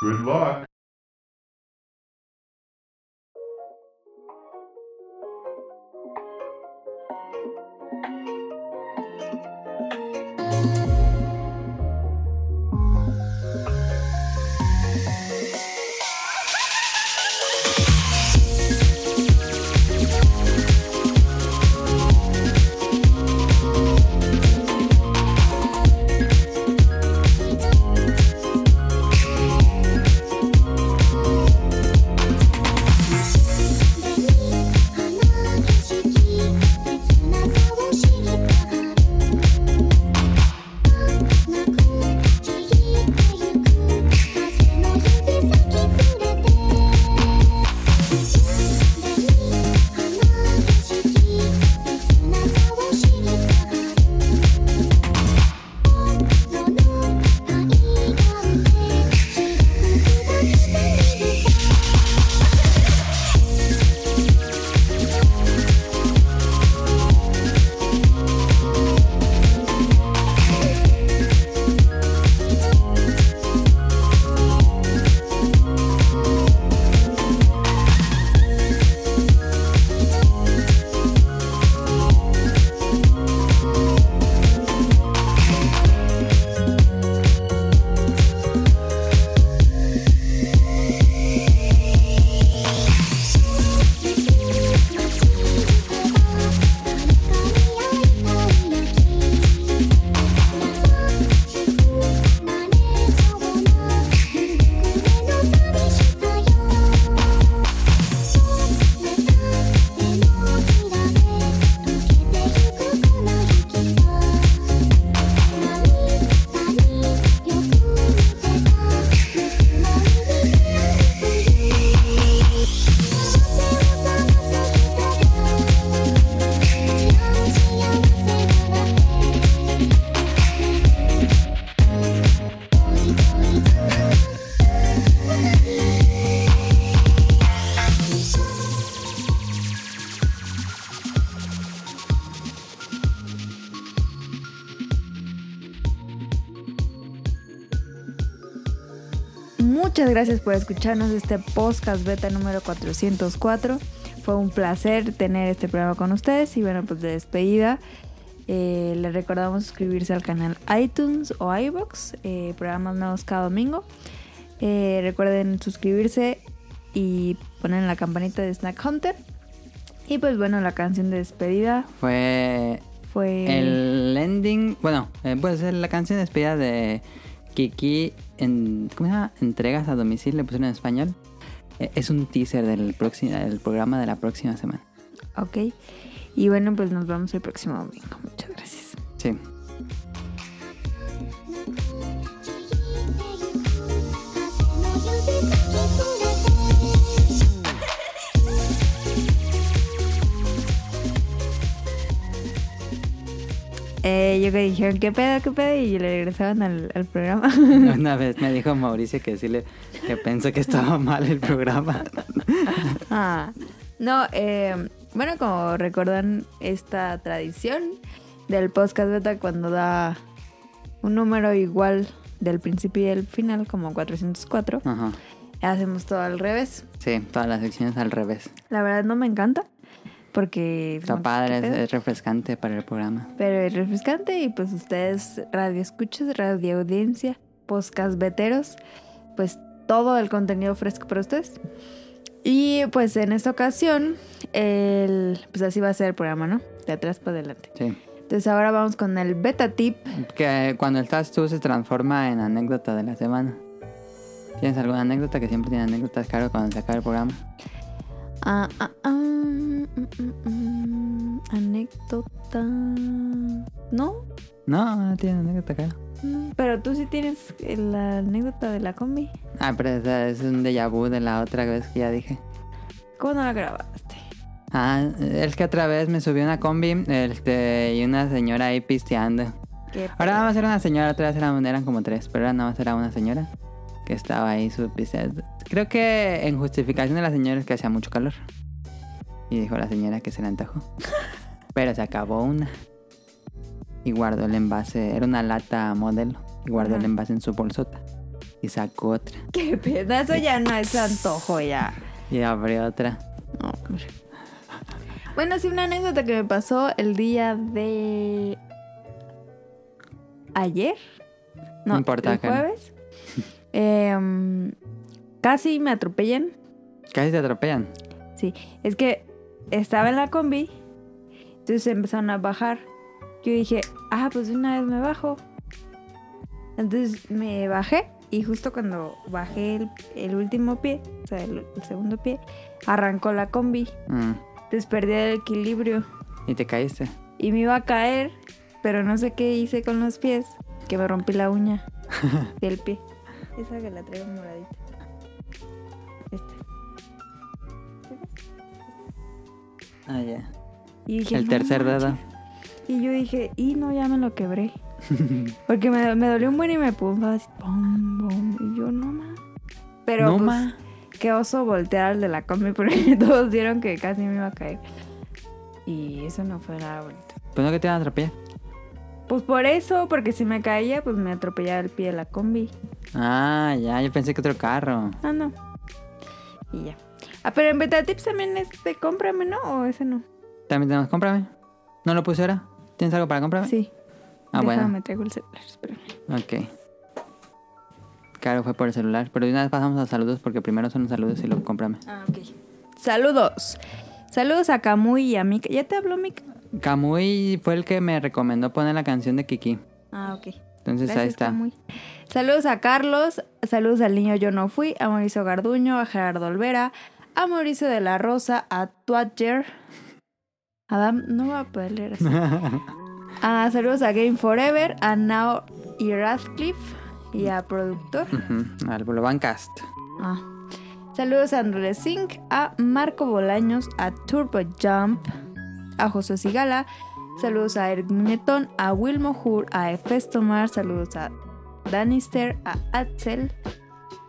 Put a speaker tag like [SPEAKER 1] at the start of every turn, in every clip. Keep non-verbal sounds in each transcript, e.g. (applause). [SPEAKER 1] Good luck.
[SPEAKER 2] Muchas gracias por escucharnos este podcast beta número 404. Fue un placer tener este programa con ustedes y bueno, pues de despedida eh, les recordamos suscribirse al canal iTunes o iBox, eh, programas nuevos cada domingo. Eh, recuerden suscribirse y poner la campanita de Snack Hunter. Y pues bueno, la canción de despedida
[SPEAKER 3] Fue
[SPEAKER 2] fue...
[SPEAKER 3] el ending. Bueno, eh, puede ser la canción de despedida de Kiki. En, ¿Cómo se llama? Entregas a domicilio, le pusieron en español. Eh, es un teaser del, próximo, del programa de la próxima semana.
[SPEAKER 2] Ok. Y bueno, pues nos vemos el próximo domingo. Muchas gracias.
[SPEAKER 3] Sí. (laughs)
[SPEAKER 2] Eh, yo que dijeron, ¿qué pedo, qué pedo? Y le regresaban al, al programa.
[SPEAKER 3] Una vez me dijo Mauricio que decirle que pensó que estaba (laughs) mal el programa.
[SPEAKER 2] (laughs) Ah, no, eh, bueno, como recuerdan esta tradición del podcast beta cuando da un número igual del principio y del final, como 404,
[SPEAKER 3] Ajá. Ah.
[SPEAKER 2] hacemos todo al revés.
[SPEAKER 3] Sí, todas las secciones al revés.
[SPEAKER 2] La verdad no me encanta porque...
[SPEAKER 3] Está
[SPEAKER 2] ¿qué
[SPEAKER 3] padre, es,
[SPEAKER 2] pedo?
[SPEAKER 3] es refrescante para el programa.
[SPEAKER 2] Pero es refrescante y pues ustedes, radio escuchas, radio audiencia, podcast veteros, pues todo el contenido fresco para ustedes. Y pues en esta ocasión, el, pues así va a ser el programa, ¿no? De atrás para adelante.
[SPEAKER 3] Sí.
[SPEAKER 2] Entonces ahora vamos con el beta tip.
[SPEAKER 3] Que cuando estás tú se transforma en anécdota de la semana. ¿Tienes alguna anécdota que siempre tiene anécdotas, Caro, cuando se acaba el programa?
[SPEAKER 2] Ah, ah, ah, mm, mm, mm, anécdota. No,
[SPEAKER 3] No, no tiene anécdota, Caro.
[SPEAKER 2] mm, pero tú sí tienes la anécdota de la combi.
[SPEAKER 3] Ah, pero esa es un déjà vu de la otra vez que ya dije.
[SPEAKER 2] ¿Cómo no la grabaste?
[SPEAKER 3] Ah, es que otra vez me subí a una combi este, y una señora ahí pisteando.
[SPEAKER 2] ¿Qué
[SPEAKER 3] Ahora nada más era una señora, otra vez eran, eran como tres, pero ahora nada más era una señora que estaba ahí su pisteando. Creo que en justificación de la señora es que hacía mucho calor. Y dijo la señora que se le antojó. (laughs) Pero se acabó una. Y guardó el envase, era una lata modelo. Y guardó el
[SPEAKER 2] Ajá.
[SPEAKER 3] envase en su bolsota. Y y sacó otra.
[SPEAKER 2] Qué pena, eso ya no es antojo ya.
[SPEAKER 3] Y abrió otra.
[SPEAKER 2] No, hombre. Bueno, sí, una anécdota que me pasó el día de. ayer. No,
[SPEAKER 3] No importa,
[SPEAKER 2] el
[SPEAKER 3] Karen.
[SPEAKER 2] jueves. Em, casi me atropellan.
[SPEAKER 3] Casi te atropellan.
[SPEAKER 2] Es que estaba en la combi, entonces empezaron a bajar. Yo dije, ah, pues de una vez me bajo. Entonces me bajé y justo cuando bajé el, el último pie, o sea, el, el segundo pie, arrancó la combi.
[SPEAKER 3] Mm.
[SPEAKER 2] Entonces perdí el equilibrio
[SPEAKER 3] Y te caíste.
[SPEAKER 2] y me iba a caer, pero no sé qué hice con los pies, que me rompí la
[SPEAKER 3] (laughs)
[SPEAKER 2] uña del pie. Esa que la traigo moradita. Esta.
[SPEAKER 3] Ah, ya.
[SPEAKER 2] Y dije,
[SPEAKER 3] El
[SPEAKER 2] "No
[SPEAKER 3] tercer
[SPEAKER 2] manches".
[SPEAKER 3] dedo.
[SPEAKER 2] Y yo dije, y no, ya me lo
[SPEAKER 3] (laughs)
[SPEAKER 2] quebré. Porque me, me dolió un buen y me puso así, pum, pum. Y yo, no más. Pero,
[SPEAKER 3] no
[SPEAKER 2] pues,
[SPEAKER 3] ma.
[SPEAKER 2] qué oso voltear al de la combi (laughs) porque todos vieron que casi me iba a caer. Y eso no fue nada bonito.
[SPEAKER 3] Pues no que te iban a atropellar.
[SPEAKER 2] Pues por eso, porque si me caía, pues me atropellaba el pie de la combi.
[SPEAKER 3] Ah, ya, yo pensé que otro carro.
[SPEAKER 2] Ah, no. Y ya. Ah, pero en Betatips también es de cómprame, ¿no? ¿O ese no?
[SPEAKER 3] También tenemos, cómprame. ¿No lo puse ahora? ¿Tienes algo para comprarme?
[SPEAKER 2] Sí.
[SPEAKER 3] Ah,
[SPEAKER 2] Déjame, traigo el celular, espérame.
[SPEAKER 3] bueno. Ok. Claro, fue por el celular. Pero de una vez pasamos a los saludos porque primero son los saludos y luego cómprame.
[SPEAKER 2] Ah, ok. Saludos. Saludos a Camuy y a Mika. ¿Ya te habló Mika?
[SPEAKER 3] Camuy fue el que me recomendó poner la canción de Kiki.
[SPEAKER 2] Ah, ok.
[SPEAKER 3] Entonces Pues ahí
[SPEAKER 2] Gracias,
[SPEAKER 3] está.
[SPEAKER 2] Camuy. Saludos a Carlos. Saludos al niño Yo No Fui. A Mauricio Garduño. A Gerardo Olvera. A Mauricio de la Rosa. A Twatcher. Adam, no va a poder leer
[SPEAKER 3] (laughs)
[SPEAKER 2] así. Ah, saludos a Game Forever. A Now y Radcliffe. Y a Productor.
[SPEAKER 3] Ujú, Al Bolobancast.
[SPEAKER 2] Ah. Saludos a Andrés Sink, a Marco Bolaños, a Turbo Jump, a José Sigala. Saludos a Eric Muñetón, a Wilmo Hur, a Efestomar. Saludos a Danister, a Axel.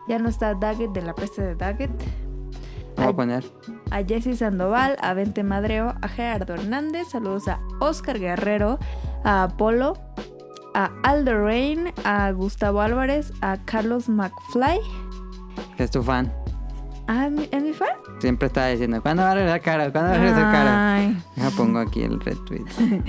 [SPEAKER 2] Ya no está Daggett de la peste de Daggett.
[SPEAKER 3] Lo voy
[SPEAKER 2] Ay.
[SPEAKER 3] a poner.
[SPEAKER 2] A Jesse Sandoval, a Vente Madreo, a Gerardo Hernández. Saludos a Oscar Guerrero, a Apolo, a Aldo Rain, a Gustavo Álvarez, a Carlos McFly.
[SPEAKER 3] que Es tu fan.
[SPEAKER 2] ¿A mi, a mi fan?
[SPEAKER 3] Siempre está diciendo, ¿cuándo va a regresar Caro? ¿Cuándo va a regresar Caro?
[SPEAKER 2] Ay,
[SPEAKER 3] Ya pongo aquí el retweet.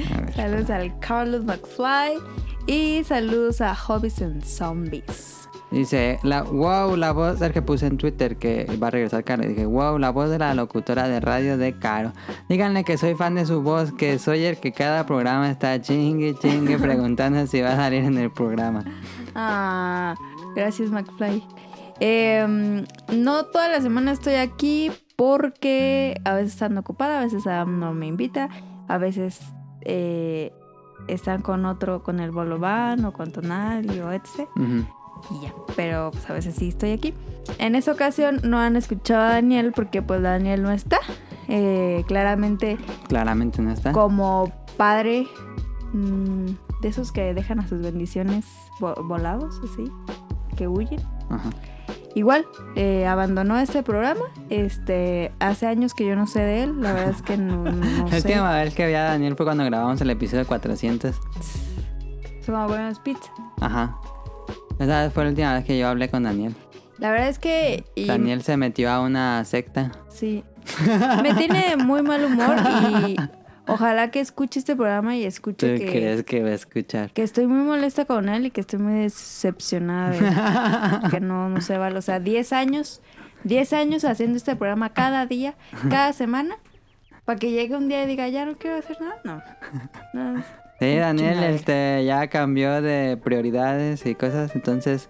[SPEAKER 3] A ver.
[SPEAKER 2] (laughs) Saludos al Carlos McFly y saludos a Hobbies and Zombies.
[SPEAKER 3] Dice, la, wow, la voz del que puse en Twitter que va a regresar Caro. Dije, wow, la voz de la locutora de radio de Caro. Díganle que soy fan de su voz, que soy el que cada programa está chingue,
[SPEAKER 2] (laughs)
[SPEAKER 3] chingue, preguntando si va a salir en el programa.
[SPEAKER 2] Ah, gracias McFly. Em, no toda la semana estoy aquí porque a veces ando ocupada, a veces Adam no me invita, a veces eh, están con otro, con el Bolobán o con Tonal o etc.
[SPEAKER 3] Ujú.
[SPEAKER 2] y ya. Pero pues a veces sí estoy aquí. En esa ocasión no han escuchado a Daniel porque pues Daniel no está. Eh, claramente
[SPEAKER 3] Claramente no está.
[SPEAKER 2] como padre mm, de esos que dejan a sus bendiciones vo- volados, así, que huyen.
[SPEAKER 3] Ajá.
[SPEAKER 2] Igual, eh, abandonó este programa. Este, hace años que yo no sé de él. La verdad es que no, no
[SPEAKER 3] (laughs) La
[SPEAKER 2] sé.
[SPEAKER 3] última vez que vi a Daniel fue cuando grabamos el episodio 400.
[SPEAKER 2] Somos buenos pizza.
[SPEAKER 3] Ajá. Esa vez fue la última vez que yo hablé con Daniel.
[SPEAKER 2] La verdad es que. y-
[SPEAKER 3] Daniel se metió a una secta.
[SPEAKER 2] Sí. Me tiene de muy mal humor
[SPEAKER 3] (laughs)
[SPEAKER 2] y ojalá que escuche este programa y
[SPEAKER 3] ¿Tú
[SPEAKER 2] escuche que,
[SPEAKER 3] crees que va a escuchar?
[SPEAKER 2] que estoy muy molesta con él y que estoy muy decepcionada de él, que no, no se vale. O sea, 10 años, 10 años haciendo este programa cada día, cada semana, para que llegue un día y diga, ya no quiero hacer nada. No. no.
[SPEAKER 3] Sí, Daniel
[SPEAKER 2] Chingada.
[SPEAKER 3] este, ya cambió de prioridades y cosas, entonces...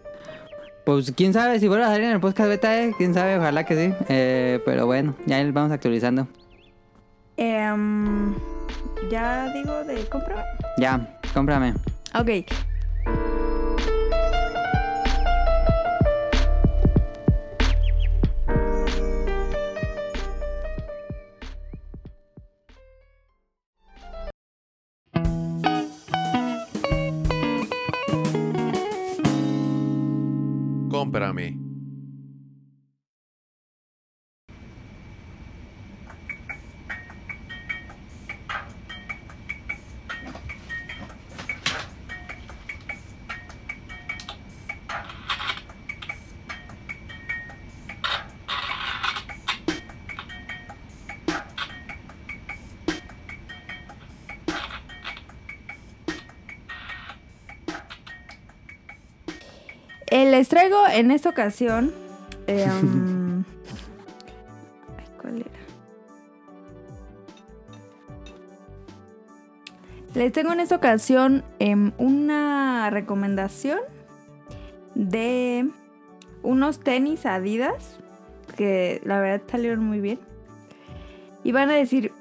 [SPEAKER 3] Pues quién sabe si vuelve a salir en el podcast beta, eh, quién sabe, ojalá que sí. Eh, pero bueno, ya les vamos actualizando.
[SPEAKER 2] Em, ya digo de compra.
[SPEAKER 3] Ya, cómprame.
[SPEAKER 2] Ok.
[SPEAKER 1] Cómprame.
[SPEAKER 2] Eh, les traigo en esta ocasión. eh, um, ay, ¿Cuál era? Les tengo en esta ocasión em, una recomendación de unos tenis Adidas que la verdad salieron muy bien. Y van a decir,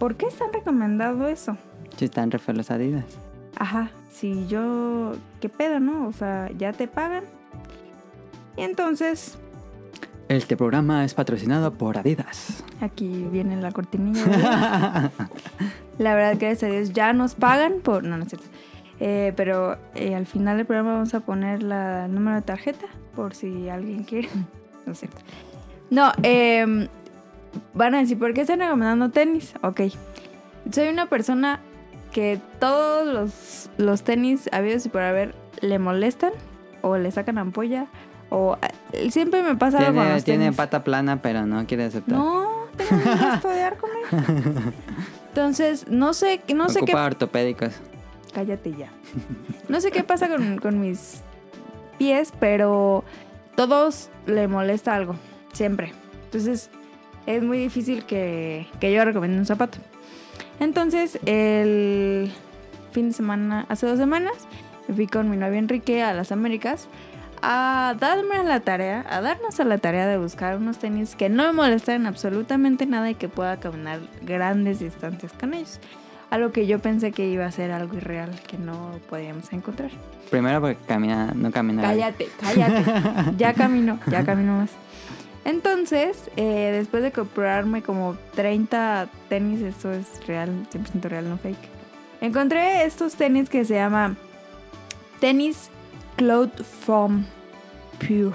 [SPEAKER 2] ¿por qué están recomendando eso?
[SPEAKER 3] Sí, están re feos los Adidas.
[SPEAKER 2] Ajá, si yo, ¿qué pedo, no? O sea, ya te pagan. Y entonces,
[SPEAKER 3] Este programa es patrocinado por
[SPEAKER 2] (laughs)
[SPEAKER 3] Adidas.
[SPEAKER 2] aquí viene la cortinilla. ¿verdad? la verdad, gracias a Dios, ya nos pagan por... No, no es cierto. Eh, pero eh, al final del programa vamos a poner la el número de tarjeta, por si alguien quiere. (laughs) No es cierto. No, em, van a decir, ¿por qué están recomendando tenis? Ok. Soy una persona que todos los, los tenis habidos y por haber le molestan o le sacan ampolla o eh, siempre me pasa algo con
[SPEAKER 3] tiene,
[SPEAKER 2] los
[SPEAKER 3] tiene
[SPEAKER 2] tenis.
[SPEAKER 3] pata plana, pero no quiere aceptar.
[SPEAKER 2] No, tengo que estudiar con él. Entonces, no sé, no sé qué.
[SPEAKER 3] Ocupa ortopédicos.
[SPEAKER 2] Cállate ya. No sé qué pasa con, con mis pies, pero todos le molesta algo. Siempre. Entonces, es muy difícil que, que yo recomiende un zapato. Entonces, el fin de semana, hace dos semanas, me fui con mi novio Enrique a las Américas a darme a la tarea, a darnos a la tarea de buscar unos tenis que no me molestan absolutamente nada y que pueda caminar grandes distancias con ellos. Algo que yo pensé que iba a ser algo irreal que no podíamos encontrar.
[SPEAKER 3] Primero porque camina, no camina. bien.
[SPEAKER 2] Cállate, cállate. ya camino, ya camino más. Entonces, eh, después de comprarme como 30 tenis, eso es real, 100% real, no fake. Encontré estos tenis que se llama Tenis Cloud Foam Pure.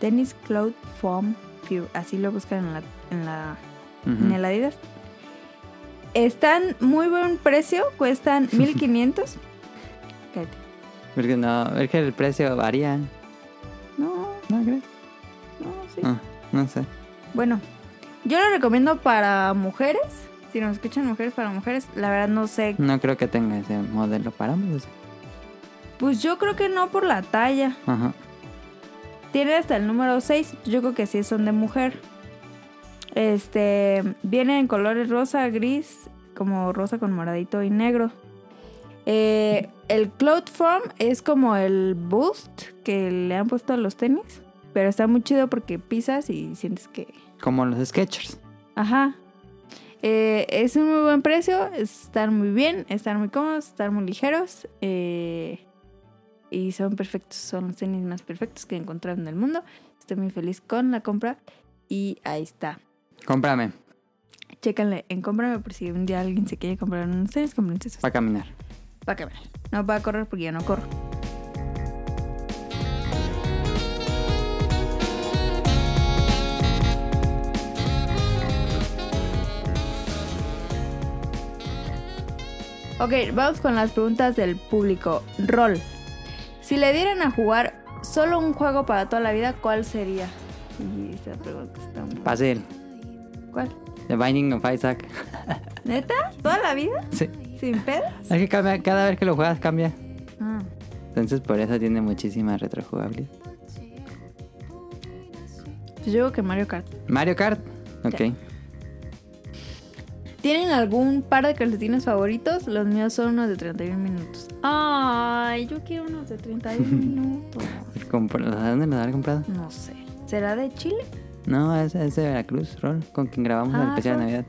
[SPEAKER 2] Tenis Cloud Foam Pure. Así lo buscan en la, en la
[SPEAKER 3] Ujú.
[SPEAKER 2] en el Adidas. Están muy buen precio,
[SPEAKER 3] (laughs)
[SPEAKER 2] cuestan 1500. Cállate.
[SPEAKER 3] Porque no, es que el precio varía.
[SPEAKER 2] No,
[SPEAKER 3] ¿No crees?
[SPEAKER 2] no, sí.
[SPEAKER 3] Ah, no sé.
[SPEAKER 2] Bueno, yo lo recomiendo para mujeres. Si nos escuchan mujeres para mujeres, la verdad no sé.
[SPEAKER 3] No creo que tenga ese modelo para hombres.
[SPEAKER 2] Pues yo creo que no por la talla.
[SPEAKER 3] Ajá.
[SPEAKER 2] Tiene hasta el número 6. Yo creo que sí son de mujer. Este. Viene en colores rosa, gris, como rosa con moradito y negro. Eh, el Cloud Form es como el boost que le han puesto a los tenis. Pero está muy chido porque pisas y sientes que.
[SPEAKER 3] Como los Skechers.
[SPEAKER 2] Ajá. Eh, es un muy buen precio, están muy bien, están muy cómodos, están muy ligeros eh, y son perfectos, son los tenis más perfectos que he encontrado en el mundo. Estoy muy feliz con la compra y ahí está.
[SPEAKER 3] Cómprame
[SPEAKER 2] Chécanle en cómprame por si un día alguien se quiere comprar unos tenis, cómprense esos.
[SPEAKER 3] para caminar.
[SPEAKER 2] Para caminar. No para correr porque yo no corro. Ok, vamos con las preguntas del público. Rol. Si le dieran a jugar solo un juego para toda la vida, ¿cuál sería? Y esa pregunta está muy-
[SPEAKER 3] Fácil.
[SPEAKER 2] ¿Cuál?
[SPEAKER 3] The Binding of Isaac. (laughs)
[SPEAKER 2] ¿Neta? ¿Toda la vida?
[SPEAKER 3] Sí.
[SPEAKER 2] ¿Sin pedo?
[SPEAKER 3] Es que cambia- cada vez que lo juegas cambia.
[SPEAKER 2] Ah.
[SPEAKER 3] Entonces por eso tiene muchísima retrojugabilidad.
[SPEAKER 2] Yo digo que Mario Kart.
[SPEAKER 3] Mario Kart. Ok.
[SPEAKER 2] Sí. ¿Tienen algún par de calcetines favoritos? Los míos son unos de 31 minutos. Ay, yo quiero unos de 31 (laughs) minutos.
[SPEAKER 3] Compr- ¿Dónde los habrá comprado?
[SPEAKER 2] No sé. ¿Será de Chile?
[SPEAKER 3] No, es, es de Veracruz, Rol, con quien grabamos el
[SPEAKER 2] Ah,
[SPEAKER 3] especial de
[SPEAKER 2] Rol.
[SPEAKER 3] Navidad.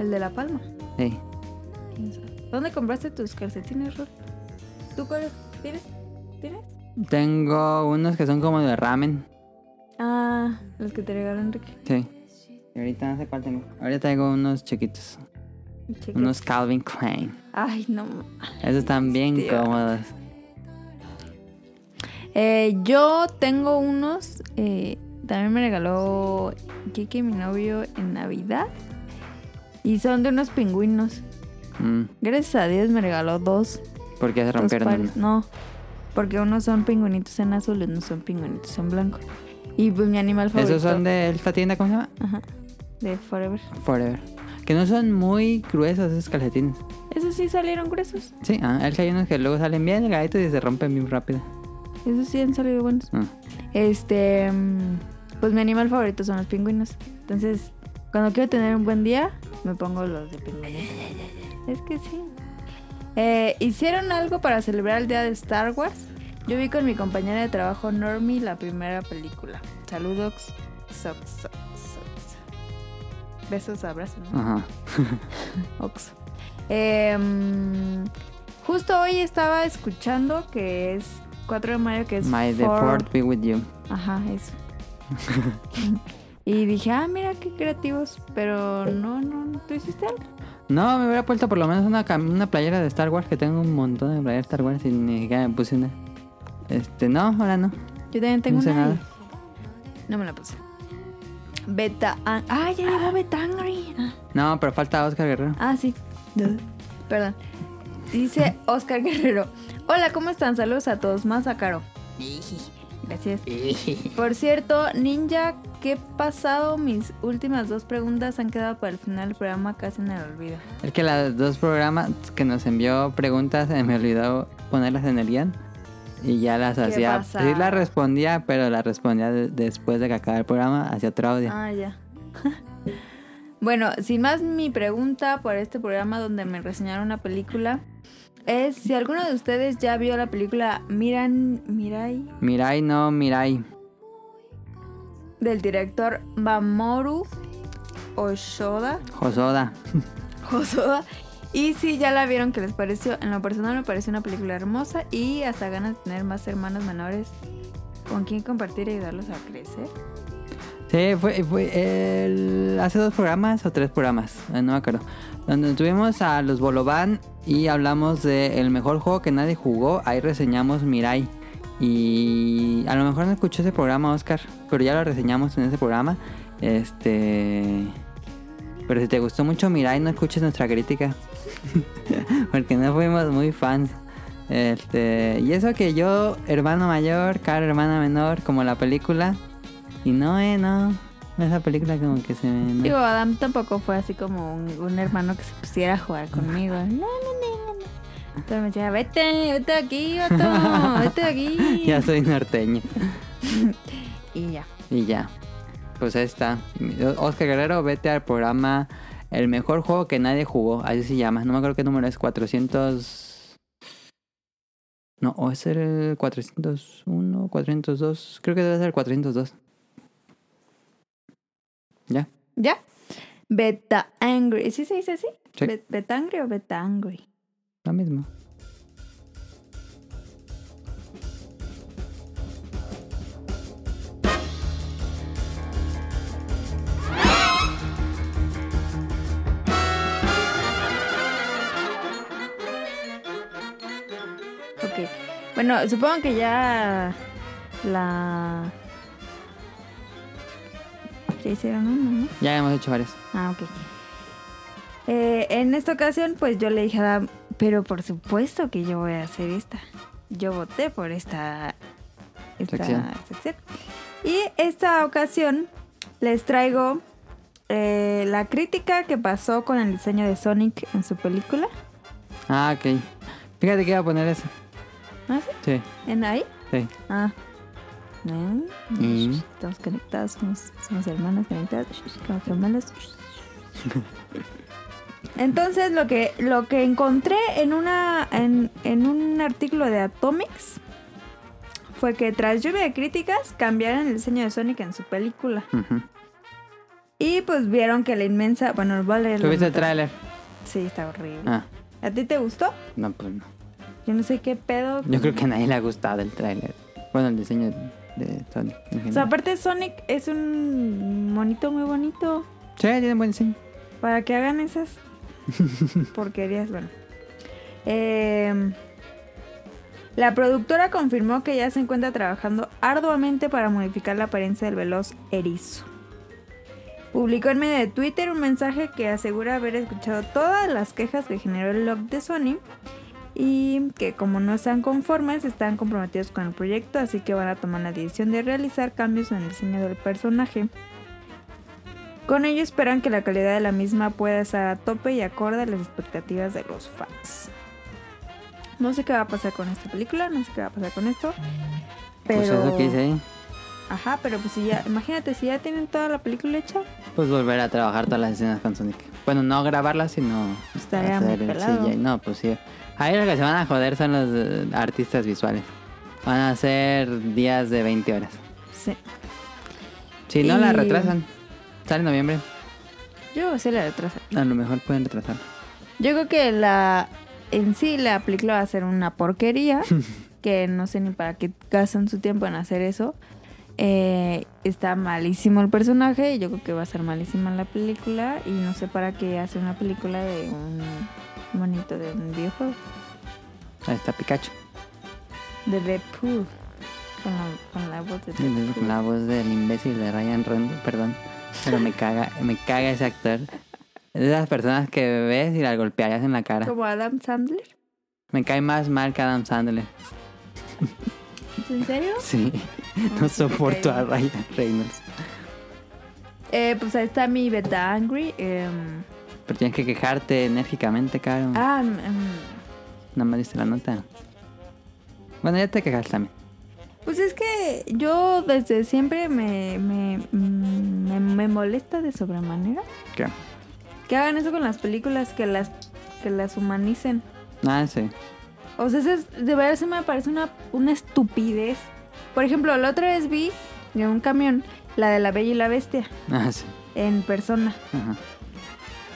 [SPEAKER 2] El de La Palma.
[SPEAKER 3] Sí.
[SPEAKER 2] ¿Quién sabe? ¿Dónde compraste tus calcetines, Rol? ¿Tú cuáles tienes? ¿Tienes?
[SPEAKER 3] Tengo unos que son como de ramen.
[SPEAKER 2] Ah, los que te regaló Enrique.
[SPEAKER 3] Sí. Y ahorita no sé cuál tengo. Ahorita tengo unos chiquitos.
[SPEAKER 2] Chiquito.
[SPEAKER 3] Unos Calvin Klein.
[SPEAKER 2] Ay, no.
[SPEAKER 3] Esos están bien
[SPEAKER 2] Hostia.
[SPEAKER 3] cómodos.
[SPEAKER 2] Eh, yo tengo unos. eh, también me regaló Kiki, mi novio, en Navidad. Y son de unos pingüinos.
[SPEAKER 3] Mm,
[SPEAKER 2] Gracias a Dios me regaló dos.
[SPEAKER 3] porque se
[SPEAKER 2] dos
[SPEAKER 3] rompieron.
[SPEAKER 2] pares. No, porque unos son pingüinitos en azul y unos son pingüinitos en blanco. Y pues, mi animal favorito.
[SPEAKER 3] Esos son de esta tienda, ¿cómo se llama?
[SPEAKER 2] Ajá, de Forever.
[SPEAKER 3] Forever. Que no son muy gruesos esos calcetines.
[SPEAKER 2] Esos sí salieron gruesos.
[SPEAKER 3] Sí, ah, es que hay unos que luego salen bien delgaditos y se rompen bien rápido.
[SPEAKER 2] Esos sí han salido buenos.
[SPEAKER 3] Ah.
[SPEAKER 2] Este, mm, pues mi animal favorito son los pingüinos. Entonces, cuando quiero tener un buen día, me pongo los de pingüinos. Es que sí. Eh, Hicieron algo para celebrar el día de Star Wars. Yo vi con mi compañera de trabajo Normie la primera película. Saludos. Sox, sox, sox. Besos, abrazos. ¿no?
[SPEAKER 3] Ajá.
[SPEAKER 2] Ox. Em, justo hoy estaba escuchando que es 4 de mayo, que es
[SPEAKER 3] My the
[SPEAKER 2] Four-
[SPEAKER 3] fourth be with you.
[SPEAKER 2] Ajá,
[SPEAKER 3] (laughs)
[SPEAKER 2] eso. (laughs) y dije, ah, mira qué creativos. Pero no, no, no. ¿Tú hiciste algo?
[SPEAKER 3] No, me hubiera puesto por lo menos una, cam- una playera de Star Wars, que tengo un montón de playeras de Star Wars y ni siquiera me puse una. Este, no, ahora no.
[SPEAKER 2] Yo también tengo
[SPEAKER 3] No hice
[SPEAKER 2] una. y
[SPEAKER 3] nada.
[SPEAKER 2] No me la puse. Beta. Ah, ah, ya llegó Betangri. Ah,
[SPEAKER 3] No, pero falta Oscar Guerrero.
[SPEAKER 2] ah, sí. Perdón. Dice Oscar Guerrero. Hola, ¿cómo están? Saludos a todos. Más a Caro. Gracias. Por cierto, Ninja, ¿qué pasado? Mis últimas dos preguntas han quedado para el final del programa casi en el olvido.
[SPEAKER 3] Es que las dos programas que nos envió preguntas, eh, me olvidó ponerlas en el guión. Y ya las
[SPEAKER 2] ¿Qué
[SPEAKER 3] hacía.
[SPEAKER 2] pasa?
[SPEAKER 3] Sí las respondía, pero las respondía de- después de que acabara el programa, hacia otro audio.
[SPEAKER 2] Ah, ya. (laughs) bueno, sin más, mi pregunta por este programa donde me reseñaron una película es si alguno de ustedes ya vio la película Miran Mirai
[SPEAKER 3] Mirai, no, Mirai.
[SPEAKER 2] del director Mamoru Oshoda.
[SPEAKER 3] Josoda.
[SPEAKER 2] Josoda. Y si ya la vieron, ¿qué les pareció? En lo personal me pareció una película hermosa y hasta ganas de tener más hermanos menores con quien compartir y ayudarlos a crecer.
[SPEAKER 3] Sí, fue, fue el- hace dos programas o tres programas, eh, no me acuerdo. Donde tuvimos a los Bolovan y hablamos de el mejor juego que nadie jugó. Ahí reseñamos Mirai. Y a lo mejor no escuchó ese programa, Oscar, pero ya lo reseñamos en ese programa. Este. Pero si te gustó mucho Mirai, no escuches nuestra crítica. (laughs) Porque no fuimos muy fans. Este, y eso que yo, hermano mayor, cara hermana menor, como la película. Y no, eh, no. Esa película como que se me... no.
[SPEAKER 2] Digo, Adam tampoco fue así como un, un hermano que se pusiera a jugar conmigo. No, no, no, no, no.
[SPEAKER 3] Ah.
[SPEAKER 2] Entonces me decía, vete, vete de aquí,
[SPEAKER 3] (laughs)
[SPEAKER 2] vato, vete de aquí.
[SPEAKER 3] Ya soy norteño.
[SPEAKER 2] Y ya.
[SPEAKER 3] Y ya. Pues ahí está. Oscar Guerrero, vete al programa El mejor juego que nadie jugó. Así se llama. No me acuerdo qué número es. 400... No, o es el 401, 402. Creo que debe ser el 402. Ya.
[SPEAKER 2] ¿Ya? Beta Angry. ¿Sí se dice así?
[SPEAKER 3] Sí.
[SPEAKER 2] Be- ¿Beta Angry o Beta Angry?
[SPEAKER 3] Lo mismo.
[SPEAKER 2] Ok. Bueno, supongo que ya la... Ya hicieron uno, ¿no?
[SPEAKER 3] Ya hemos hecho varios.
[SPEAKER 2] Ah, ok. Eh, en esta ocasión, pues yo le dije a Adam, pero por supuesto que yo voy a hacer esta. Yo voté por esta, esta
[SPEAKER 3] Sección.
[SPEAKER 2] sección. Y esta ocasión les traigo eh, la crítica que pasó con el diseño de Sonic en su película.
[SPEAKER 3] Ah, ok. Fíjate que iba a poner eso.
[SPEAKER 2] ¿Ah,
[SPEAKER 3] Sí,
[SPEAKER 2] ¿En ahí?
[SPEAKER 3] sí.
[SPEAKER 2] Ah. ¿Eh?
[SPEAKER 3] Mm.
[SPEAKER 2] Estamos conectados, somos, somos hermanas conectadas, como gemelas. Entonces lo que, lo que encontré en, una, en, en un artículo de Atomics fue que tras lluvia de críticas cambiaron el diseño de Sonic en su película.
[SPEAKER 3] Ujú.
[SPEAKER 2] Y pues vieron que la inmensa... Bueno, vale...
[SPEAKER 3] ¿Tuviste el tráiler?
[SPEAKER 2] Sí, está horrible.
[SPEAKER 3] Ah,
[SPEAKER 2] ¿A ti te gustó?
[SPEAKER 3] no, pues no.
[SPEAKER 2] Yo no sé qué pedo.
[SPEAKER 3] Yo creo que a nadie le ha gustado el tráiler. Bueno, el diseño de Sonic. en
[SPEAKER 2] O sea,
[SPEAKER 3] general.
[SPEAKER 2] aparte Sonic es un monito muy bonito.
[SPEAKER 3] Sí, tiene buen diseño.
[SPEAKER 2] Para que hagan esas porquerías, bueno. Eh, la productora confirmó que ya se encuentra trabajando arduamente para modificar la apariencia del veloz erizo. Publicó en medio de Twitter un mensaje que asegura haber escuchado todas las quejas que generó el log de Sony y que como no están conformes están comprometidos con el proyecto, así que van a tomar la decisión de realizar cambios en el diseño del personaje. Con ello esperan que la calidad de la misma pueda estar a tope y acorde a las expectativas de los fans. No sé qué va a pasar con esta película, no sé qué va a pasar con esto. Pero,
[SPEAKER 3] Pues eso que hice ahí.
[SPEAKER 2] Ajá, pero pues si ya, imagínate, si ya tienen toda la película hecha,
[SPEAKER 3] Pues volver a trabajar todas las escenas con Sonic. Bueno, no grabarlas, sino
[SPEAKER 2] Estaría muy
[SPEAKER 3] el
[SPEAKER 2] pelado.
[SPEAKER 3] CGI. No, pues sí. Ahí lo que se van a joder son los eh, artistas visuales. Van a ser días de 20 horas.
[SPEAKER 2] sí.
[SPEAKER 3] Si no, la
[SPEAKER 2] Y-
[SPEAKER 3] retrasan. Sale en noviembre.
[SPEAKER 2] Yo sí la retraso.
[SPEAKER 3] A lo mejor pueden retrasar.
[SPEAKER 2] Yo creo que la en sí la película va a ser una
[SPEAKER 3] (laughs)
[SPEAKER 2] porquería, que no sé ni para qué gastan su tiempo en hacer eso. Eh, está malísimo el personaje y yo creo que va a ser malísima la película y no sé para qué hace una película de un monito de un videojuego,
[SPEAKER 3] Ahí está Pikachu.
[SPEAKER 2] de Deadpool, con la, con la voz de
[SPEAKER 3] Con
[SPEAKER 2] Deadpool.
[SPEAKER 3] La voz del imbécil de Ryan Rondo, perdón. Pero me caga, (laughs) me caga ese actor. Es de las personas que ves y las golpearías en la cara.
[SPEAKER 2] Como Adam Sandler.
[SPEAKER 3] Me cae más mal que Adam Sandler. (laughs)
[SPEAKER 2] ¿Es ¿En serio?
[SPEAKER 3] Sí. No soporto a Ryan Reynolds.
[SPEAKER 2] Eh, pues ahí está mi Beta Angry. em,
[SPEAKER 3] Pero tienes que quejarte enérgicamente, Caro.
[SPEAKER 2] ah, em,
[SPEAKER 3] No me diste la nota. Bueno, ya te quejas también.
[SPEAKER 2] Pues es que yo desde siempre me, me, mm, me, me molesta de sobremanera
[SPEAKER 3] ¿Qué?
[SPEAKER 2] que hagan eso con las películas, que las, que las humanicen.
[SPEAKER 3] Ah, sí.
[SPEAKER 2] O sea, eso es- de verdad se me parece una, una estupidez. Por ejemplo, la otra vez vi en un camión la de la Bella y la Bestia
[SPEAKER 3] Ah, sí.
[SPEAKER 2] en persona.
[SPEAKER 3] Ajá.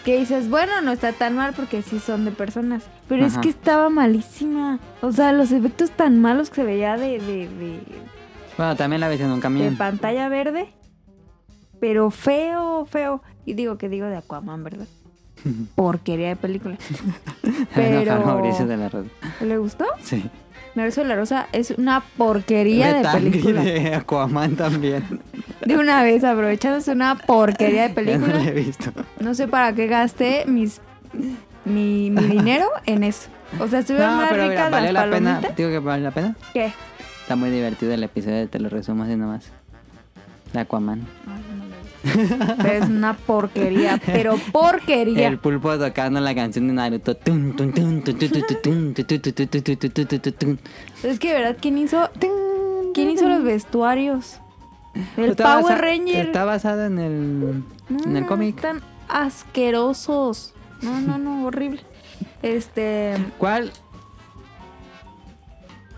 [SPEAKER 2] Que dices, bueno, no está tan mal porque sí son de personas. Pero es
[SPEAKER 3] Ajá.
[SPEAKER 2] que estaba malísima. O sea, los efectos tan malos que se veía de- de- de,
[SPEAKER 3] Bueno, también la ves en un
[SPEAKER 2] de
[SPEAKER 3] camión.
[SPEAKER 2] pantalla verde. Pero feo, feo. Y digo que digo de Aquaman,
[SPEAKER 3] (laughs)
[SPEAKER 2] ¿verdad? Porquería de película. (laughs)
[SPEAKER 3] También nos
[SPEAKER 2] pero-
[SPEAKER 3] fue Mauricio de la Rosa.
[SPEAKER 2] ¿Le gustó?
[SPEAKER 3] Sí.
[SPEAKER 2] Mauricio La Rosa es una porquería de
[SPEAKER 3] Betangui
[SPEAKER 2] película.
[SPEAKER 3] de Aquaman también.
[SPEAKER 2] (laughs) De una vez aprovechándose una porquería
[SPEAKER 3] (laughs)
[SPEAKER 2] de
[SPEAKER 3] Ya no la
[SPEAKER 2] película.
[SPEAKER 3] he visto.
[SPEAKER 2] No sé para qué gasté mis mi,
[SPEAKER 3] (laughs)
[SPEAKER 2] mi dinero en eso. O sea, estuvieron
[SPEAKER 3] No,
[SPEAKER 2] más
[SPEAKER 3] pero mira,
[SPEAKER 2] ricas
[SPEAKER 3] valió
[SPEAKER 2] las
[SPEAKER 3] la pena.
[SPEAKER 2] palomitas.
[SPEAKER 3] Digo que vale la pena.
[SPEAKER 2] ¿Qué?
[SPEAKER 3] Está muy divertido el episodio, te lo resumo así nomás. De Aquaman.
[SPEAKER 2] Ay, no le gustó. Pero es una porquería, pero porquería.
[SPEAKER 3] (laughs) El pulpo tocando la canción de Naruto. Tun, tun, tun, tun, tun, tun, tun, tun, tun, tun, tun, tun, tun, tun, tun, tun, tun.
[SPEAKER 2] Es que, ¿verdad? ¿Quién hizo, ¿quién hizo los vestuarios? El
[SPEAKER 3] Está basa-
[SPEAKER 2] Power Ranger.
[SPEAKER 3] Está basado en el,
[SPEAKER 2] No,
[SPEAKER 3] en el
[SPEAKER 2] no,
[SPEAKER 3] cómic.
[SPEAKER 2] Están asquerosos. No, no, no, horrible. Este.
[SPEAKER 3] ¿Cuál?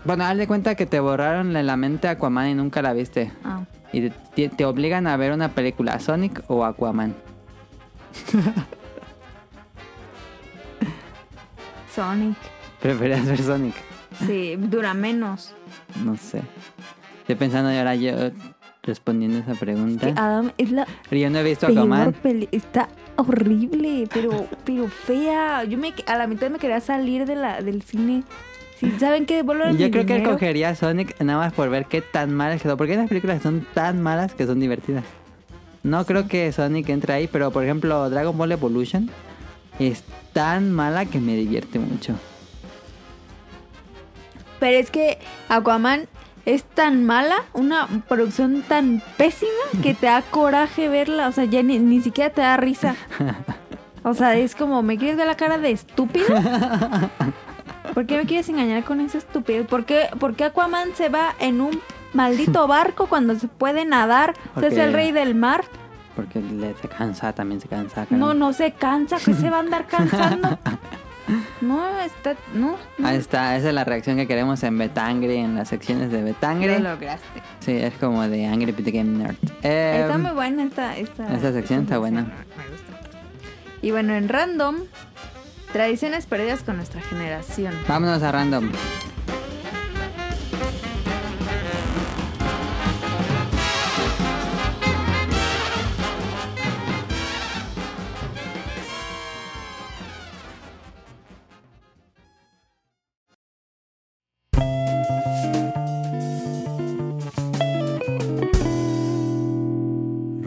[SPEAKER 3] Bueno, haz de cuenta que te borraron de la mente Aquaman y nunca la viste.
[SPEAKER 2] ah,
[SPEAKER 3] Y te, te obligan a ver una película, Sonic o Aquaman. (laughs)
[SPEAKER 2] Sonic.
[SPEAKER 3] ¿Preferías ver Sonic?
[SPEAKER 2] Sí, dura menos.
[SPEAKER 3] No sé. Estoy pensando y ahora yo respondiendo esa pregunta.
[SPEAKER 2] Que Adam es la
[SPEAKER 3] Yo no he visto
[SPEAKER 2] peor
[SPEAKER 3] Aquaman.
[SPEAKER 2] peli. Está horrible, pero, pero fea. Yo me, a la mitad me quería salir de la, del cine. Sí, ¿Saben qué? Devuelvan
[SPEAKER 3] Yo
[SPEAKER 2] mi
[SPEAKER 3] creo que
[SPEAKER 2] dinero.
[SPEAKER 3] escogería a Sonic nada más por ver qué tan malas quedó. Porque hay unas películas que son tan malas que son divertidas. No creo que Sonic entre ahí, pero por ejemplo Dragon Ball Evolution es tan mala que me divierte mucho.
[SPEAKER 2] Pero es que Aquaman es tan mala, una producción tan pésima que te da coraje verla. O sea, ya ni, ni siquiera te da risa. O sea, es como, ¿me quieres ver la cara de estúpido? ¿Por qué me quieres engañar con esa estupidez? ¿Por qué, por qué Aquaman se va en un maldito barco cuando se puede nadar? O sea, es
[SPEAKER 3] Porque-
[SPEAKER 2] el rey del mar.
[SPEAKER 3] Porque le se cansa, también se cansa. caramba.
[SPEAKER 2] No, no se cansa, que se va a andar cansando. No, está. No. no.
[SPEAKER 3] Ahí está, esa es la reacción que queremos en Betangre, en las secciones de Betangre.
[SPEAKER 2] Lo lograste.
[SPEAKER 3] Sí, es como de Angry Pit Game Nerd. Eh,
[SPEAKER 2] Está muy buena esta... Esta,
[SPEAKER 3] esta sección está buena.
[SPEAKER 2] Me gusta. Y bueno, en random, tradiciones perdidas con nuestra generación.
[SPEAKER 3] Vámonos a random.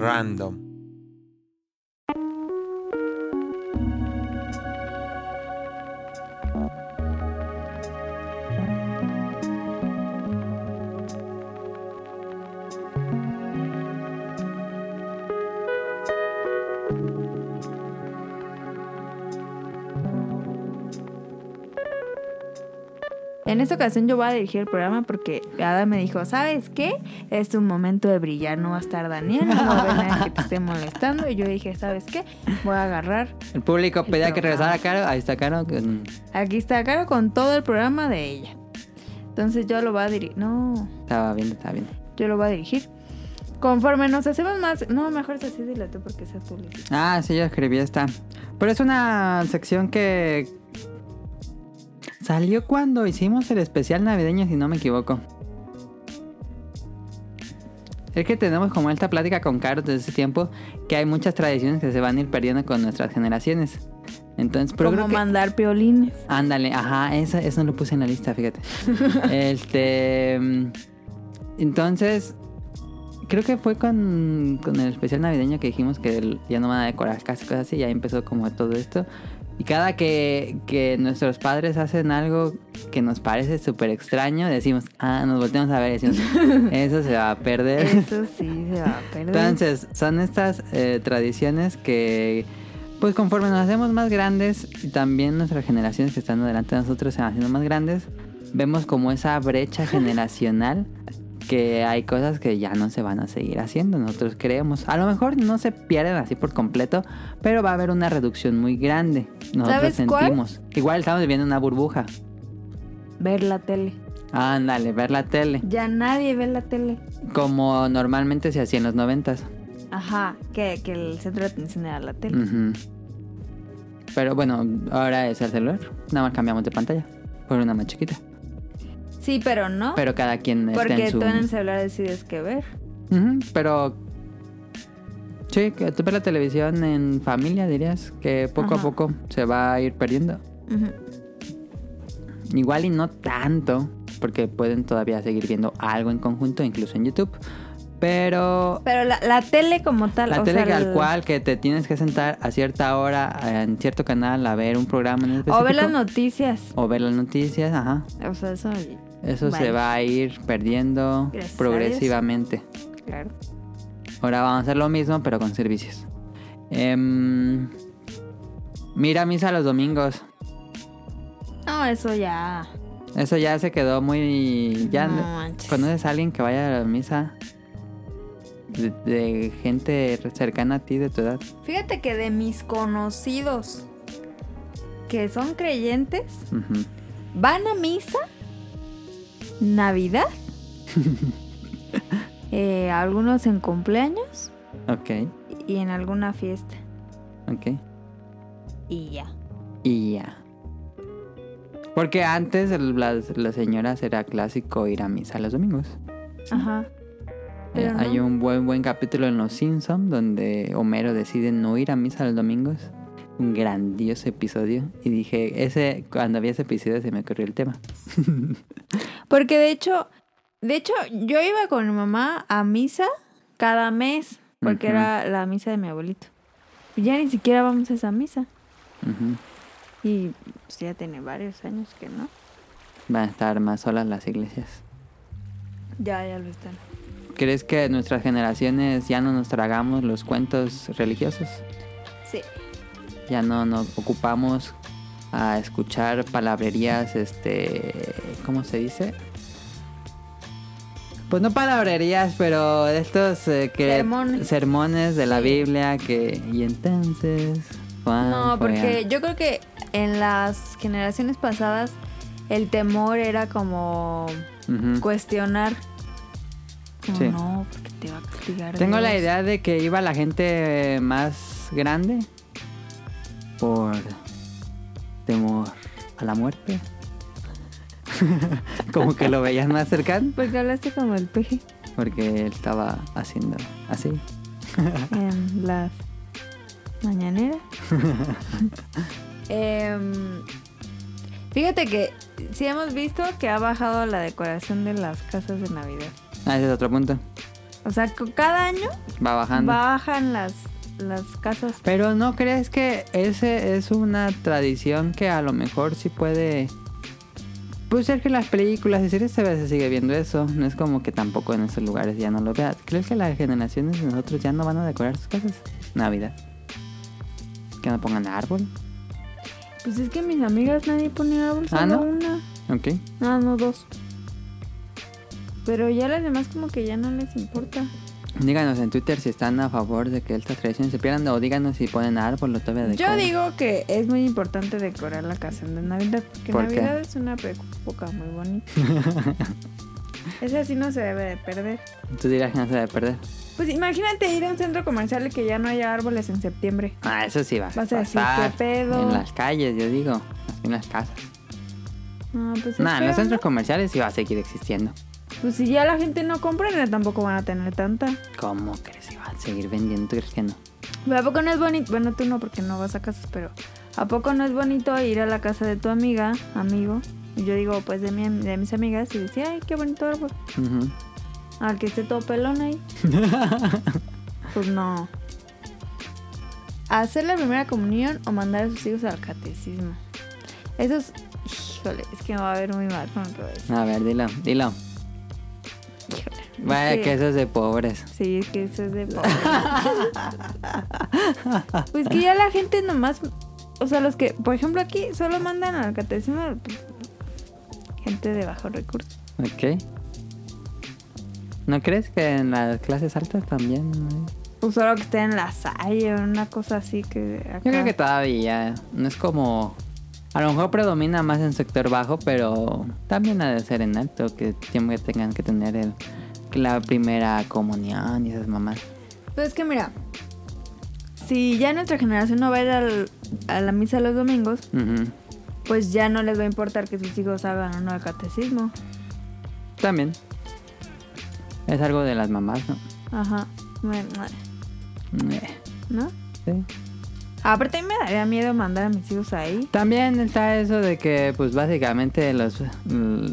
[SPEAKER 1] Random.
[SPEAKER 2] En esta ocasión yo voy a dirigir el programa porque Ada me dijo, ¿sabes qué? Es un momento de brillar, no va a estar Daniel, no va a haber nadie que te esté molestando. Y yo dije, ¿sabes qué? Voy a agarrar.
[SPEAKER 3] El público
[SPEAKER 2] El
[SPEAKER 3] pedía que
[SPEAKER 2] programa.
[SPEAKER 3] regresara Caro. Ahí está Caro. que- mm,
[SPEAKER 2] Aquí está Caro con todo el programa de ella. Entonces yo lo voy a dirigir. No,
[SPEAKER 3] Estaba bien, estaba bien.
[SPEAKER 2] yo lo voy a dirigir. Conforme nos hacemos más... No, mejor es así, dile tú porque sea tú. Luis.
[SPEAKER 3] Ah, sí, yo escribí esta. Pero es una sección que salió cuando hicimos el especial navideño, si no me equivoco. Es que tenemos como esta plática con Carlos desde ese tiempo que hay muchas tradiciones que se van a ir perdiendo con nuestras generaciones. Entonces, pero
[SPEAKER 2] Como
[SPEAKER 3] creo que-
[SPEAKER 2] mandar piolines.
[SPEAKER 3] Ándale, ajá, eso, eso no lo puse en la lista, fíjate. este. mm, Entonces, creo que fue con, con el especial navideño que dijimos que el- ya no van a decorar casi cosas así, ya empezó como todo esto. Y cada que, que nuestros padres hacen algo que nos parece súper extraño, decimos, ah, nos volteamos a ver y decimos, eso se va a perder.
[SPEAKER 2] Eso
[SPEAKER 3] (laughs)
[SPEAKER 2] sí se va a perder.
[SPEAKER 3] Entonces, son estas eh, tradiciones que, pues conforme nos hacemos más grandes y también nuestras generaciones que están delante de nosotros se van haciendo más grandes, vemos como
[SPEAKER 2] (laughs)
[SPEAKER 3] esa brecha generacional que hay cosas que ya no se van a seguir haciendo, nosotros creemos. A lo mejor no se pierden así por completo, pero va a haber una reducción muy grande. Nosotros
[SPEAKER 2] ¿Sabes cuál?
[SPEAKER 3] sentimos. Igual estamos viviendo una burbuja.
[SPEAKER 2] Ver la tele.
[SPEAKER 3] Ándale, ver la tele.
[SPEAKER 2] Ya nadie ve la tele.
[SPEAKER 3] Como normalmente se hacía en los noventas.
[SPEAKER 2] Ajá, que, que el centro de atención era la tele.
[SPEAKER 3] Ujú. Pero bueno, ahora es el celular. Nada más cambiamos de pantalla por una más chiquita.
[SPEAKER 2] Sí, pero no.
[SPEAKER 3] Pero cada quien está
[SPEAKER 2] porque
[SPEAKER 3] en su.
[SPEAKER 2] tú en el celular decides qué ver.
[SPEAKER 3] Ujú, Pero. Sí, que tú ves la televisión en familia, dirías que poco a
[SPEAKER 2] Ajá.
[SPEAKER 3] poco se va a ir perdiendo. Igual y no tanto, porque pueden todavía seguir viendo algo en conjunto, incluso en YouTube. Pero
[SPEAKER 2] Pero la, la tele como tal.
[SPEAKER 3] La
[SPEAKER 2] o
[SPEAKER 3] tele
[SPEAKER 2] sea,
[SPEAKER 3] al
[SPEAKER 2] el-
[SPEAKER 3] cual que te tienes que sentar a cierta hora en cierto canal a ver un programa en específico.
[SPEAKER 2] O ver las noticias.
[SPEAKER 3] O ver las noticias, ajá.
[SPEAKER 2] O sea, eso.
[SPEAKER 3] Eso
[SPEAKER 2] Vale.
[SPEAKER 3] se va a ir perdiendo
[SPEAKER 2] Gracias a
[SPEAKER 3] progresivamente.
[SPEAKER 2] Claro.
[SPEAKER 3] Ahora vamos a hacer lo mismo, pero con servicios. Em, mira misa los domingos.
[SPEAKER 2] No, eso ya.
[SPEAKER 3] Eso ya se quedó muy... Ya
[SPEAKER 2] No manches.
[SPEAKER 3] ¿Conoces a alguien que vaya a la misa? De, de gente cercana a ti, de tu edad.
[SPEAKER 2] Fíjate que de mis conocidos que son creyentes,
[SPEAKER 3] Ujú.
[SPEAKER 2] van a misa, (laughs) Navidad, eh, algunos en cumpleaños
[SPEAKER 3] Ok,
[SPEAKER 2] y en alguna fiesta.
[SPEAKER 3] ok.
[SPEAKER 2] Y ya.
[SPEAKER 3] Y ya. Porque antes el- las, las señoras era clásico ir a misa los domingos.
[SPEAKER 2] Ajá.
[SPEAKER 3] Eh,
[SPEAKER 2] Pero no.
[SPEAKER 3] Hay un buen buen capítulo en Los Simpsons donde Homero decide no ir a misa los domingos. Un grandioso episodio. Y dije, ese, cuando había ese episodio se me ocurrió el tema.
[SPEAKER 2] Porque de hecho, de hecho, yo iba con mi mamá a misa cada mes, porque
[SPEAKER 3] Ujú.
[SPEAKER 2] era la misa de mi abuelito. Y Ya ni siquiera vamos a esa misa.
[SPEAKER 3] Ujú.
[SPEAKER 2] Y pues, ya tiene varios años que no.
[SPEAKER 3] Van a estar más solas las iglesias.
[SPEAKER 2] Ya, ya lo están.
[SPEAKER 3] ¿Crees que nuestras generaciones ya no nos tragamos los cuentos religiosos?
[SPEAKER 2] Sí.
[SPEAKER 3] Ya no nos ocupamos a escuchar palabrerías, este, ¿cómo se dice? Pues no palabrerías, pero de estos eh, que
[SPEAKER 2] Sermones.
[SPEAKER 3] sermones de la Biblia que y entonces Juan
[SPEAKER 2] No,
[SPEAKER 3] Ah, fue a-
[SPEAKER 2] porque yo creo que en las generaciones pasadas el temor era como
[SPEAKER 3] Ujú.
[SPEAKER 2] cuestionar. Como,
[SPEAKER 3] Mm. Sí.
[SPEAKER 2] No, porque te va a castigar.
[SPEAKER 3] Tengo la
[SPEAKER 2] Dios".
[SPEAKER 3] idea de que iba la gente más grande por temor a la muerte. (laughs) Como que lo veías más cercano.
[SPEAKER 2] ¿Por qué hablaste como el peje
[SPEAKER 3] Porque él estaba haciendo así.
[SPEAKER 2] en las
[SPEAKER 3] (laughs)
[SPEAKER 2] mañaneras? Em, fíjate que sí hemos visto que ha bajado la decoración de las casas de Navidad.
[SPEAKER 3] Ah, ese es otro punto.
[SPEAKER 2] O sea, co- cada año
[SPEAKER 3] Va bajando.
[SPEAKER 2] bajan las, las casas.
[SPEAKER 3] Pero no crees que ese es una tradición que a lo mejor sí puede... Puede ser que en las películas y series se ve- se sigue viendo eso. No es como que tampoco en esos lugares ya no lo veas. ¿Crees que las generaciones de nosotros ya no van a decorar sus casas? Navidad. Que no pongan árbol.
[SPEAKER 2] Pues es que mis amigas nadie ponía árbol,
[SPEAKER 3] Ah,
[SPEAKER 2] solo
[SPEAKER 3] ¿no?
[SPEAKER 2] una.
[SPEAKER 3] Ok.
[SPEAKER 2] No, no dos. Pero ya las demás como que ya no les importa.
[SPEAKER 3] Díganos en Twitter si están a favor de que estas tradiciones se pierdan o díganos si ponen árbol o todavía de
[SPEAKER 2] Yo digo que es muy importante decorar la casa en Navidad, porque
[SPEAKER 3] ¿Por qué?
[SPEAKER 2] Navidad es una época muy
[SPEAKER 3] (laughs)
[SPEAKER 2] bonita. Esa sí no se debe de perder.
[SPEAKER 3] Tú dirás que no se debe perder.
[SPEAKER 2] Pues imagínate ir a un centro comercial y que ya no haya árboles en septiembre.
[SPEAKER 3] Ah, eso sí va.
[SPEAKER 2] Vas a decir,
[SPEAKER 3] pasar.
[SPEAKER 2] ¿qué pedo?
[SPEAKER 3] En las calles, yo digo. En las casas.
[SPEAKER 2] No, pues es
[SPEAKER 3] Nada, en
[SPEAKER 2] feo,
[SPEAKER 3] los centros
[SPEAKER 2] ¿no?
[SPEAKER 3] comerciales sí va a seguir existiendo.
[SPEAKER 2] Pues si ya la gente no compra, no, tampoco van a tener tanta.
[SPEAKER 3] ¿Cómo crees? Si va a seguir vendiendo, ¿tú crees que no?
[SPEAKER 2] Pero ¿a poco no es bonito? Bueno, tú no, porque no vas a casas, pero ¿a poco no es bonito ir a la casa de tu amiga, amigo? Y Yo digo, pues de, mi, de mis amigas y decir, ay, qué bonito árbol.
[SPEAKER 3] Ujú.
[SPEAKER 2] Al que esté todo pelón
[SPEAKER 3] (laughs)
[SPEAKER 2] ahí. pues no. Hacer la primera comunión o mandar a sus hijos al catecismo. Eso es. Híjole, es que me va a ver muy mal con lo que voy a (laughs) decir.
[SPEAKER 3] A ver, dilo, dilo.
[SPEAKER 2] Híjole, es
[SPEAKER 3] Vaya que eso es de pobres.
[SPEAKER 2] Sí, es que eso es
[SPEAKER 3] (laughs)
[SPEAKER 2] de pobre. Pues que ya la gente nomás. O sea, los que, por ejemplo, aquí solo mandan al catecismo pues, gente de bajo recurso.
[SPEAKER 3] Ok. ¿No crees que en las clases altas también? no?
[SPEAKER 2] O solo que estén en la salle o una cosa así que. acá-
[SPEAKER 3] Yo creo que todavía no es como... A lo mejor predomina más en sector bajo, pero también ha de ser en alto, que siempre tengan que tener el, la primera comunión y esas mamás.
[SPEAKER 2] Pues es que mira, si ya nuestra generación no va a ir al- a la misa los domingos,
[SPEAKER 3] Ujú.
[SPEAKER 2] pues ya no les va a importar que sus hijos hagan o no el catecismo.
[SPEAKER 3] También. Es algo de las mamás, ¿no?
[SPEAKER 2] Ajá. Bueno,
[SPEAKER 3] Eh,
[SPEAKER 2] ¿no?
[SPEAKER 3] sí.
[SPEAKER 2] Aparte, a mí me daría miedo mandar a mis hijos ahí.
[SPEAKER 3] También está eso de que, pues básicamente, los mm,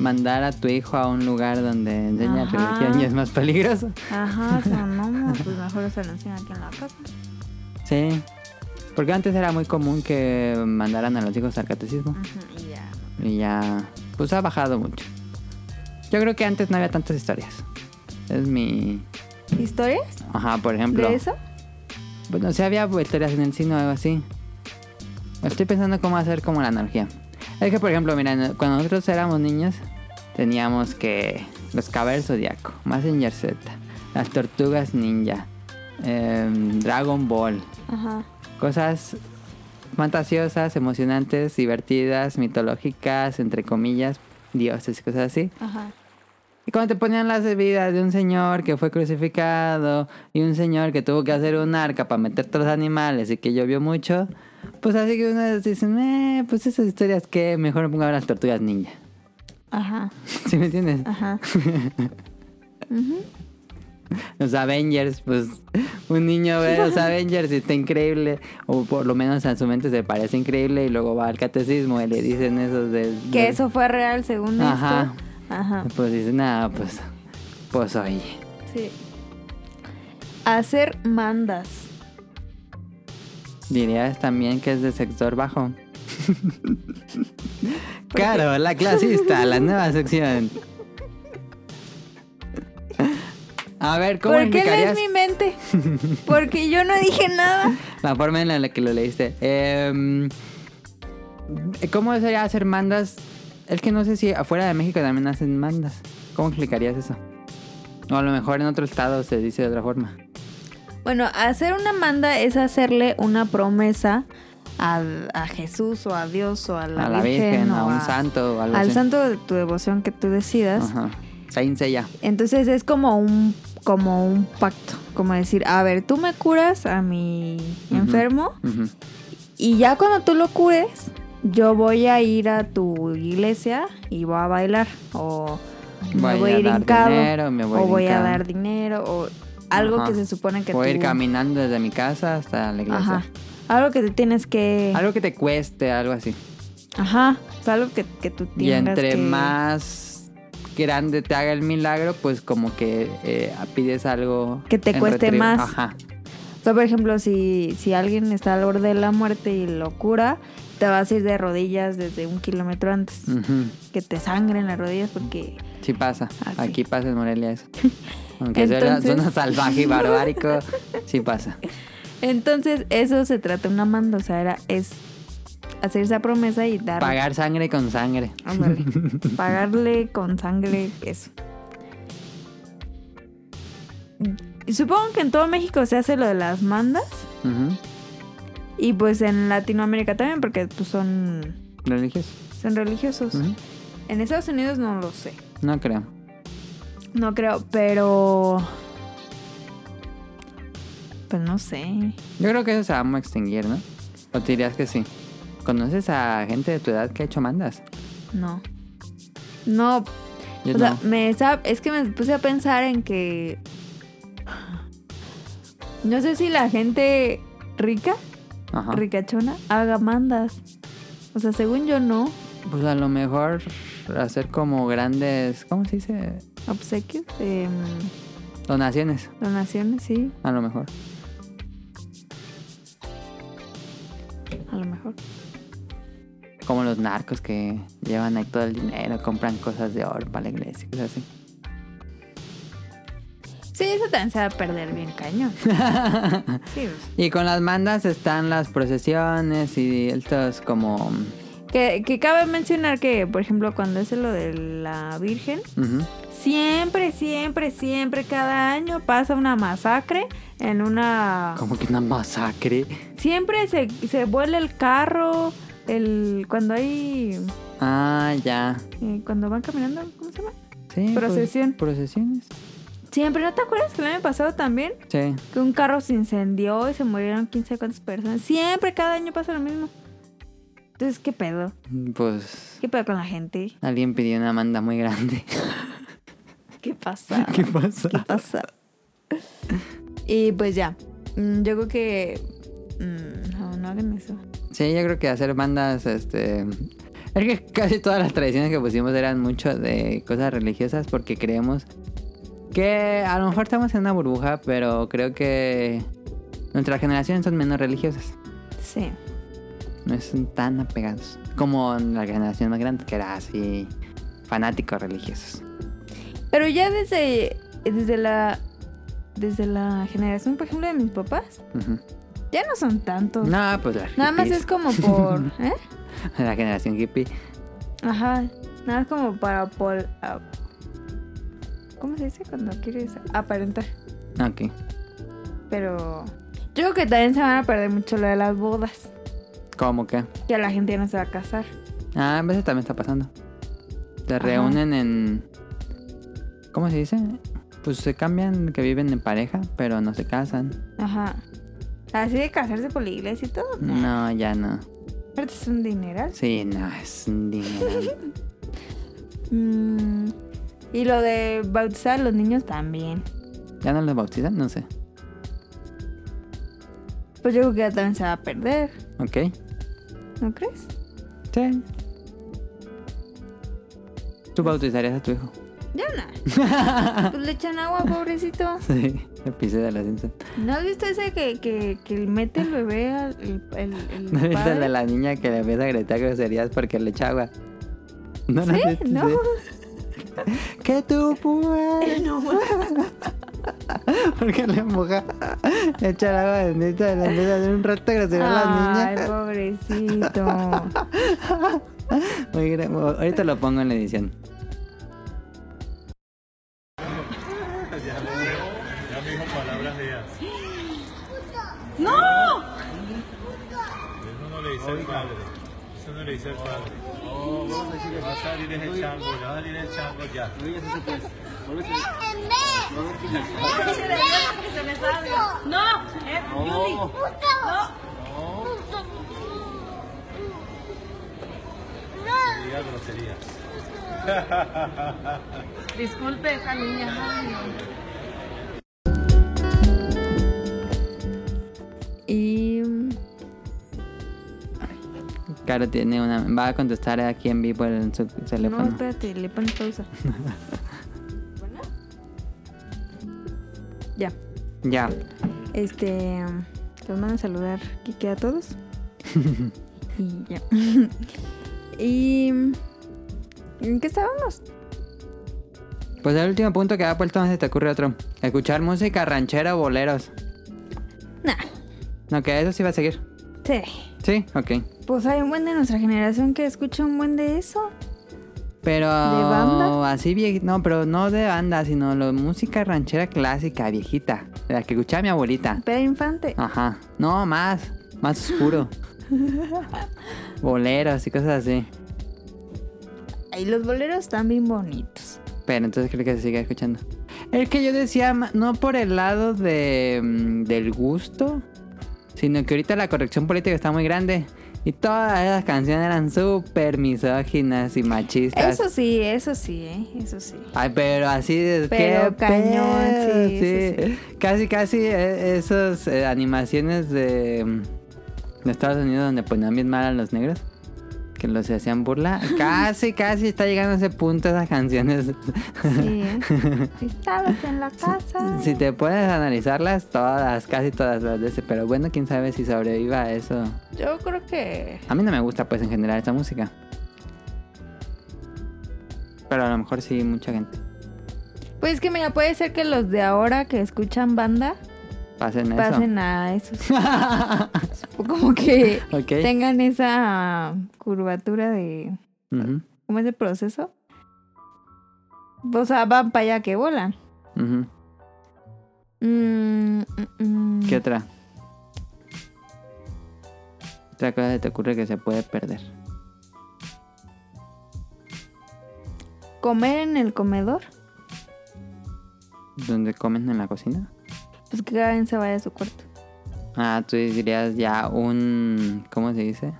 [SPEAKER 3] mandar a tu hijo a un lugar donde enseña
[SPEAKER 2] Ajá.
[SPEAKER 3] religión y es más peligroso.
[SPEAKER 2] Ajá, o sea, no, no, pues mejor se lo enseñan aquí en la casa.
[SPEAKER 3] Sí. Porque antes era muy común que mandaran a los hijos al catecismo.
[SPEAKER 2] Ajá, y ya. ¿no?
[SPEAKER 3] Y ya, pues ha bajado mucho. Yo creo que antes no había tantas historias. Es mi...
[SPEAKER 2] ¿Historias
[SPEAKER 3] Ajá, por ejemplo.
[SPEAKER 2] de eso?
[SPEAKER 3] Bueno, si había historias en el cine o algo así. Estoy pensando cómo hacer como la analogía. Es que, por ejemplo, mira, no- cuando nosotros éramos niños, teníamos que los Caballeros Zodíaco, Mazinger Z, las Tortugas Ninja, em, Dragon Ball,
[SPEAKER 2] Ajá.
[SPEAKER 3] cosas fantasiosas, emocionantes, divertidas, mitológicas, entre comillas, dioses y cosas así.
[SPEAKER 4] Uh-huh,
[SPEAKER 2] Ajá.
[SPEAKER 3] Y cuando te ponían las vidas de un señor que fue crucificado y un señor que tuvo que hacer un arca para meter todos los animales y que llovió mucho, pues así que uno dicen, eh, pues esas historias que mejor me pongo a ver las tortugas ninja. (laughs)
[SPEAKER 2] Ajá.
[SPEAKER 3] ¿Sí me entiendes?
[SPEAKER 2] Ajá.
[SPEAKER 3] Los Avengers, pues un niño ve
[SPEAKER 2] (laughs)
[SPEAKER 3] los Avengers y está increíble, o por lo menos a su mente se parece increíble y luego va al catecismo y le dicen esos de...
[SPEAKER 2] (laughs) Que
[SPEAKER 3] de-
[SPEAKER 2] eso fue real según
[SPEAKER 3] Ajá.
[SPEAKER 2] esto. Ajá.
[SPEAKER 3] Pues dicen, nada, pues, pues oye.
[SPEAKER 2] Sí. Hacer mandas.
[SPEAKER 3] Dirías también que es de sector bajo. (laughs) claro, la clasista, la nueva sección. A ver, ¿cómo
[SPEAKER 2] ¿Por qué lees
[SPEAKER 3] indicarías
[SPEAKER 2] mi mente? Porque yo no dije nada.
[SPEAKER 3] la forma en la que lo leíste? Em, ¿Cómo sería hacer mandas? Es que no sé si afuera de México también hacen mandas. ¿Cómo explicarías eso? O a lo mejor en otro estado se dice de otra forma.
[SPEAKER 2] Bueno, hacer una manda es hacerle una promesa a, a Jesús o a Dios o a la,
[SPEAKER 3] a la Virgen, a
[SPEAKER 2] o
[SPEAKER 3] un santo o algo
[SPEAKER 2] Al
[SPEAKER 3] así.
[SPEAKER 2] santo de tu devoción que tú decidas.
[SPEAKER 3] Ajá. Saint Seiya.
[SPEAKER 2] Entonces es como un como un pacto, como decir, a ver, tú me curas a mi
[SPEAKER 3] Ujú.
[SPEAKER 2] enfermo
[SPEAKER 3] Ujú.
[SPEAKER 2] y ya cuando tú lo cures, yo voy a ir a tu iglesia y voy a bailar o me voy a ir
[SPEAKER 3] dar
[SPEAKER 2] hincado
[SPEAKER 3] dinero, me
[SPEAKER 2] o voy a
[SPEAKER 3] hincado.
[SPEAKER 2] dar dinero o algo
[SPEAKER 3] Ajá.
[SPEAKER 2] que se supone Ah, que
[SPEAKER 3] Voy a ir
[SPEAKER 2] tú-
[SPEAKER 3] caminando desde mi casa hasta la iglesia.
[SPEAKER 2] Ajá. Algo que tú tienes que
[SPEAKER 3] Algo que te cueste, algo así.
[SPEAKER 2] Ajá, o sea, algo que, que tú
[SPEAKER 3] Y
[SPEAKER 2] tengas
[SPEAKER 3] entre
[SPEAKER 2] que-
[SPEAKER 3] más grande te haga el milagro, pues como que eh, pides algo
[SPEAKER 2] Que te
[SPEAKER 3] en
[SPEAKER 2] cueste
[SPEAKER 3] retribu-
[SPEAKER 2] más.
[SPEAKER 3] Ajá.
[SPEAKER 2] O sea, por ejemplo, si, si alguien está al borde de la muerte y lo cura, te vas a ir de rodillas desde un kilómetro antes.
[SPEAKER 3] Ujú.
[SPEAKER 2] Que te sangren las rodillas porque...
[SPEAKER 3] Sí pasa.
[SPEAKER 2] Ah, sí.
[SPEAKER 3] Aquí pasa en
[SPEAKER 2] (laughs)
[SPEAKER 3] Morelia eso. Aunque suena,
[SPEAKER 2] Entonces-
[SPEAKER 3] suena salvaje y barbárico, sí pasa.
[SPEAKER 2] (laughs) Entonces, eso se trata de una manda. O sea, era, es hacer esa promesa y dar
[SPEAKER 3] Pagar sangre con sangre. (laughs)
[SPEAKER 2] Ándale. Pagarle con sangre eso. Y Supongo que en todo México se hace lo de las mandas.
[SPEAKER 3] Ujú.
[SPEAKER 2] Y pues en Latinoamérica también, porque pues, son,
[SPEAKER 3] ¿Religioso?
[SPEAKER 2] son religiosos.
[SPEAKER 3] Ujú.
[SPEAKER 2] En Estados Unidos no lo sé.
[SPEAKER 3] No creo.
[SPEAKER 2] No creo, pero... Pues no sé.
[SPEAKER 3] Yo creo que eso se va a extinguir, ¿no? ¿O te dirías que sí? ¿Conoces a gente de tu edad que ha hecho mandas?
[SPEAKER 2] No. No,
[SPEAKER 3] Yo
[SPEAKER 2] o sea,
[SPEAKER 3] no.
[SPEAKER 2] me estaba- es que me puse a pensar en que... No sé si la gente rica
[SPEAKER 3] Ajá.
[SPEAKER 2] ricachona haga mandas. O sea, según yo no.
[SPEAKER 3] Pues a lo mejor hacer como grandes, ¿cómo se dice?
[SPEAKER 2] Obsequios, em,
[SPEAKER 3] Donaciones,
[SPEAKER 2] donaciones, sí,
[SPEAKER 3] a lo mejor.
[SPEAKER 2] a lo mejor.
[SPEAKER 3] Como los narcos que llevan ahí todo el dinero, compran cosas de oro para la iglesia, cosas así.
[SPEAKER 2] Sí, eso también se va a perder bien
[SPEAKER 3] (laughs)
[SPEAKER 2] cañón. Sí, pues.
[SPEAKER 3] Y con las mandas están las procesiones y estos como...
[SPEAKER 2] que, que cabe mencionar que, por ejemplo, cuando es lo de la Virgen,
[SPEAKER 3] ujú,
[SPEAKER 2] siempre, siempre, siempre, cada año pasa una masacre en una...
[SPEAKER 3] Como que una masacre.
[SPEAKER 2] Siempre se, se vuela el carro, el cuando hay...
[SPEAKER 3] Ah, ya.
[SPEAKER 2] eh, cuando van caminando, ¿cómo se llama?
[SPEAKER 3] Sí. pues,
[SPEAKER 2] Procesión.
[SPEAKER 3] procesiones.
[SPEAKER 2] Siempre, ¿no te acuerdas que el año pasado también?
[SPEAKER 3] Sí.
[SPEAKER 2] Que un carro se incendió y se murieron 15 cuantas personas. Siempre, cada año pasa lo mismo. Entonces, ¿qué pedo?
[SPEAKER 3] Pues
[SPEAKER 2] ¿Qué pedo con la gente?
[SPEAKER 3] alguien pidió una manda muy grande.
[SPEAKER 2] ¿Qué pasa?
[SPEAKER 3] (laughs) ¿Qué pasa?
[SPEAKER 2] ¿Qué pasa? y pues ya. Mm, Yo creo que... mm, No, no hagan eso.
[SPEAKER 3] Sí, yo creo que hacer bandas, este... Es que casi todas las tradiciones que pusimos eran mucho de cosas religiosas porque creemos que a lo mejor estamos en una burbuja, pero creo que nuestras generaciones son menos religiosas.
[SPEAKER 2] Sí.
[SPEAKER 3] No son tan apegados como la generación más grande que era así fanáticos religiosos.
[SPEAKER 2] Pero ya desde, desde la... Desde la generación, por ejemplo, de mis papás,
[SPEAKER 3] Ujú.
[SPEAKER 2] ya no son tantos.
[SPEAKER 3] No, pues la
[SPEAKER 2] Nada más es como por... ¿eh?
[SPEAKER 3] (laughs) la generación hippie.
[SPEAKER 2] Ajá, nada como para pol... a- ¿Cómo se dice cuando quieres aparentar?
[SPEAKER 3] Ok.
[SPEAKER 2] Pero yo creo que también se van a perder mucho lo de las bodas,
[SPEAKER 3] ¿Cómo que?
[SPEAKER 2] que la gente ya no se va a casar.
[SPEAKER 3] Ah, a veces también está pasando. Se
[SPEAKER 2] Ajá.
[SPEAKER 3] reúnen en. ¿Cómo se dice? Pues se cambian que viven en pareja, pero no se casan.
[SPEAKER 2] Ajá. Así de casarse por la iglesia y todo. No.
[SPEAKER 3] No, ya no.
[SPEAKER 2] Aparte es un dineral.
[SPEAKER 3] Sí, no, es un dinero.
[SPEAKER 2] (laughs) Mm, Y lo de bautizar a los niños también.
[SPEAKER 3] ¿Ya no los bautizan? No sé.
[SPEAKER 2] Pues yo creo que ya también se va a perder,
[SPEAKER 3] Ok.
[SPEAKER 2] ¿no crees?
[SPEAKER 3] Sí. ¿Tú bautizarías a tu hijo? (laughs)
[SPEAKER 2] Ya no. Pues le echan agua, pobrecito.
[SPEAKER 3] Sí, el piso de la cinta.
[SPEAKER 2] ¿No has visto ese que, que, que mete el bebé al el, el,
[SPEAKER 3] (laughs)
[SPEAKER 2] el
[SPEAKER 3] ¿No viste
[SPEAKER 2] padre?
[SPEAKER 3] el de la niña que le empieza a gritar groserías porque le echa agua? (laughs) ¿No lo
[SPEAKER 2] ¿Sí?
[SPEAKER 3] viste?
[SPEAKER 2] No.
[SPEAKER 3] Que tú puedes.
[SPEAKER 2] No, (laughs)
[SPEAKER 3] Porque le moja. (laughs) Le echa el agua bendita y le empieza a hacer un rato grosero a la
[SPEAKER 2] Ay,
[SPEAKER 3] niña.
[SPEAKER 2] pobrecito.
[SPEAKER 3] Muy gra- Ahorita lo pongo en la edición.
[SPEAKER 1] Eso
[SPEAKER 4] uh-huh.
[SPEAKER 1] no le dice el padre. Eso no le dice el padre. Oh, vamos a decirle que va a salir es el chango, ya va a salir el chango ya.
[SPEAKER 5] No, eh, Yuli.
[SPEAKER 1] Diga groserías.
[SPEAKER 5] Disculpe esa niña.
[SPEAKER 2] Y mm,
[SPEAKER 3] Caro tiene una. Va a contestar aquí en vivo en su
[SPEAKER 2] no,
[SPEAKER 3] teléfono.
[SPEAKER 2] espérate, le pones
[SPEAKER 3] (laughs)
[SPEAKER 2] pausa. Bueno. Ya.
[SPEAKER 3] ya.
[SPEAKER 2] Este, los mando a saludar Kike a
[SPEAKER 3] (laughs)
[SPEAKER 2] todos. y ya. (laughs) y mm, ¿en qué estábamos?
[SPEAKER 3] Pues el último punto que ha puesto, no se te ocurre otro. Escuchar música ranchera o boleros.
[SPEAKER 2] Nah.
[SPEAKER 3] No, que eso sí va a seguir.
[SPEAKER 2] Sí.
[SPEAKER 3] Sí, ok.
[SPEAKER 2] Pues hay un buen de nuestra generación que escucha un buen de eso.
[SPEAKER 3] Pero
[SPEAKER 2] ¿De banda?
[SPEAKER 3] así vie- no, pero no de banda, sino la música ranchera clásica, viejita, de la que escuchaba mi abuelita.
[SPEAKER 2] Pedro Infante.
[SPEAKER 3] Ajá. No, más, más oscuro. Boleros y cosas así. Ah.
[SPEAKER 2] Y los boleros están bien bonitos.
[SPEAKER 3] Pero entonces creo que se sigue escuchando. Es que yo decía, ma- no por el lado de, mm, del gusto, sino que ahorita la corrección política está muy grande. Y todas esas canciones eran súper misóginas y machistas.
[SPEAKER 2] Eso sí, eso sí, ¿eh? Eso sí.
[SPEAKER 3] Ay, pero así de
[SPEAKER 2] Pero
[SPEAKER 3] qué
[SPEAKER 2] cañón,
[SPEAKER 3] pedo,
[SPEAKER 2] sí, sí,
[SPEAKER 3] Casi, casi eh, esas eh, animaciones de, mm, de Estados Unidos donde ponían bien mal a los negros, que los hacían
[SPEAKER 2] (laughs)
[SPEAKER 3] burla. Casi, casi está llegando a ese punto esas canciones.
[SPEAKER 2] Sí,
[SPEAKER 3] (laughs)
[SPEAKER 2] ¿eh? Estabas en la casa.
[SPEAKER 3] si te puedes analizarlas, todas, casi todas las de ese. Pero bueno, quién sabe si sobreviva a eso.
[SPEAKER 2] Yo creo que.
[SPEAKER 3] A mí no me gusta, pues, en general, esta música. Pero a lo mejor sí, mucha gente.
[SPEAKER 2] Pues que mira, puede ser que los de ahora que escuchan banda
[SPEAKER 3] Pasen eso.
[SPEAKER 2] pasen a esos. (laughs) Como que
[SPEAKER 3] (laughs) Ok.
[SPEAKER 2] tengan esa curvatura de.
[SPEAKER 3] Ujú,
[SPEAKER 2] ¿Cómo es el proceso? O sea, van para allá que volan.
[SPEAKER 3] ujú.
[SPEAKER 2] Mm, mm, mm.
[SPEAKER 3] ¿Qué otra? Otra cosa que te ocurre que se puede perder.
[SPEAKER 2] ¿Comer en el comedor?
[SPEAKER 3] ¿Dónde comen en la cocina?
[SPEAKER 2] Pues que cada quien se vaya a su cuarto.
[SPEAKER 3] Ah, tú dirías ya un... ¿Cómo se dice?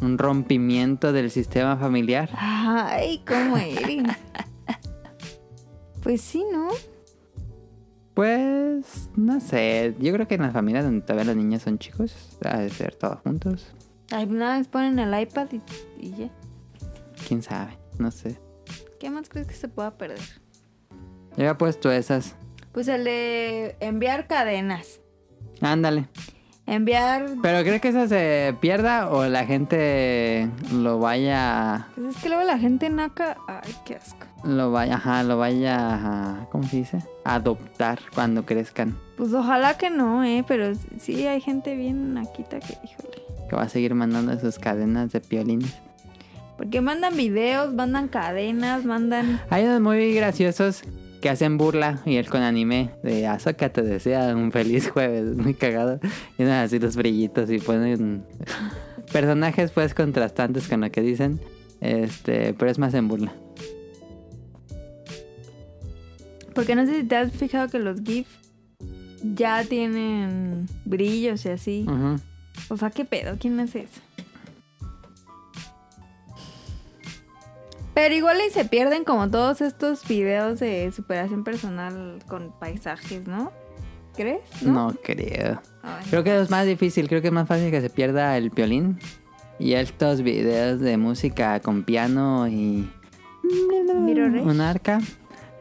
[SPEAKER 3] Un rompimiento del sistema familiar.
[SPEAKER 2] Ay, ¿cómo eres?
[SPEAKER 3] (laughs)
[SPEAKER 2] pues sí, ¿no?
[SPEAKER 3] Pues, no sé. Yo creo que en las familias donde todavía los niños son chicos, ha de ser todos juntos.
[SPEAKER 2] Alguna vez pues ponen el iPad y, y ya.
[SPEAKER 3] ¿Quién sabe? No sé.
[SPEAKER 2] ¿Qué más crees que se pueda perder?
[SPEAKER 3] Yo había puesto esas.
[SPEAKER 2] Pues el de enviar cadenas.
[SPEAKER 3] Ándale.
[SPEAKER 2] Enviar...
[SPEAKER 3] ¿Pero crees que eso se pierda o la gente lo vaya
[SPEAKER 2] Pues es que luego la gente naca... Ay, qué asco.
[SPEAKER 3] Lo vaya, ajá, lo vaya, ajá, ¿cómo se dice? Adoptar cuando crezcan.
[SPEAKER 2] Pues ojalá que no, ¿eh? Pero sí hay gente bien naquita que, híjole.
[SPEAKER 3] Que va a seguir mandando sus cadenas de piolines.
[SPEAKER 2] Porque mandan videos, mandan cadenas, mandan...
[SPEAKER 3] Hay unos muy graciosos que hacen burla y él con anime de Azoka te desea un feliz jueves, (laughs) muy cagado. Y unos así los brillitos y ponen personajes pues contrastantes con lo que dicen. Este, pero es más en burla.
[SPEAKER 2] Porque no sé si te has fijado que los GIF ya tienen brillos y así.
[SPEAKER 3] Ujú.
[SPEAKER 2] O sea, ¿qué pedo? ¿Quién hace eso? Pero igual y se pierden como todos estos videos de superación personal con paisajes, ¿no? ¿Crees?
[SPEAKER 3] No creo.
[SPEAKER 2] Ay,
[SPEAKER 3] Creo que es más difícil, creo que es más fácil que se pierda el violín y estos videos de música con piano y
[SPEAKER 2] Mirror Edge.
[SPEAKER 3] un arca,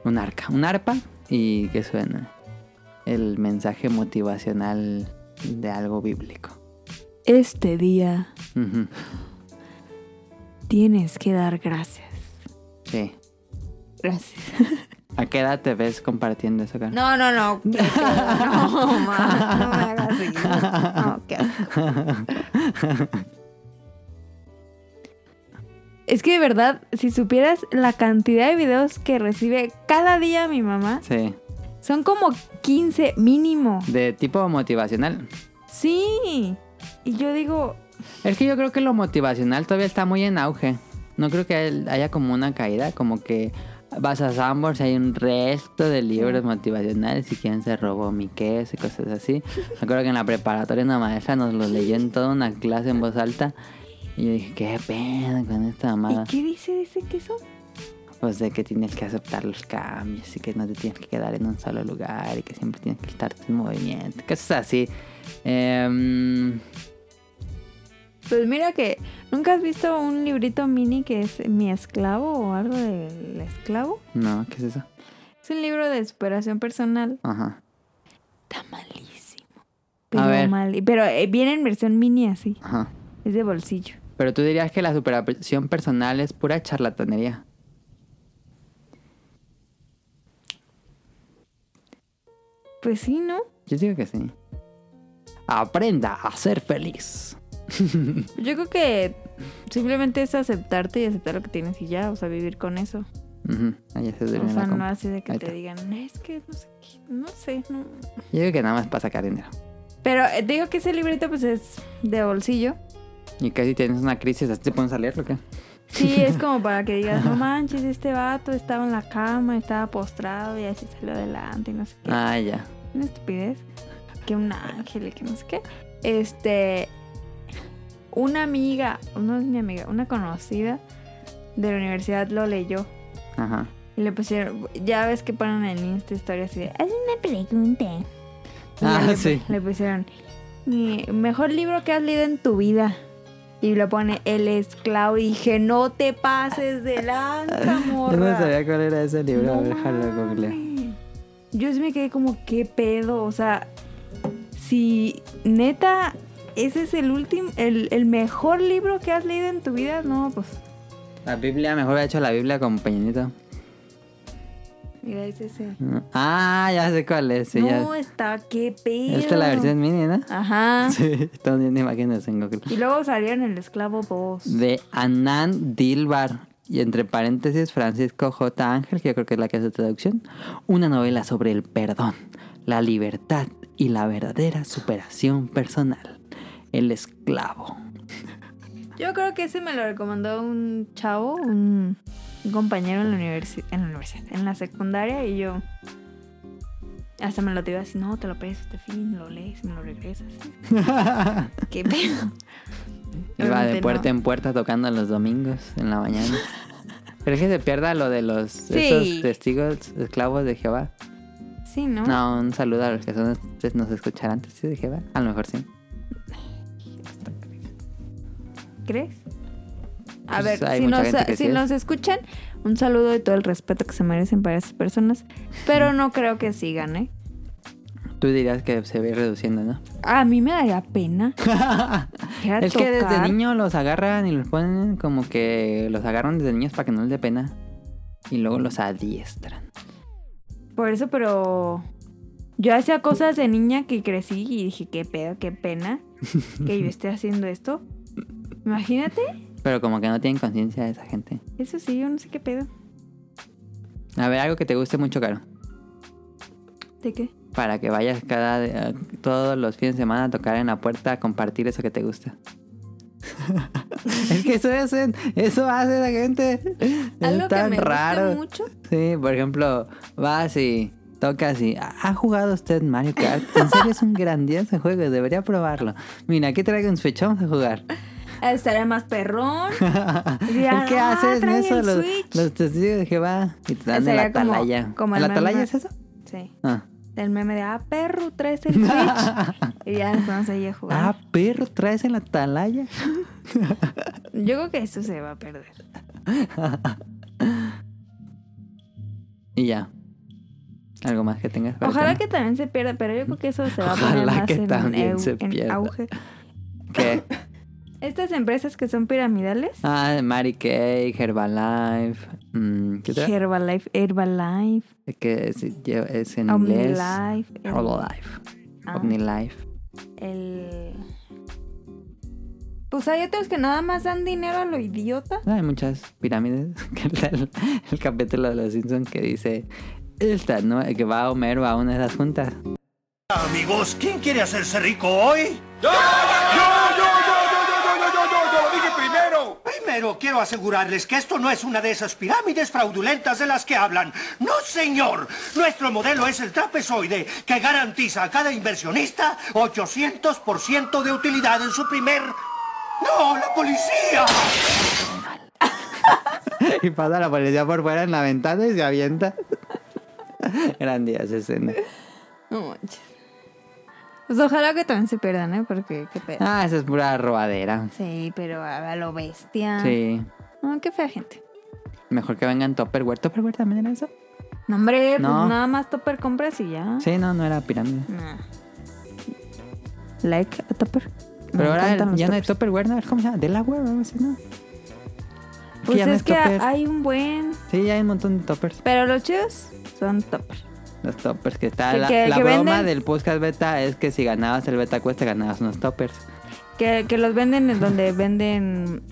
[SPEAKER 3] un arca, un arpa y que suena el mensaje motivacional de algo bíblico.
[SPEAKER 2] Este día
[SPEAKER 3] Ujú,
[SPEAKER 2] tienes que dar gracias.
[SPEAKER 3] Sí.
[SPEAKER 2] Gracias.
[SPEAKER 3] ¿A qué edad te ves compartiendo eso, Carmen?
[SPEAKER 2] No, no, (laughs) no. qué asco. No, ma, no me hagas seguir. No, qué asco. Es que de verdad, si supieras la cantidad de videos que recibe cada día mi mamá,
[SPEAKER 3] Sí.
[SPEAKER 2] son como 15 mínimo.
[SPEAKER 3] De tipo motivacional.
[SPEAKER 2] Sí. Y yo digo,
[SPEAKER 3] Es que yo creo que lo motivacional todavía está muy en auge. No creo que el- haya como una caída, como que vas a Sambors y hay un resto de libros motivacionales y quién se robó mi queso y cosas así. Me acuerdo que en la preparatoria una maestra nos los leyó en toda una clase en voz alta y yo dije, qué pena con esta
[SPEAKER 2] ¿y
[SPEAKER 3] mamada.
[SPEAKER 2] qué dice ese queso?
[SPEAKER 3] Pues de que tienes que aceptar los cambios y que no te tienes que quedar en un solo lugar y que siempre tienes que estar en movimiento, cosas así. Em,
[SPEAKER 2] Pues mira que, ¿nunca has visto un librito mini que es Mi esclavo o algo del esclavo?
[SPEAKER 3] no, ¿qué es eso?
[SPEAKER 2] Es un libro de superación personal.
[SPEAKER 3] Ajá.
[SPEAKER 2] Está malísimo. Pero,
[SPEAKER 3] ver.
[SPEAKER 2] mal- pero eh, viene en versión mini así.
[SPEAKER 3] Ajá.
[SPEAKER 2] Es de bolsillo.
[SPEAKER 3] Pero tú dirías que la superación personal es pura charlatanería.
[SPEAKER 2] Pues sí, ¿no? Pues
[SPEAKER 3] Yo digo que sí. Aprenda a ser feliz.
[SPEAKER 2] Yo creo que simplemente es aceptarte y aceptar lo que tienes y ya, o sea, vivir con eso.
[SPEAKER 3] Ujú, Ahí se
[SPEAKER 2] O
[SPEAKER 3] duerme
[SPEAKER 2] sea,
[SPEAKER 3] la
[SPEAKER 2] no
[SPEAKER 3] compa.
[SPEAKER 2] así de que
[SPEAKER 3] Ahí
[SPEAKER 2] te
[SPEAKER 3] está.
[SPEAKER 2] digan, es que no sé qué, no sé. No.
[SPEAKER 3] Yo digo que nada más para sacar dinero.
[SPEAKER 2] Pero eh, te digo que ese librito pues es de bolsillo.
[SPEAKER 3] Y casi tienes una crisis, así te pones a leerlo, ¿qué?
[SPEAKER 2] Sí, es como para que digas, no manches, este vato estaba en la cama, estaba postrado y así salió adelante y no sé qué.
[SPEAKER 3] Ah, ya.
[SPEAKER 2] Una estupidez. Que un ángel y que no sé qué. Este. Una amiga, no es mi amiga, una conocida de la universidad lo leyó.
[SPEAKER 3] Ajá.
[SPEAKER 2] Y le pusieron, ya ves que ponen en Insta historias así de, haz una pregunta. Y ya
[SPEAKER 3] Ah,
[SPEAKER 2] le,
[SPEAKER 3] sí.
[SPEAKER 2] Le pusieron, "Mi mejor libro que has leído en tu vida. Y lo pone, el esclavo. Y dije, no te pases de lanza, morra.
[SPEAKER 3] (laughs) Yo no sabía cuál era ese libro. a
[SPEAKER 2] No
[SPEAKER 3] ver, jalo, googleo.
[SPEAKER 2] mames. Yo sí me quedé como, ¿qué pedo? O sea, si neta, ese es el último, el, el mejor libro que has leído en tu vida, no, pues.
[SPEAKER 3] La Biblia, mejor ha hecho la Biblia con Peñanito.
[SPEAKER 2] Mira, es ese.
[SPEAKER 3] Ah, ya sé cuál es. Sí, ya.
[SPEAKER 2] no, está, qué pedo.
[SPEAKER 3] Esta es la versión mini, ¿no? (laughs)
[SPEAKER 2] Ajá.
[SPEAKER 3] Sí, estamos viendo imágenes en Google.
[SPEAKER 2] Y luego salieron el esclavo 2.
[SPEAKER 3] De Anand Dilbar. Y entre paréntesis, Francisco J. Ángel, que yo creo que es la que hace traducción. Una novela sobre el perdón, la libertad y la verdadera superación personal. El esclavo.
[SPEAKER 2] Yo creo que ese me lo recomendó un chavo, un, un compañero en la, universi- en la universidad, en la secundaria, y yo hasta me lo tiró así, no, te lo pedes este fin, lo lees, me lo
[SPEAKER 3] (laughs)
[SPEAKER 2] regresas. ¿Qué pedo?
[SPEAKER 3] Iba
[SPEAKER 2] Obviamente
[SPEAKER 3] de
[SPEAKER 2] no.
[SPEAKER 3] puerta en puerta tocando los domingos en
[SPEAKER 2] (laughs)
[SPEAKER 3] la mañana. ¿Crees que se pierda lo de los
[SPEAKER 2] Sí.
[SPEAKER 3] esos testigos esclavos de Jehová?
[SPEAKER 2] Sí, ¿no?
[SPEAKER 3] No, un saludo a los que son, este, nos escucharán testigos de Jehová. A lo mejor sí.
[SPEAKER 2] ¿Crees? A
[SPEAKER 3] Pues
[SPEAKER 2] ver,
[SPEAKER 3] hay
[SPEAKER 2] si,
[SPEAKER 3] mucha
[SPEAKER 2] nos,
[SPEAKER 3] gente que
[SPEAKER 2] si
[SPEAKER 3] sí es.
[SPEAKER 2] nos escuchan, un saludo y todo el respeto que se merecen para esas personas, pero no creo que sigan, ¿eh?
[SPEAKER 3] Tú dirías que se ve reduciendo, ¿no?
[SPEAKER 2] A mí me daría pena. (laughs) ir a
[SPEAKER 3] (laughs) Es que desde
[SPEAKER 2] tocar.
[SPEAKER 3] niño los agarran y los ponen como que los agarran desde niños para que no les dé pena. Y luego los adiestran.
[SPEAKER 2] Por eso, pero yo hacía cosas de niña que crecí y dije, qué pedo, qué pena que
[SPEAKER 3] (laughs)
[SPEAKER 2] yo esté haciendo esto. Imagínate,
[SPEAKER 3] Pero como que no tienen conciencia de esa gente.
[SPEAKER 2] eso sí, yo no sé qué pedo.
[SPEAKER 3] A ver, algo que te guste mucho, Caro.
[SPEAKER 2] ¿De qué?
[SPEAKER 3] Para que vayas cada eh, todos los fines de semana a tocar en la puerta a compartir eso que
[SPEAKER 2] (laughs)
[SPEAKER 3] te gusta. es que eso hacen, eso hace la gente. Es
[SPEAKER 2] Algo
[SPEAKER 3] tan
[SPEAKER 2] que me
[SPEAKER 3] raro.
[SPEAKER 2] gusta mucho.
[SPEAKER 3] Sí, por ejemplo, vas y tocas y "Ah, ¿ha jugado usted Mario Kart? En serio es un grandioso juego, debería probarlo. Mira, aquí traigo un Switch, vamos a jugar.
[SPEAKER 2] Estaría ah, más
[SPEAKER 3] (laughs)
[SPEAKER 2] perrón. "Ah,
[SPEAKER 3] ¿El ¿Qué haces en eso? Los,
[SPEAKER 2] Switch.
[SPEAKER 3] los testigos de Jehová y te dan el
[SPEAKER 2] Sería como-
[SPEAKER 3] atalaya.
[SPEAKER 2] como
[SPEAKER 3] ¿El
[SPEAKER 2] el
[SPEAKER 3] atalaya
[SPEAKER 2] meme.
[SPEAKER 3] es eso?
[SPEAKER 2] Sí,
[SPEAKER 3] Ah.
[SPEAKER 2] del meme de, ah, perro, traes
[SPEAKER 3] (laughs)
[SPEAKER 2] el Switch. y ya nos vamos a ir a jugar.
[SPEAKER 3] ah, perro, traes el atalaya.
[SPEAKER 2] Yo creo que eso se va a perder.
[SPEAKER 3] Y ya. Algo más que tengas. para el
[SPEAKER 2] Ojalá
[SPEAKER 3] tema?
[SPEAKER 2] que también se pierda, pero yo creo que eso se va a poner
[SPEAKER 3] Ojalá
[SPEAKER 2] más
[SPEAKER 3] que
[SPEAKER 2] en,
[SPEAKER 3] también
[SPEAKER 2] eu-
[SPEAKER 3] se
[SPEAKER 2] en
[SPEAKER 3] pierda.
[SPEAKER 2] auge.
[SPEAKER 3] ¿Qué?
[SPEAKER 2] Estas empresas que son piramidales,
[SPEAKER 3] Ah, Mary Kay, Herbalife. mm, ¿Qué otra?
[SPEAKER 2] Herbalife, Herbalife,
[SPEAKER 3] que es, es en inglés.
[SPEAKER 2] OmniLife, el-
[SPEAKER 3] Herbalife.
[SPEAKER 2] ah,
[SPEAKER 3] OmniLife.
[SPEAKER 2] el- Pues hay otros que nada más dan dinero a lo idiota.
[SPEAKER 3] No, Pues Hay muchas pirámides. (laughs) que está el, el capítulo de los Simpsons que dice esta, ¿no? Que va Homero a una de esas juntas. (laughs)
[SPEAKER 6] Amigos, ¿quién quiere hacerse rico hoy? ¡Yo! ¡Yo, yo, yo, yo, yo, yo, yo, yo, yo! ¡Lo dije primero! Primero quiero asegurarles que esto no es una de esas pirámides fraudulentas de las que hablan. ¡No, señor! Nuestro modelo es el trapezoide que garantiza a cada inversionista 800% de utilidad en su primer... ¡No, la policía!
[SPEAKER 3] Y pasa la policía por fuera en la ventana y se avienta. (laughs) Grandiosa escena.
[SPEAKER 2] No manches. Pues ojalá que también se pierdan, ¿eh? Porque qué pedo.
[SPEAKER 3] Ah, esa es pura robadera.
[SPEAKER 2] Sí, pero a, a lo bestia.
[SPEAKER 3] Sí.
[SPEAKER 2] No, qué fea gente.
[SPEAKER 3] Mejor que vengan Topperware. ¿Topperware también era eso?
[SPEAKER 2] No, hombre,
[SPEAKER 3] No.
[SPEAKER 2] pues nada más topper compras y ya.
[SPEAKER 3] Sí, no, no era pirámide.
[SPEAKER 2] Nah. Like a topper. Me
[SPEAKER 3] Pero ahora
[SPEAKER 2] encantan
[SPEAKER 3] el-
[SPEAKER 2] los
[SPEAKER 3] ya no hay
[SPEAKER 2] toppers.
[SPEAKER 3] Topperware, ¿no? ¿Cómo se llama? Delaware o algo así, ¿no?
[SPEAKER 2] Pues
[SPEAKER 3] ya
[SPEAKER 2] es
[SPEAKER 3] no
[SPEAKER 2] que
[SPEAKER 3] topper.
[SPEAKER 2] hay un buen.
[SPEAKER 3] Sí, ya hay un montón de toppers.
[SPEAKER 2] Pero los chidos son topper.
[SPEAKER 3] Los toppers que está
[SPEAKER 2] Que-
[SPEAKER 3] la,
[SPEAKER 2] que-
[SPEAKER 3] la
[SPEAKER 2] que
[SPEAKER 3] broma
[SPEAKER 2] venden.
[SPEAKER 3] del podcast beta es que si ganabas el beta quest te ganabas unos toppers.
[SPEAKER 2] Que, que los venden es donde venden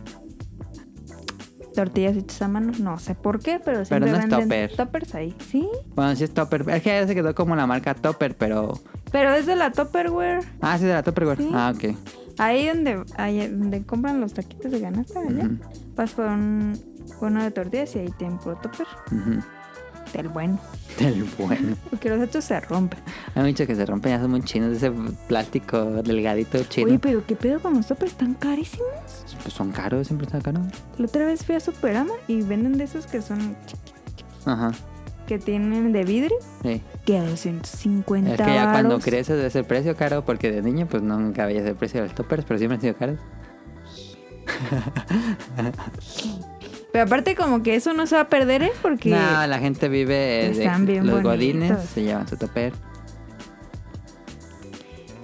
[SPEAKER 2] tortillas hechas a mano. No sé por qué, pero siempre
[SPEAKER 3] no es
[SPEAKER 2] venden
[SPEAKER 3] topper.
[SPEAKER 2] toppers ahí. Sí,
[SPEAKER 3] Bueno, sí es Topper. Es que ya se quedó como la marca Topper, pero.
[SPEAKER 2] pero es de la Topperware.
[SPEAKER 3] Ah, sí, de la Topperware.
[SPEAKER 2] Sí.
[SPEAKER 3] Ah, ok.
[SPEAKER 2] Ahí donde, ahí donde compran los taquitos de ganasta, allá.
[SPEAKER 3] Ujú.
[SPEAKER 2] Vas por un, por uno de tortillas y ahí tienen puro topper.
[SPEAKER 3] Ujú.
[SPEAKER 2] Del bueno.
[SPEAKER 3] Del bueno.
[SPEAKER 2] Porque los otros se rompen.
[SPEAKER 3] Han dicho que se rompen, ya son muy chinos. Ese plástico delgadito chino.
[SPEAKER 2] Oye, pero ¿qué pedo con los toppers tan carísimos?
[SPEAKER 3] Pues son caros, siempre están caros.
[SPEAKER 2] La otra vez fui a Superama y venden de esos que son
[SPEAKER 3] Ajá.
[SPEAKER 2] que tienen de vidrio
[SPEAKER 3] Sí.
[SPEAKER 2] que a 250
[SPEAKER 3] Es que ya cuando
[SPEAKER 2] varos.
[SPEAKER 3] creces es el precio caro, porque de niño pues no, nunca veías el precio de los toppers, pero siempre han sido caros.
[SPEAKER 2] Pero aparte como que eso no se va a perder, ¿eh? Porque
[SPEAKER 3] No, la gente vive eh, de
[SPEAKER 2] Están bien
[SPEAKER 3] los
[SPEAKER 2] bonitos.
[SPEAKER 3] godines, se llevan su topper.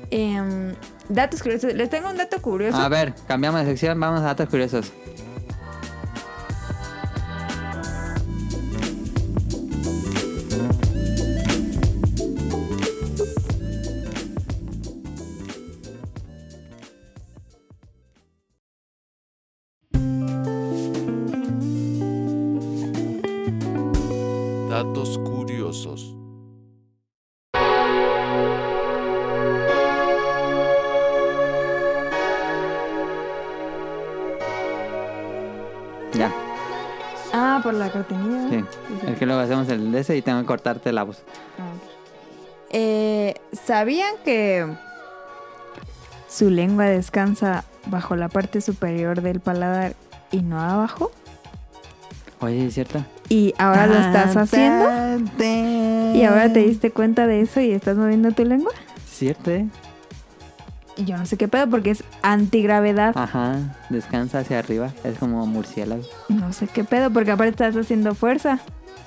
[SPEAKER 2] em, datos curiosos. Les tengo un dato curioso.
[SPEAKER 3] A ver, cambiamos de sección, vamos a datos curiosos.
[SPEAKER 7] Datos curiosos.
[SPEAKER 3] Ya,
[SPEAKER 2] Ah, por la cortinilla.
[SPEAKER 3] sí. Es que luego hacemos el de ese y tengo que cortarte la voz.
[SPEAKER 2] Ah. Eh, ¿Sabían que su lengua descansa bajo la parte superior del paladar y no abajo?
[SPEAKER 3] Oye, ¿es cierto?
[SPEAKER 2] Y ahora lo estás haciendo. Y ahora te diste cuenta de eso y estás moviendo tu lengua.
[SPEAKER 3] ¿Cierto? eh?
[SPEAKER 2] Y yo no sé qué pedo porque es antigravedad.
[SPEAKER 3] Ajá, descansa hacia arriba, es como murciélago.
[SPEAKER 2] No sé qué pedo porque aparte estás haciendo fuerza.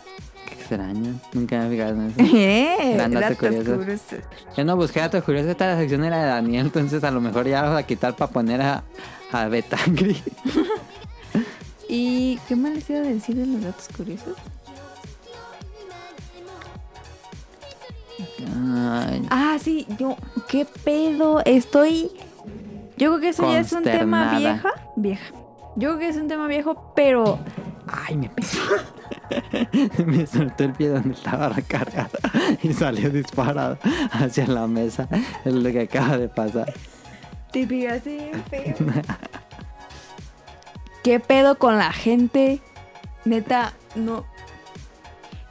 [SPEAKER 2] (laughs)
[SPEAKER 3] Qué extraño, nunca me he fijado en eso.
[SPEAKER 2] Eh,
[SPEAKER 3] Gran dato
[SPEAKER 2] datos
[SPEAKER 3] curioso.
[SPEAKER 2] curiosos.
[SPEAKER 3] Yo no busqué datos curiosos, esta sección era de Daniel, entonces a lo mejor ya vamos a quitar para poner a, a Betangri.
[SPEAKER 2] ¿Y qué más les iba a decir de los datos curiosos?
[SPEAKER 3] Ay,
[SPEAKER 2] Ah, sí, yo, qué pedo, estoy. Yo creo que eso ya es un tema
[SPEAKER 3] Consternada.
[SPEAKER 2] vieja. Vieja. Yo creo que es un tema viejo, pero
[SPEAKER 3] ay, me pegó. (laughs) me soltó el pie donde estaba recargada y salió disparado hacia la mesa. Es lo que acaba de pasar.
[SPEAKER 2] típica así,
[SPEAKER 3] (laughs)
[SPEAKER 2] feo. ¿Qué pedo con la gente? Neta, no.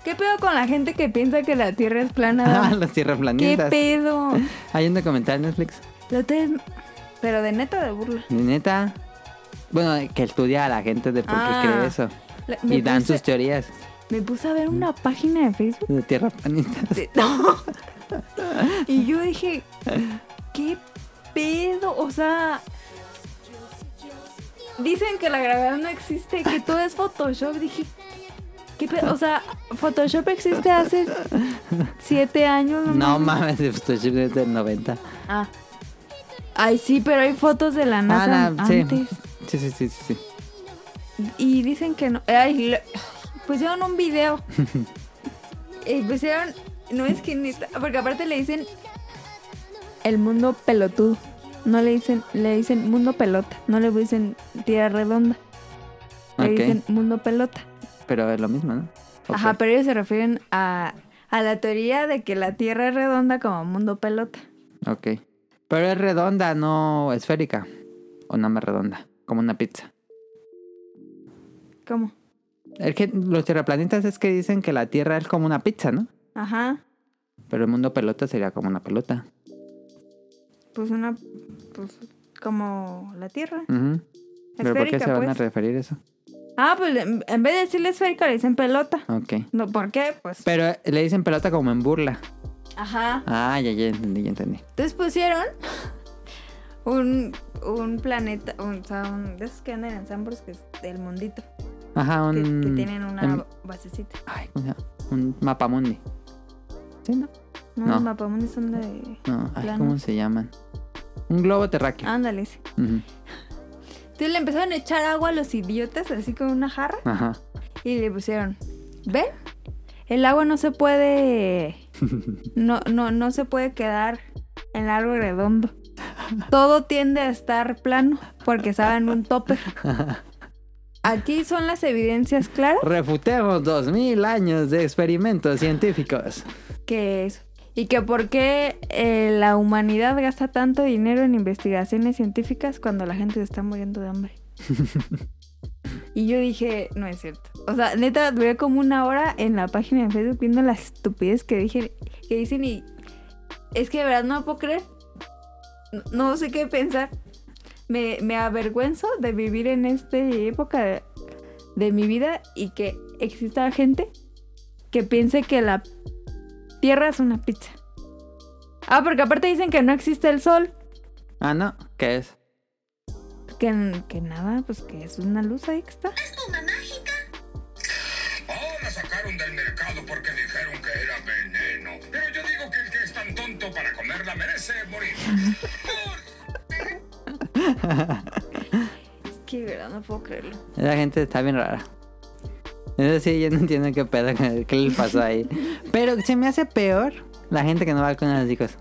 [SPEAKER 2] ¿Qué pedo con la gente que piensa que la tierra es
[SPEAKER 3] (laughs) Ah,
[SPEAKER 2] plana?
[SPEAKER 3] las
[SPEAKER 2] ¿Qué
[SPEAKER 3] tierraplanistas.
[SPEAKER 2] pedo?
[SPEAKER 3] Hay un documental en Netflix.
[SPEAKER 2] Lo ten- Pero de neta de burla.
[SPEAKER 3] de Neta. Bueno, que estudia a la gente de por qué
[SPEAKER 2] Ah.
[SPEAKER 3] cree eso.
[SPEAKER 2] La- me
[SPEAKER 3] Y dan
[SPEAKER 2] puse-
[SPEAKER 3] sus Mm. teorías
[SPEAKER 2] Me puse a ver una página de Facebook. (laughs)
[SPEAKER 3] de tierraplanistas. (laughs)
[SPEAKER 2] Este, no. Y yo dije, ¿qué pedo? O sea, dicen que la gravedad no existe, que todo es Photoshop. Dije, ¿qué pedo? O sea, Photoshop existe hace siete años.
[SPEAKER 3] No
[SPEAKER 2] mames.
[SPEAKER 3] mames, el Photoshop es del 90.
[SPEAKER 2] Ah. Ay, sí, pero hay fotos de la NASA
[SPEAKER 3] Ah, la- sí.
[SPEAKER 2] antes.
[SPEAKER 3] Sí, sí, sí, sí. sí.
[SPEAKER 2] Y dicen que no. Ay, lo- pusieron un
[SPEAKER 3] (laughs)
[SPEAKER 2] video. Eh, pusieron. No es que neta. Porque aparte le dicen. El mundo pelotudo. No le dicen. Le dicen mundo pelota. No le dicen tierra redonda. Le
[SPEAKER 3] Ok.
[SPEAKER 2] dicen mundo pelota.
[SPEAKER 3] Pero es lo mismo, ¿no? Ok.
[SPEAKER 2] Ajá, pero ellos se refieren a. A la teoría de que la Tierra es redonda como mundo pelota.
[SPEAKER 3] Ok. Pero es redonda, no esférica. O nada más redonda, como una pizza.
[SPEAKER 2] ¿Cómo?
[SPEAKER 3] Es que los tierraplanistas es que dicen que la Tierra es como una pizza, ¿no?
[SPEAKER 2] Ajá.
[SPEAKER 3] Pero el mundo pelota sería como una pelota.
[SPEAKER 2] Pues una. Pues como la Tierra.
[SPEAKER 3] Ujú. ¿Pero por qué
[SPEAKER 2] Esférica,
[SPEAKER 3] se van a
[SPEAKER 2] pues.
[SPEAKER 3] referir eso?
[SPEAKER 2] Ah, pues en en vez de decirle esférica le dicen pelota.
[SPEAKER 3] Ok.
[SPEAKER 2] No, ¿por qué? Pues.
[SPEAKER 3] Pero eh, le dicen pelota como en burla.
[SPEAKER 2] Ajá.
[SPEAKER 3] Ah, ya, ya entendí, ya entendí.
[SPEAKER 2] Entonces pusieron un, un planeta, un, o sea, un- de esos que andan en Sambros, que es del mundito,
[SPEAKER 3] Ajá,
[SPEAKER 2] que,
[SPEAKER 3] un.
[SPEAKER 2] que tienen una
[SPEAKER 3] em-
[SPEAKER 2] basecita.
[SPEAKER 3] Ay, ¿cómo se llama? Un mapamundi. ¿Sí, no?
[SPEAKER 2] No,
[SPEAKER 3] No.
[SPEAKER 2] los mapamundi son de...
[SPEAKER 3] No, ay,
[SPEAKER 2] Plano. Ah.
[SPEAKER 3] ¿cómo se llaman? Un globo terráqueo.
[SPEAKER 2] Ándale, sí.
[SPEAKER 3] Ujú.
[SPEAKER 2] Entonces le empezaron a echar agua a los idiotas, así con una jarra,
[SPEAKER 3] Ajá.
[SPEAKER 2] y le pusieron, ¿ven? El agua no se puede... No, no, no se puede quedar en algo redondo. Todo tiende a estar plano porque estaba en un tope. Aquí son las evidencias claras
[SPEAKER 3] Refutemos 2000 años de experimentos científicos.
[SPEAKER 2] que eso. Y que por qué eh, la humanidad gasta tanto dinero en investigaciones científicas cuando la gente se está muriendo de hambre. y yo dije, no es cierto. O sea, neta, duré como una hora en la página de Facebook viendo las estupidez que, dije, que dicen y es que de verdad no lo puedo creer. No, no sé qué pensar. Me, me avergüenzo de vivir en esta época de, de mi vida y que exista gente que piense que la Tierra es una pizza. Ah, porque aparte dicen que no existe el sol.
[SPEAKER 3] Ah, no, ¿qué es?
[SPEAKER 2] Que, que nada, pues que es una luz ahí que está.
[SPEAKER 7] Oh, la sacaron del mercado porque dijeron que era veneno. Pero yo digo que el que es tan tonto para comerla merece morir.
[SPEAKER 2] Es que de verdad no puedo creerlo.
[SPEAKER 3] Esa gente está bien rara. Eso sí, yo no entiendo qué pedo, qué le pasó
[SPEAKER 2] (laughs)
[SPEAKER 3] ahí. Pero se me hace peor la gente que no va con los chicos.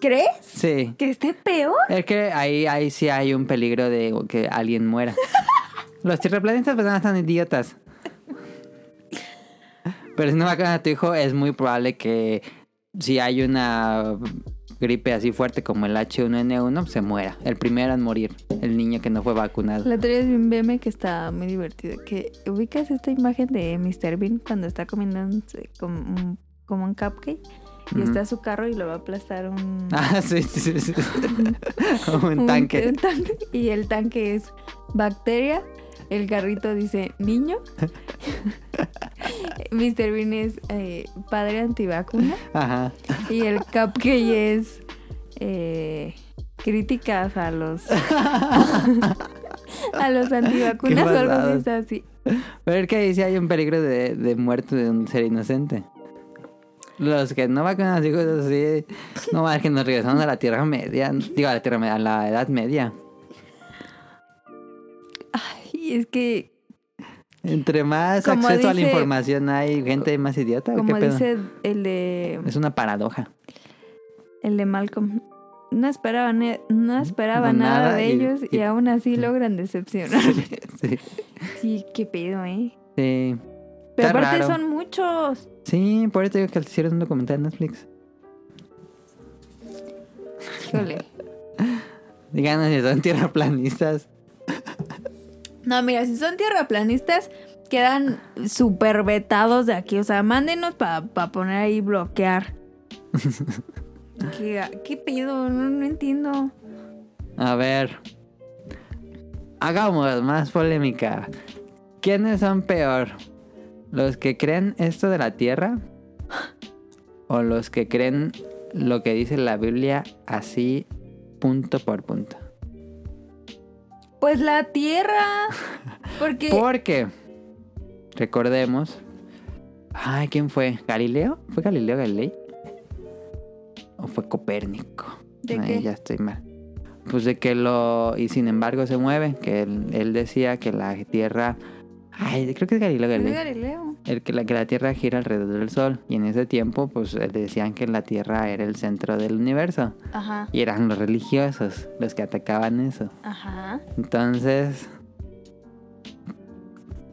[SPEAKER 2] ¿Crees?
[SPEAKER 3] Sí.
[SPEAKER 2] ¿Que esté peor?
[SPEAKER 3] Es que ahí, ahí sí hay un peligro de que alguien muera. (laughs) Los tierraplanistas pues no están idiotas. Pero si no vacunan a tu hijo, es muy probable que si hay una gripe así fuerte como el H1N1, pues, se muera. El primero en morir, el niño que no fue vacunado.
[SPEAKER 2] La teoría es un meme que está muy divertido. Que ubicas esta imagen de Mr. Bean cuando está comiendo un- eh, como, un, como un cupcake y está su carro y lo va a aplastar un,
[SPEAKER 3] (laughs) Ah, sí, sí, sí. (laughs) sí. un tanque.
[SPEAKER 2] un (laughs) tanque. Y el tanque es bacteria. El carrito dice
[SPEAKER 3] (laughs)
[SPEAKER 2] niño. Mr. Bean es eh, padre antivacuna.
[SPEAKER 3] Ajá. (laughs)
[SPEAKER 2] Y el cupcake es eh, críticas a los a los antivacunas
[SPEAKER 3] (laughs) Qué
[SPEAKER 2] o algo así,
[SPEAKER 3] pasados.
[SPEAKER 2] está así.
[SPEAKER 3] Pero es que ahí sí hay un peligro de, de muerte de un ser inocente. Los que no vacunan a sus hijos así, no más que nos regresamos a la Tierra Media, digo a la Tierra Media, a la Edad Media.
[SPEAKER 2] Y es que,
[SPEAKER 3] Entre más
[SPEAKER 2] Como
[SPEAKER 3] acceso a la
[SPEAKER 2] dice-
[SPEAKER 3] información hay gente más idiota. ¿o ¿Qué
[SPEAKER 2] como
[SPEAKER 3] pedo?
[SPEAKER 2] dice el de,
[SPEAKER 3] Es una paradoja. (laughs)
[SPEAKER 2] el de Malcolm, no esperaban, e- no esperaba nada,
[SPEAKER 3] nada
[SPEAKER 2] de
[SPEAKER 3] y-
[SPEAKER 2] ellos y,
[SPEAKER 3] y-
[SPEAKER 2] aún así logran decepcionar.
[SPEAKER 3] Sí.
[SPEAKER 2] Sí, qué pedo, ¿eh?
[SPEAKER 3] Sí.
[SPEAKER 2] Pero
[SPEAKER 3] Está
[SPEAKER 2] aparte
[SPEAKER 3] raro.
[SPEAKER 2] son muchos.
[SPEAKER 3] Sí, por eso te digo que hicieron un documental en Netflix.
[SPEAKER 2] Híjole.
[SPEAKER 3] Díganos si son tierraplanistas.
[SPEAKER 2] No, mira, si son tierraplanistas, quedan súper vetados de aquí. O sea, mándenos para poner ahí
[SPEAKER 3] (laughs)
[SPEAKER 2] bloquear. ¿Qué, qué pedo? No, no entiendo.
[SPEAKER 3] A ver. Hagamos más polémica. ¿Quiénes son peor? ¿Los que creen esto de la Tierra? ¿O los que creen lo que dice la Biblia así punto por punto?
[SPEAKER 2] Pues la tierra. Porque.
[SPEAKER 3] Porque, recordemos... Ay, ¿quién fue? ¿Galileo? ¿Fue Galileo Galilei? ¿O fue Copérnico?
[SPEAKER 2] ¿De
[SPEAKER 3] Ay,
[SPEAKER 2] qué?
[SPEAKER 3] Ya estoy mal. Pues de que lo... Y sin embargo se mueve. Que él, él decía que la Tierra... Ay, creo que es Galileo
[SPEAKER 2] Fue
[SPEAKER 3] Galilei.
[SPEAKER 2] Galileo.
[SPEAKER 3] El que la, que la Tierra gira alrededor del Sol. Y en ese tiempo, pues eh, decían que la Tierra era el centro del universo.
[SPEAKER 2] Ajá,
[SPEAKER 3] Y eran los religiosos los que atacaban eso.
[SPEAKER 2] ajá.
[SPEAKER 3] Entonces,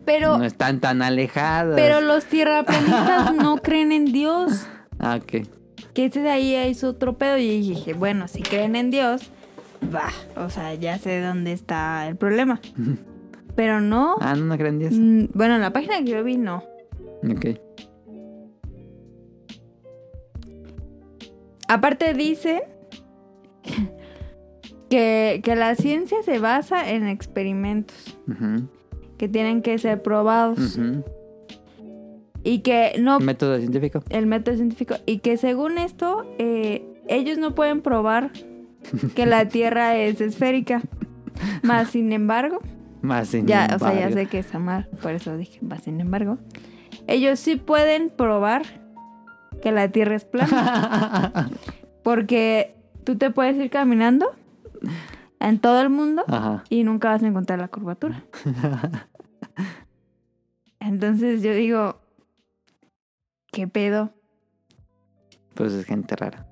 [SPEAKER 2] Pero,
[SPEAKER 3] no están tan alejados.
[SPEAKER 2] pero los
[SPEAKER 3] (laughs)
[SPEAKER 2] tierraplanistas no creen en Dios.
[SPEAKER 3] Ah, ok.
[SPEAKER 2] Que ese de ahí es otro pedo. Y dije, bueno, si creen en Dios, va. O sea, ya sé dónde está el
[SPEAKER 3] (laughs)
[SPEAKER 2] problema. Pero no.
[SPEAKER 3] Ah, no, no creen en Dios.
[SPEAKER 2] Mm, Bueno, en la página que yo vi no. Mm.
[SPEAKER 3] Ok.
[SPEAKER 2] Aparte dicen que, que la ciencia se basa en experimentos
[SPEAKER 3] Ujú,
[SPEAKER 2] que tienen que ser probados
[SPEAKER 3] ujú.
[SPEAKER 2] y que no
[SPEAKER 3] Método científico.
[SPEAKER 2] el método científico y que según esto eh, ellos no pueden probar que la Tierra es esférica. Más sin embargo,
[SPEAKER 3] Más sin
[SPEAKER 2] ya, o sea, ya
[SPEAKER 3] embargo.
[SPEAKER 2] sé que está mal, por eso dije, más sin embargo, ellos sí pueden probar que la Tierra es plana. Porque tú te puedes ir caminando en todo el mundo
[SPEAKER 3] (laughs) Ajá.
[SPEAKER 2] y nunca vas a encontrar la
[SPEAKER 3] (laughs)
[SPEAKER 2] curvatura. Entonces yo digo, ¿qué pedo?
[SPEAKER 3] Pues es gente rara.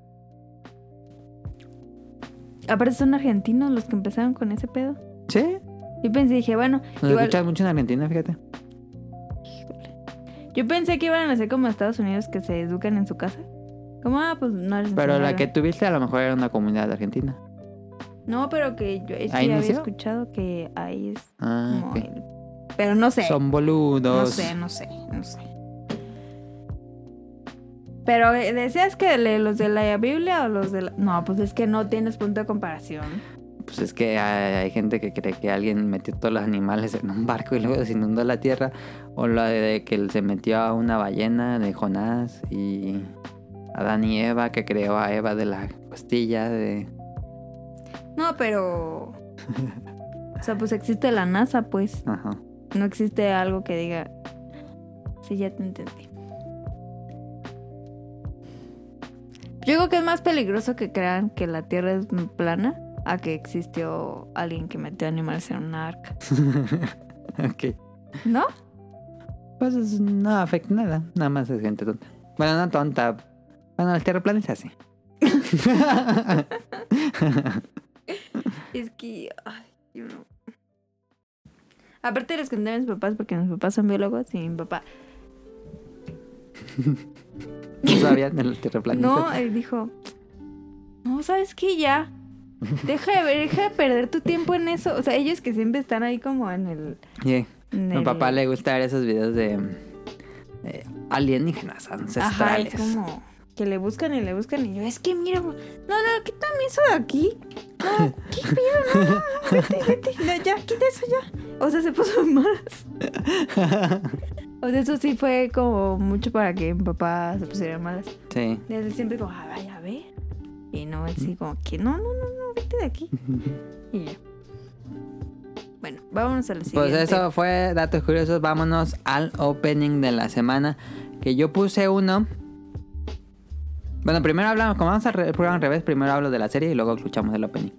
[SPEAKER 2] Aparte son argentinos los que empezaron con ese pedo.
[SPEAKER 3] Sí,
[SPEAKER 2] Yo pensé, dije, bueno,
[SPEAKER 3] nos
[SPEAKER 2] igual-
[SPEAKER 3] escuchan mucho en Argentina, fíjate.
[SPEAKER 2] yo pensé que iban a ser como Estados Unidos que se educan en su casa. Como, ah, pues no les
[SPEAKER 3] Pero la
[SPEAKER 2] enseñaron.
[SPEAKER 3] que tuviste a lo mejor era una comunidad argentina.
[SPEAKER 2] No, pero que yo es que
[SPEAKER 3] ¿Ahí
[SPEAKER 2] ya había
[SPEAKER 3] nació?
[SPEAKER 2] escuchado que ahí es
[SPEAKER 3] Ah,
[SPEAKER 2] como
[SPEAKER 3] ok.
[SPEAKER 2] el- Pero no sé.
[SPEAKER 3] Son boludos.
[SPEAKER 2] No sé, no sé, no sé. Pero eh, decías que le- los de la Biblia o los de la... No, pues es que no tienes punto de comparación.
[SPEAKER 3] Pues es que hay, hay gente que cree que alguien metió todos los animales en un barco y luego se inundó la tierra. O la de que se metió a una ballena de Jonás y Adán y Eva, que creó a Eva de la costilla de...
[SPEAKER 2] No, pero... (laughs) O sea, pues existe la NASA, pues.
[SPEAKER 3] Ajá. (laughs)
[SPEAKER 2] No existe algo que diga... Sí, ya te entendí. Yo digo que es más peligroso que crean que la Tierra es plana a que existió alguien que metió animales en una arca.
[SPEAKER 3] ok.
[SPEAKER 2] ¿No?
[SPEAKER 3] Pues es- no afecta nada. Nada más es gente tonta. Bueno, no tonta. Bueno, el tierra
[SPEAKER 2] (laughs)
[SPEAKER 3] es así.
[SPEAKER 2] Es que. Ay, yo no. Aparte les conté a mis papás porque mis papás son biólogos y mi papá.
[SPEAKER 3] (laughs) No sabían el tierra
[SPEAKER 2] No, él dijo. No, ¿sabes qué? Ya. Deja de ver, deja de perder tu tiempo en eso. O sea, ellos que siempre están ahí como en el. en
[SPEAKER 3] A mi
[SPEAKER 2] el-
[SPEAKER 3] papá le gusta ver esos videos de, eh, alienígenas
[SPEAKER 2] Ajá, es
[SPEAKER 3] ancestrales.
[SPEAKER 2] como. Que le buscan y le buscan y yo, es que mira, no, no, quítame eso de aquí.
[SPEAKER 3] (laughs)
[SPEAKER 2] No, qué pedo, no, no, no, vete, vete, no, ya, quita eso ya. O sea, se puso (laughs) más. O sea, eso sí fue como mucho para que mi papá se pusiera malas.
[SPEAKER 3] sí.
[SPEAKER 2] Él siempre como, ah, vaya, a ver. Y no, él sí como que, no, no, no, no, vete de aquí. Y yo. Bueno, vámonos al
[SPEAKER 3] Pues
[SPEAKER 2] siguiente.
[SPEAKER 3] eso fue datos curiosos. Vámonos al opening de la semana. Que yo puse uno. Bueno, primero hablamos, como vamos al re- programa al revés, primero hablo de la serie y luego escuchamos el opening.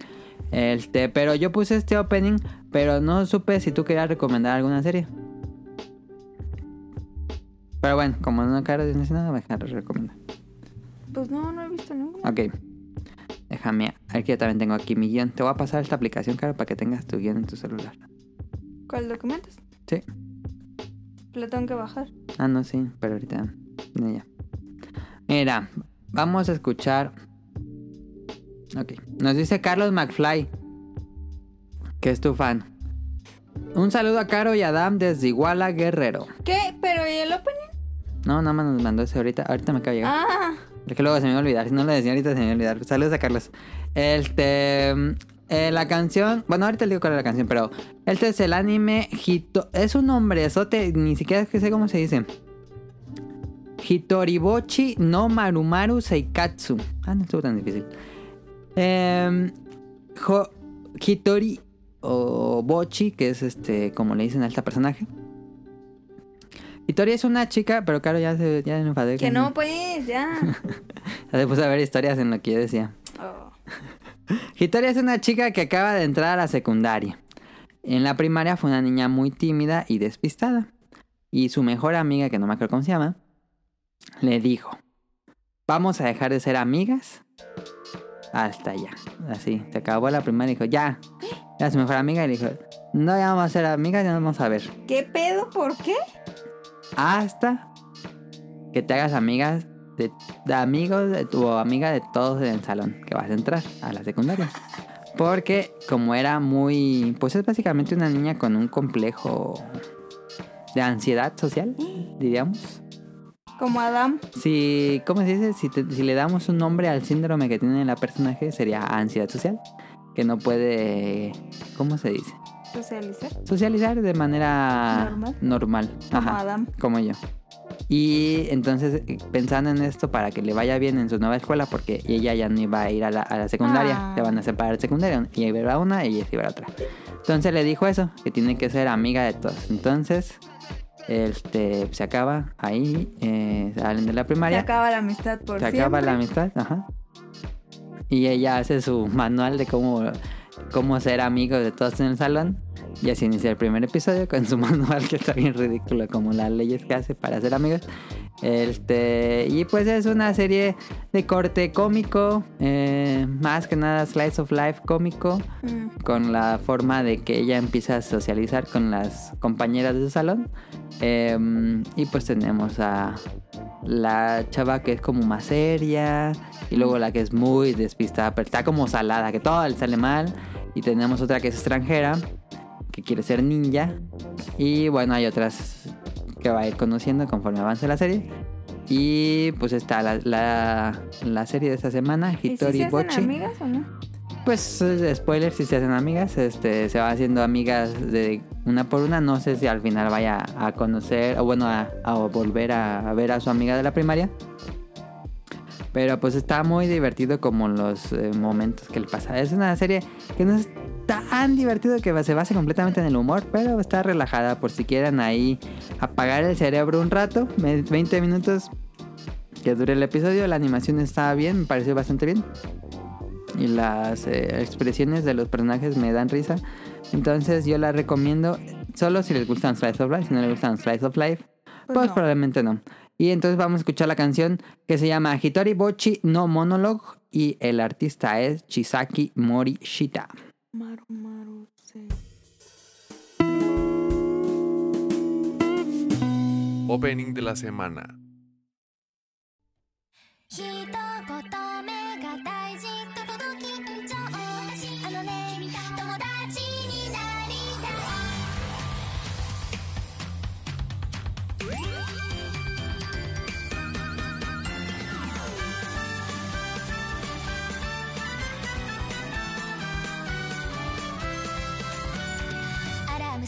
[SPEAKER 3] Este, pero yo puse este opening, pero no supe si tú querías recomendar alguna serie. Pero bueno, como no quiero decir nada, voy a dejar de recomendar.
[SPEAKER 2] Pues no, no he visto ninguno.
[SPEAKER 3] Ok. Déjame. Aquí yo también tengo aquí mi guión. Te voy a pasar esta aplicación, Caro, para que tengas tu guión en tu celular.
[SPEAKER 2] ¿Cuál documentas?
[SPEAKER 3] Sí.
[SPEAKER 2] Lo tengo que bajar.
[SPEAKER 3] Ah, no, sí, pero ahorita. no, ya. Mira, vamos a escuchar. Ok. Nos dice Carlos McFly, que es tu fan. Un saludo a Caro y a Adam desde Iguala Guerrero.
[SPEAKER 2] ¿Qué? ¿Pero y el opening?
[SPEAKER 3] No, nada más nos mandó ese ahorita. Ahorita me acaba de llegar.
[SPEAKER 2] Ah,
[SPEAKER 3] Es que luego se me iba a olvidar. Si no lo decía ahorita se me iba a olvidar. Saludos a Carlos. Este. mm, eh, la canción. Bueno, ahorita le digo cuál es la canción, pero. Este es el anime Hito. Es un nombrezote. Ni siquiera es que sé cómo se dice. Hitoribochi no Marumaru Seikatsu. Ah, no estuvo tan difícil. Em, jo- Hitori o Bochi, que es este. como le dicen a este personaje. Hitori es una chica, pero claro, ya, se, ya me enfadé.
[SPEAKER 2] que
[SPEAKER 3] con-
[SPEAKER 2] no, pues, ya.
[SPEAKER 3] (laughs) Después de ver historias en lo que yo decía.
[SPEAKER 2] Oh.
[SPEAKER 3] Hitoria es una chica que acaba de entrar a la secundaria. En la primaria fue una niña muy tímida y despistada. Y su mejor amiga, que no me acuerdo cómo se llama, le dijo, vamos a dejar de ser amigas hasta ya. Así, se acabó la primaria y dijo, ya. Era su mejor amiga y le dijo, no ya vamos a ser amigas, ya nos vamos a ver.
[SPEAKER 2] ¿Qué pedo? ¿Por qué?
[SPEAKER 3] hasta que te hagas amigas de, de amigos de tu o amiga de todos en el salón que vas a entrar a la secundaria. Porque como era muy, pues es básicamente una niña con un complejo de ansiedad social, diríamos.
[SPEAKER 2] Como Adam.
[SPEAKER 3] Si, ¿cómo se dice? Si, te- si le damos un nombre al síndrome que tiene la personaje sería ansiedad social, que no puede, ¿cómo se dice?
[SPEAKER 2] Socializar.
[SPEAKER 3] Socializar de manera
[SPEAKER 2] Normal.
[SPEAKER 3] normal.
[SPEAKER 2] Como
[SPEAKER 3] Ajá
[SPEAKER 2] Adam.
[SPEAKER 3] como yo. Y entonces eh, pensando en esto para que le vaya bien en su nueva escuela, porque ella ya no iba a ir a la, a la secundaria,
[SPEAKER 2] Ah.
[SPEAKER 3] le van a separar de secundaria, ella iba a ir a una y ella se iba a la otra. Entonces le dijo eso, que tiene que ser amiga de todos. Entonces, este se acaba ahí, eh, salen de la
[SPEAKER 2] Se
[SPEAKER 3] primaria,
[SPEAKER 2] acaba la amistad por
[SPEAKER 3] se
[SPEAKER 2] siempre.
[SPEAKER 3] acaba la amistad, ajá. Y ella hace su manual de cómo, cómo ser amigos de todos en el salón. Y así inicia el primer episodio con su (laughs) manual que está bien ridículo, como las leyes que hace para ser amigos. Este, y pues es una serie de corte cómico, eh, más que nada slice of life cómico,
[SPEAKER 2] Mm.
[SPEAKER 3] con la forma de que ella empieza a socializar con las compañeras de su salón. Em, y pues tenemos a la chava que es como más seria, y luego la que es muy despistada, pero está como salada, que todo le sale mal. Y tenemos otra que es extranjera, que quiere ser ninja. Y bueno, hay otras que va a ir conociendo conforme avance la serie. Y pues está la, la- la serie de esta semana,
[SPEAKER 2] ¿Y si
[SPEAKER 3] Hitori
[SPEAKER 2] se hacen
[SPEAKER 3] Bochi.
[SPEAKER 2] amigas o no?
[SPEAKER 3] Pues eh, spoiler, si se hacen amigas, este, se va haciendo amigas de una por una. No sé si al final vaya a conocer, o bueno, a, a volver a, a ver a su amiga de la primaria. Pero pues está muy divertido como los eh, momentos que le pasa. Es una serie que no es tan divertido que se basa completamente en el humor, pero está relajada por si quieren ahí apagar el cerebro un rato, me- 20 minutos que dure el episodio. La animación está bien, me pareció bastante bien y las eh, expresiones de los personajes me dan risa. Entonces yo la recomiendo solo si les gustan Slice of Life. Si no les gustan Slice of Life, pues,
[SPEAKER 2] no.
[SPEAKER 3] probablemente no. Y entonces vamos a escuchar la canción que se llama Hitori Bochi no Monologue y el artista es Chisaki Morishita.
[SPEAKER 2] Maru, maru, sí.
[SPEAKER 8] Opening de la semana.
[SPEAKER 4] 一言目が大事と届き以上あのね友達になりたいアラーム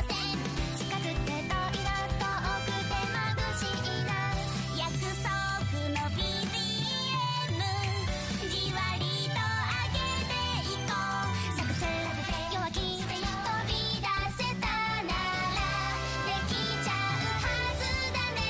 [SPEAKER 4] 行線近づくといな遠くて眩しいな約束の BGM じわりと上げていこう作戦弱気飛び出せたならできちゃうはずだね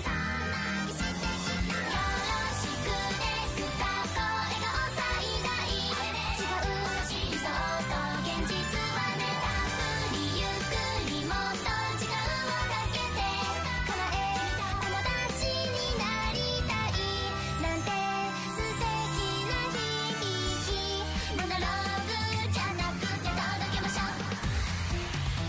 [SPEAKER 4] そんなにしてきたよろしくねスタコ笑顔最大違う理想と現実はねたっぷりゆっくりもっと時間をかけて叶え友達になりたいなんて素敵な響きモノローグじゃなくて届けましょう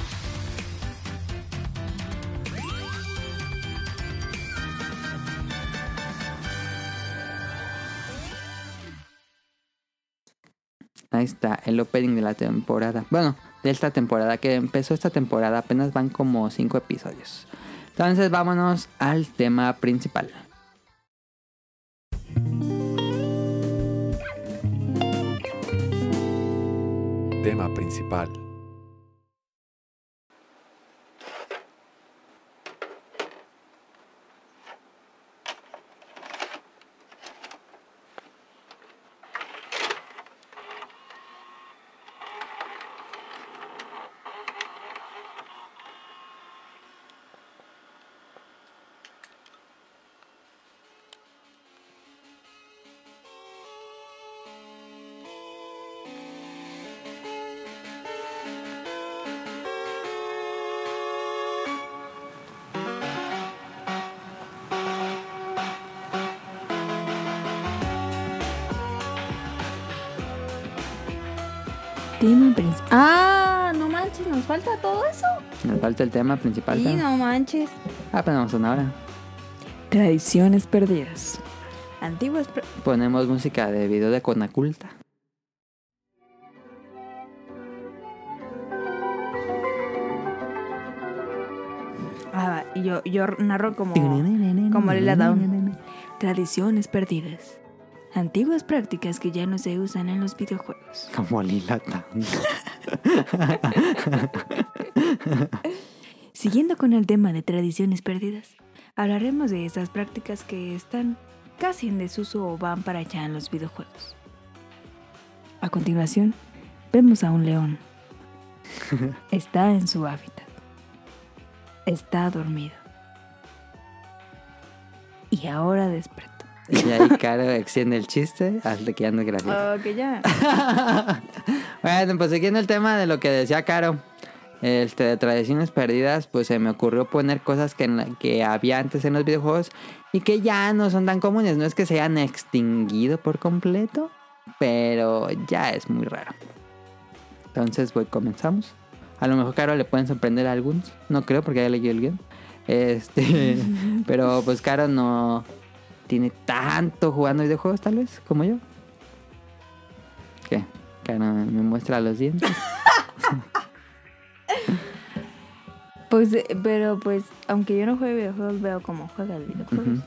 [SPEAKER 3] Ahí está el opening de la temporada. Bueno, de esta temporada que empezó esta temporada apenas van como 5 episodios. Entonces vámonos al tema principal.
[SPEAKER 8] Tema principal.
[SPEAKER 2] Tema principal. Ah, no manches, nos falta todo eso.
[SPEAKER 3] Nos falta el tema principal.
[SPEAKER 2] Sí,
[SPEAKER 3] pero-
[SPEAKER 2] no manches.
[SPEAKER 3] Ah, pero vamos a una hora.
[SPEAKER 2] Tradiciones perdidas. Antiguas. pr-
[SPEAKER 3] Ponemos música de video de Conaculta.
[SPEAKER 2] Ah, y yo, yo narro como. como Lila Down. Tradiciones perdidas. Antiguas prácticas que ya no se usan en los videojuegos.
[SPEAKER 3] Como Lila Down.
[SPEAKER 2] Siguiendo con el tema de tradiciones perdidas, hablaremos de esas prácticas que están casi en desuso o van para allá en los videojuegos. A continuación, vemos a un (laughs) león. Está en su hábitat. Está dormido. y ahora despertó.
[SPEAKER 3] Y ahí Caro extiende el chiste hasta que ya no es gracioso.
[SPEAKER 2] Ok, ya.
[SPEAKER 3] (laughs) bueno, pues siguiendo el tema de lo que decía Caro, este, de tradiciones perdidas, pues se me ocurrió poner cosas que, en la- que había antes en los videojuegos y que ya no son tan comunes. No es que se hayan extinguido por completo, pero ya es muy raro. Entonces, pues comenzamos. A lo mejor, Caro, le pueden sorprender a algunos. No creo, porque ya leí el guión. Este, (laughs) pero pues Caro no tiene tanto jugando videojuegos, tal vez, como yo. ¿Qué? Caro me muestra los dientes.
[SPEAKER 2] Pues, eh, pero pues, aunque yo no juegue videojuegos, veo cómo juega el videojuego.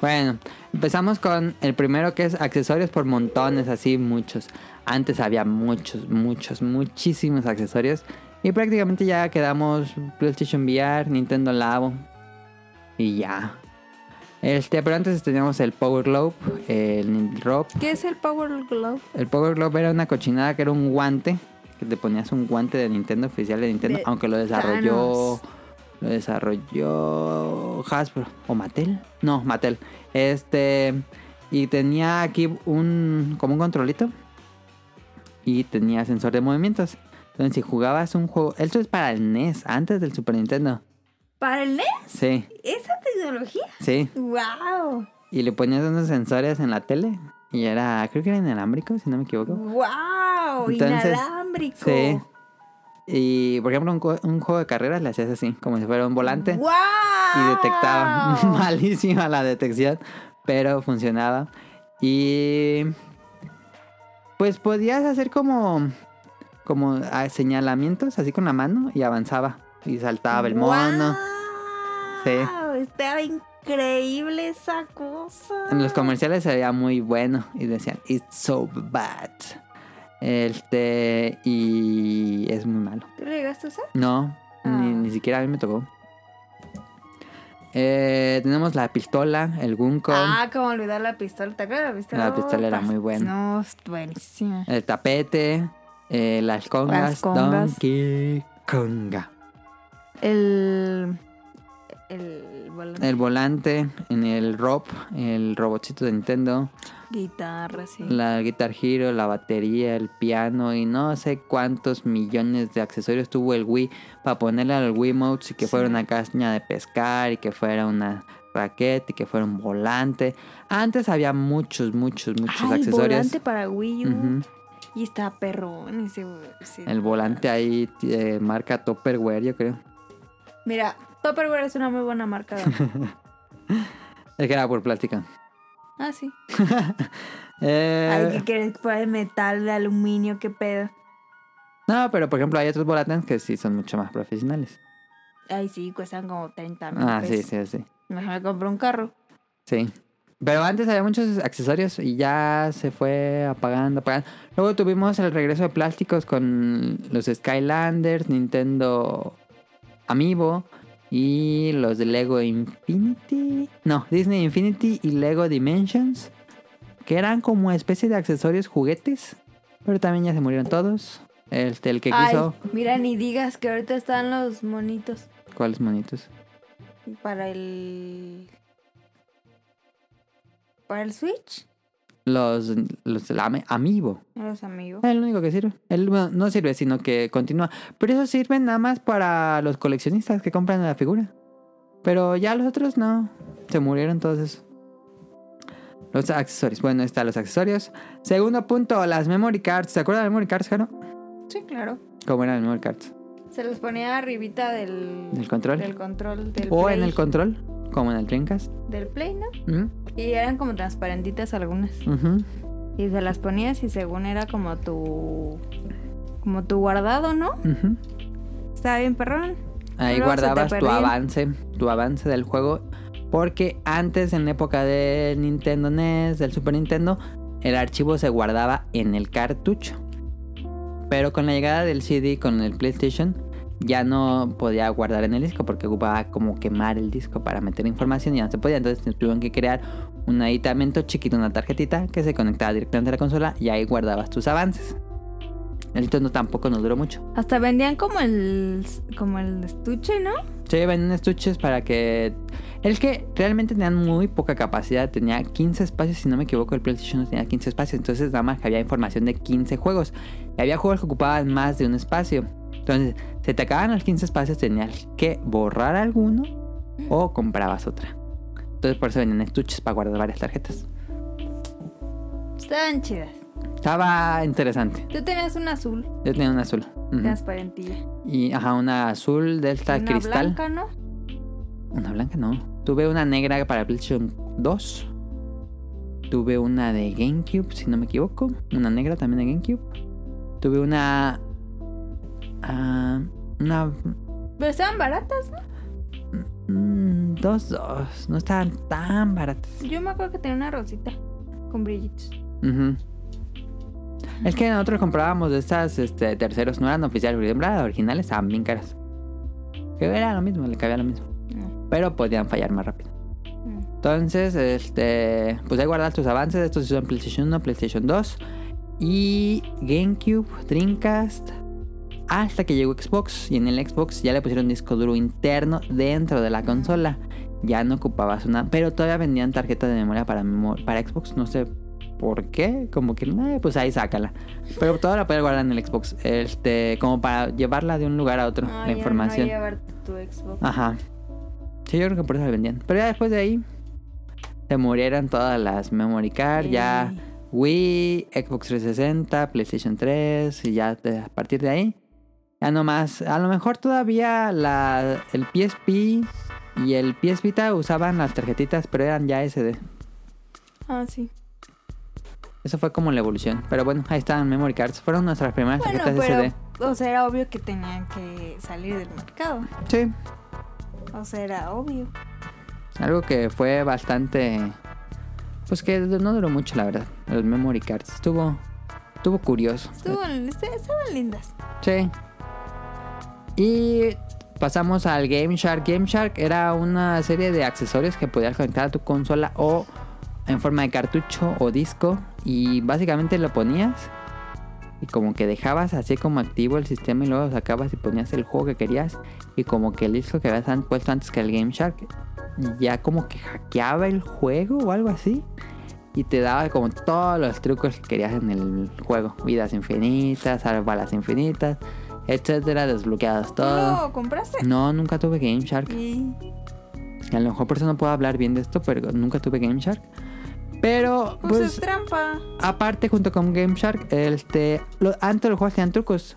[SPEAKER 3] Bueno, empezamos con el primero que es accesorios por montones, así muchos. Antes había muchos, muchos, muchísimos accesorios. Y prácticamente ya quedamos PlayStation VR, Nintendo Labo. Y ya. Este, pero antes teníamos el Power Globe, el Nin- Rob.
[SPEAKER 2] ¿Qué es el Power Glove?
[SPEAKER 3] El Power Globe era una cochinada que era un guante. Que te ponías un guante de Nintendo oficial de Nintendo.
[SPEAKER 2] De
[SPEAKER 3] aunque lo desarrolló.
[SPEAKER 2] Thanos.
[SPEAKER 3] Lo desarrolló Hasbro. ¿O Mattel? No, Mattel. Este. Y tenía aquí un. como un controlito. Y tenía sensor de movimientos. Entonces, si jugabas un juego. Esto es para el NES, antes del Super Nintendo.
[SPEAKER 2] ¿Para el NES?
[SPEAKER 3] Sí,
[SPEAKER 2] ¿Esa tecnología?
[SPEAKER 3] sí.
[SPEAKER 2] ¡Wow!
[SPEAKER 3] Y le ponías unos sensores en la tele. Y era. Creo que era inalámbrico, si no me equivoco.
[SPEAKER 2] ¡Wow!
[SPEAKER 3] Entonces,
[SPEAKER 2] Inalámbrico.
[SPEAKER 3] Sí. Y por ejemplo, un, co- un juego de carreras le hacías así, como si fuera un volante.
[SPEAKER 2] ¡Wow!
[SPEAKER 3] Y detectaba. (laughs) Malísima la detección, pero funcionaba. Y. Pues podías hacer como. Como ah, señalamientos así con la mano y avanzaba. Y saltaba el mono. Sí.
[SPEAKER 2] ¡Guau! Estaba increíble esa cosa.
[SPEAKER 3] En los comerciales se veía muy bueno y decían, it's so bad. Este. Y es muy malo.
[SPEAKER 2] ¿Tú lo llegaste a usar?
[SPEAKER 3] No, ni,
[SPEAKER 2] Ah.
[SPEAKER 3] ni siquiera a mí me tocó. Eh, tenemos la pistola, el Gunko,
[SPEAKER 2] Ah, como olvidar la pistola. ¿Te acuerdas de la pistola?
[SPEAKER 3] La pistola era
[SPEAKER 2] Oh,
[SPEAKER 3] muy buena.
[SPEAKER 2] No, es buenísima.
[SPEAKER 3] el tapete, eh, las congas,
[SPEAKER 2] Las congas.
[SPEAKER 3] Donkey Konga.
[SPEAKER 2] El. El volante.
[SPEAKER 3] El volante, en el rob, el robotcito de Nintendo,
[SPEAKER 2] Guitarra, sí.
[SPEAKER 3] la guitar hero, la batería, el piano y no sé cuántos millones de accesorios tuvo el Wii para ponerle al Wiimote y que
[SPEAKER 2] Sí.
[SPEAKER 3] fuera una caña de pescar y que fuera una raqueta y que fuera un volante. Antes había muchos, muchos, muchos
[SPEAKER 2] Ah, el
[SPEAKER 3] accesorios.
[SPEAKER 2] volante para Wii U.
[SPEAKER 3] Ujú.
[SPEAKER 2] Y está perrón ese. ese-
[SPEAKER 3] El volante ahí eh, marca Topperware, yo creo.
[SPEAKER 2] Mira, Tupperware es una muy buena marca.
[SPEAKER 3] (laughs)
[SPEAKER 2] de-
[SPEAKER 3] Es que era por plática.
[SPEAKER 2] ah, sí.
[SPEAKER 3] Eh,
[SPEAKER 2] Ay, que quieres fuera de metal, de aluminio, qué pedo.
[SPEAKER 3] No, pero por ejemplo hay otros volantes que sí son mucho más profesionales.
[SPEAKER 2] Ay, sí, cuestan como 30 mil
[SPEAKER 3] Ah, sí,
[SPEAKER 2] pesos.
[SPEAKER 3] sí, sí.
[SPEAKER 2] Mejor me compro un carro.
[SPEAKER 3] Sí. Pero antes había muchos accesorios y ya se fue apagando, apagando. Luego tuvimos el regreso de plásticos con los Skylanders, Nintendo Amiibo y los de Lego Infinity. No, Disney Infinity y Lego Dimensions. Que eran como especie de accesorios juguetes. Pero también ya se murieron todos. El, el que
[SPEAKER 2] Ay,
[SPEAKER 3] quiso.
[SPEAKER 2] mira, ni digas que ahorita están los monitos
[SPEAKER 3] ¿Cuáles monitos?
[SPEAKER 2] para el. Para el Switch.
[SPEAKER 3] Los, los del Ami- Amiibo.
[SPEAKER 2] Los amigos.
[SPEAKER 3] Es el único que sirve. El, bueno, no sirve, sino que continúa. Pero eso sirve nada más para los coleccionistas que compran la figura. Pero ya los otros no. Se murieron todos esos. Los accesorios. Bueno, ahí están los accesorios. Segundo punto, las memory cards. ¿Te acuerdas de las memory cards, Jaro?
[SPEAKER 2] Sí, claro.
[SPEAKER 3] ¿Cómo eran las memory cards?
[SPEAKER 2] Se los ponía arribita del.
[SPEAKER 3] ¿Del control?
[SPEAKER 2] Del control del
[SPEAKER 3] o
[SPEAKER 2] Play.
[SPEAKER 3] en el control, como en el Dreamcast.
[SPEAKER 2] Del Play, ¿no?
[SPEAKER 3] ¿Mm?
[SPEAKER 2] Y eran como transparentitas algunas.
[SPEAKER 3] Ujú.
[SPEAKER 2] Y se las ponías y según era como tu. Como tu guardado, ¿no?
[SPEAKER 3] Ujú.
[SPEAKER 2] Estaba bien, perrón.
[SPEAKER 3] Ahí
[SPEAKER 2] Luego se te
[SPEAKER 3] guardabas tu
[SPEAKER 2] perdían.
[SPEAKER 3] avance, tu avance del juego. Porque antes, en la época del Nintendo NES, del Super Nintendo, el archivo se guardaba en el cartucho. Pero con la llegada del CD, con el PlayStation, ya no podía guardar en el disco porque ocupaba como quemar el disco para meter información y ya no se podía. Entonces tuvieron que crear un aditamento chiquito, una tarjetita que se conectaba directamente a la consola y ahí guardabas tus avances. El tono tampoco nos duró mucho.
[SPEAKER 2] Hasta vendían como el, como el estuche, ¿no?
[SPEAKER 3] Se llevan estuches para que... El que realmente tenían muy poca capacidad, tenía 15 espacios, si no me equivoco, el PlayStation no tenía 15 espacios, entonces nada más que había información de 15 juegos. Y había juegos que ocupaban más de un espacio. Entonces, se te acababan los 15 espacios, tenías que borrar alguno o comprabas otra. Entonces por eso venían estuches para guardar varias tarjetas.
[SPEAKER 2] Estaban chidas.
[SPEAKER 3] Estaba interesante.
[SPEAKER 2] Tú tenías un azul,
[SPEAKER 3] Yo tenía una azul. Ujú.
[SPEAKER 2] transparentilla.
[SPEAKER 3] Y ajá, una azul de esta
[SPEAKER 2] Una
[SPEAKER 3] cristal.
[SPEAKER 2] blanca, ¿no?
[SPEAKER 3] Una blanca no. Tuve una negra para PlayStation 2. Tuve una de GameCube, si no me equivoco. Una negra también de GameCube. Tuve una. ah, una.
[SPEAKER 2] Pero estaban baratas, ¿no?
[SPEAKER 3] mm, dos, dos. No estaban tan baratas.
[SPEAKER 2] Yo me acuerdo que tenía una rosita con brillitos.
[SPEAKER 3] Ujú. Es que nosotros comprábamos de estas este, terceros, no eran oficiales, por ejemplo, eran originales, estaban bien caras. Que era lo mismo, le cabía lo mismo.
[SPEAKER 2] Mm.
[SPEAKER 3] Pero podían fallar más rápido.
[SPEAKER 2] Mm.
[SPEAKER 3] Entonces, este, pues ahí guardar tus avances. Estos son PlayStation 1, PlayStation 2 y GameCube, Dreamcast. Hasta que llegó Xbox y en el Xbox ya le pusieron disco duro interno dentro de la consola. Ya no ocupabas una, pero todavía vendían tarjetas de memoria para, memo- para Xbox. No sé por qué, como que, "Eh, pues ahí sácala. Pero todavía la puedes guardar en el Xbox, este, como para llevarla de un lugar a otro,
[SPEAKER 2] Ah,
[SPEAKER 3] la
[SPEAKER 2] ya
[SPEAKER 3] información.
[SPEAKER 2] No llevar tu Xbox.
[SPEAKER 3] Ajá. Sí, yo creo que por eso la vendían. Pero ya después de ahí, se murieron todas las memory card. Ya
[SPEAKER 2] Ey.
[SPEAKER 3] Wii, Xbox 360, PlayStation 3, y ya de- a partir de ahí. Ya nomás, a lo mejor todavía la, el PSP y el PS Vita usaban las tarjetitas, pero eran ya SD.
[SPEAKER 2] Ah, sí.
[SPEAKER 3] Eso fue como la evolución. Pero bueno, ahí están memory cards. Fueron nuestras primeras
[SPEAKER 2] Bueno,
[SPEAKER 3] tarjetas
[SPEAKER 2] pero,
[SPEAKER 3] SD.
[SPEAKER 2] o sea, era obvio que tenían que salir del mercado.
[SPEAKER 3] Sí,
[SPEAKER 2] O sea, era obvio.
[SPEAKER 3] Algo que fue bastante. Pues que no duró mucho, la verdad. Los memory cards. Estuvo. Estuvo curioso.
[SPEAKER 2] Estuvo, est- estaban lindas.
[SPEAKER 3] Sí. Y pasamos al Game Shark. Game Shark era una serie de accesorios que podías conectar a tu consola o en forma de cartucho o disco. Y básicamente lo ponías. Y como que dejabas así como activo el sistema y luego sacabas y ponías el juego que querías. Y como que el disco que habías an- puesto antes que el Game Shark ya como que hackeaba el juego o algo así. Y te daba como todos los trucos que querías en el juego. Vidas infinitas, ar- balas infinitas, etcétera, desbloqueados
[SPEAKER 2] ¿Tú
[SPEAKER 3] todo.
[SPEAKER 2] lo compraste?
[SPEAKER 3] No, nunca tuve Game Shark.
[SPEAKER 2] Y pues,
[SPEAKER 3] A lo mejor por eso no puedo hablar bien de esto, pero nunca tuve Game Shark. Pero
[SPEAKER 2] pues, es
[SPEAKER 3] pues
[SPEAKER 2] trampa.
[SPEAKER 3] aparte junto con Game Shark, este, lo- antes los juegos tenían trucos.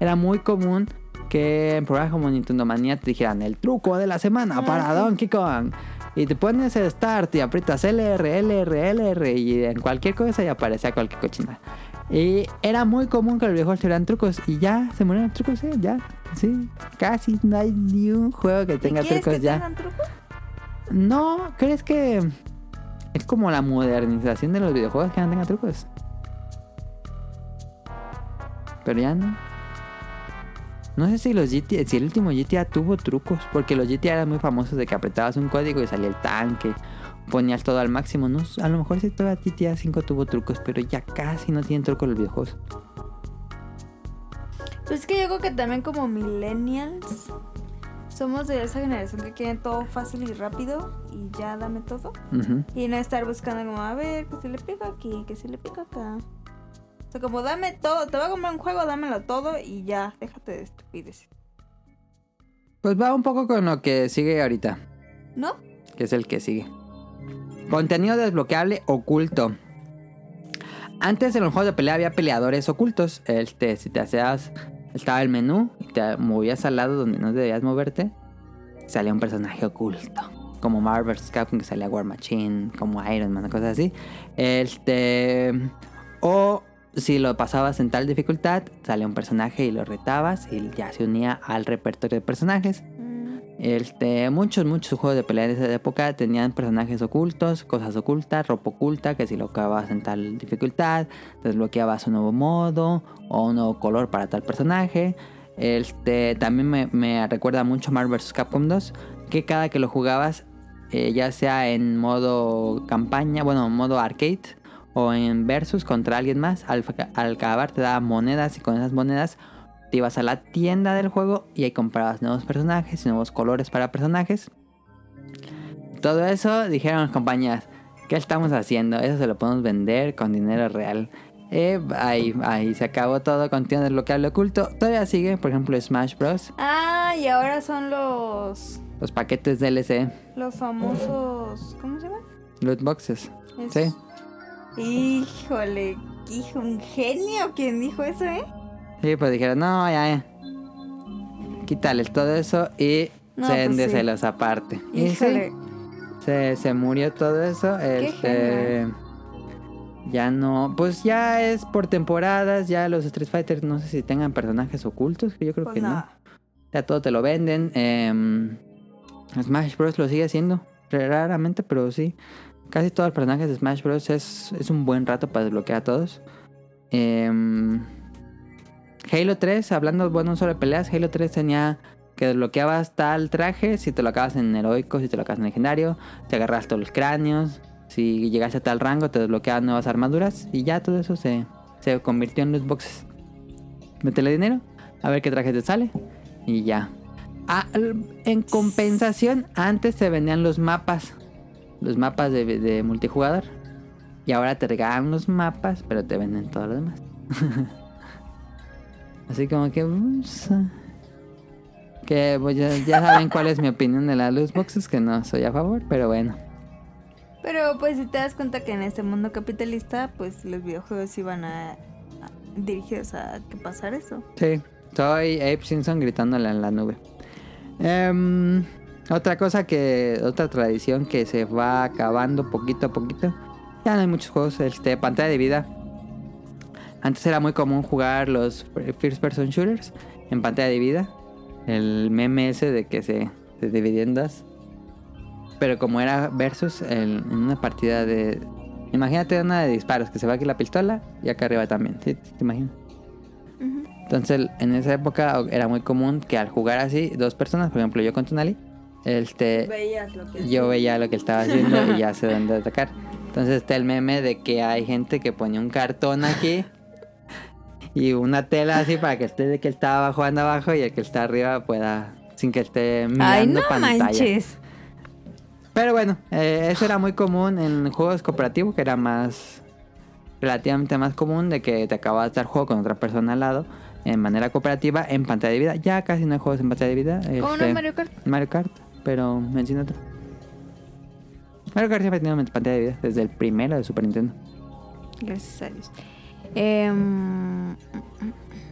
[SPEAKER 3] Era muy común que en programas como Nintendo Manía te dijeran el truco de la semana
[SPEAKER 2] Ah,
[SPEAKER 3] para
[SPEAKER 2] sí.
[SPEAKER 3] Donkey Kong. Y te pones Start y aprietas LR, LR, LR y en cualquier cosa y aparecía cualquier cochina. Y era muy común que los videojuegos tuvieran trucos y ya se murieron los trucos, ¿eh? ya. Sí, casi no hay ni un juego que tenga
[SPEAKER 2] ¿Quieres
[SPEAKER 3] trucos
[SPEAKER 2] que
[SPEAKER 3] ya.
[SPEAKER 2] tengan truco?
[SPEAKER 3] No, ¿crees que es como la modernización de los videojuegos que no tenga trucos? Pero ya no. No sé si los GTA, si el último GTA tuvo trucos, porque los GTA eran muy famosos de que apretabas un código y salía el tanque, ponías todo al máximo. No, s- a lo mejor sí todavía GTA 5 tuvo trucos, pero ya casi no tienen trucos los videojuegos.
[SPEAKER 2] Pues es que yo creo que también como millennials somos de esa generación que quieren todo fácil y rápido y ya dame todo.
[SPEAKER 3] Ujú.
[SPEAKER 2] Y no estar buscando como, a ver, que si le pico aquí, que si le pico acá. O sea, como dame todo, te voy a comprar un juego, dámelo todo y ya, déjate de estupideces.
[SPEAKER 3] Pues va un poco con lo que sigue ahorita.
[SPEAKER 2] ¿No?
[SPEAKER 3] que es el que sigue. Contenido desbloqueable oculto. Antes en los juegos de pelea había peleadores ocultos. Este, si te hacías, estaba el menú y te movías al lado donde no debías moverte, salía un personaje oculto. Como Marvel vs. Capcom que salía War Machine, como Iron Man, cosas así. Este, o si lo pasabas en tal dificultad, salía un personaje y lo retabas y ya se unía al repertorio de personajes.
[SPEAKER 2] Mm,
[SPEAKER 3] Este, muchos, muchos juegos de pelea de esa época tenían personajes ocultos, cosas ocultas, ropa oculta, que si lo acababas en tal dificultad, desbloqueabas un nuevo modo o un nuevo color para tal personaje. Este, también me, me recuerda mucho Marvel vs. Capcom 2, que cada que lo jugabas, eh, ya sea en modo campaña, bueno, modo arcade, o en versus contra alguien más. Al, al acabar te daba monedas y con esas monedas te ibas a la tienda del juego y ahí comprabas nuevos personajes y nuevos colores para personajes. Todo eso dijeron las compañías, ¿qué estamos haciendo? Eso se lo podemos vender con dinero real. Eh, ahí, ahí se acabó todo con tiendas locales oculto. Todavía sigue, por ejemplo, Smash Bros.
[SPEAKER 2] Ah, y ahora son los.
[SPEAKER 3] Los paquetes DLC,
[SPEAKER 2] Los famosos. ¿Cómo se llaman?
[SPEAKER 3] loot boxes.
[SPEAKER 2] Es-
[SPEAKER 3] Sí.
[SPEAKER 2] Híjole, hijo, un genio quien dijo eso, ¿eh?
[SPEAKER 3] Sí, pues dijeron, no, ya, ya. Quítales todo eso y
[SPEAKER 2] No, pues
[SPEAKER 3] céndeselos aparte. Y sí,
[SPEAKER 2] Híjole.
[SPEAKER 3] se, se murió todo eso. Este.
[SPEAKER 2] genial.
[SPEAKER 3] Ya no. Pues ya es por temporadas. Ya los Street Fighters no sé si tengan personajes ocultos. que Yo creo
[SPEAKER 2] Pues
[SPEAKER 3] que no.
[SPEAKER 2] nada.
[SPEAKER 3] Ya todo te lo venden. em, Smash Bros. lo sigue haciendo. Raramente, pero sí. Casi todos los personajes de Smash Bros. es, es un buen rato para desbloquear a todos. Em, Halo 3, hablando bueno sobre peleas, Halo 3 tenía que desbloqueabas tal traje si te lo acabas en heroico, si te lo acabas en legendario, te agarras todos los cráneos, si llegaste a tal rango te desbloqueaban nuevas armaduras y ya todo eso se, se convirtió en loot boxes. Métele dinero, a ver qué traje te sale y ya. Ah, l- en compensación, antes se vendían los mapas. Los mapas de, de multijugador. Y ahora te regalan los mapas, pero te venden todo lo demás. (laughs) Así como que... pues, ah. Que pues, ya, ya saben cuál es mi opinión de las loot boxes, que no soy a favor, pero bueno.
[SPEAKER 2] Pero pues si te das cuenta que en este mundo capitalista, pues los videojuegos iban a, a- dirigidos a que pasar eso.
[SPEAKER 3] Sí, soy Abe pues, Simpson gritándole en la nube. Em, otra cosa que. Otra tradición que se va acabando poquito a poquito. Ya no hay muchos juegos. Este, pantalla de vida. Antes era muy común jugar los eh, First Person Shooters en pantalla de vida. El meme ese de que se, se dividían dos. Pero como era versus el- en una partida de. Imagínate una de disparos que se va aquí la pistola y acá arriba también. ¿Sí? ¿Te imaginas? Entonces, en esa época era muy común que al jugar así, dos personas, por ejemplo, yo con Tonali, este,
[SPEAKER 2] Veías lo que
[SPEAKER 3] yo veía lo que él estaba haciendo y ya sé dónde atacar. Entonces está el meme de que hay gente que pone un cartón aquí y una tela así para que esté de que él estaba jugando abajo y el que está arriba pueda, sin que esté mirando
[SPEAKER 2] Ay, no
[SPEAKER 3] pantalla.
[SPEAKER 2] manches.
[SPEAKER 3] Pero bueno, eh, eso era muy común en juegos cooperativos, que era más relativamente más común de que te acabas de estar juego con otra persona al lado en manera cooperativa en pantalla de vida. Ya casi no hay juegos en pantalla de vida.
[SPEAKER 2] ¿Cómo no
[SPEAKER 3] este,
[SPEAKER 2] es Mario Kart?
[SPEAKER 3] Mario Kart, pero menciono otro. Mario Kart siempre ha tenido pantalla de vida desde el primero de Super Nintendo.
[SPEAKER 2] Gracias a Dios. Em,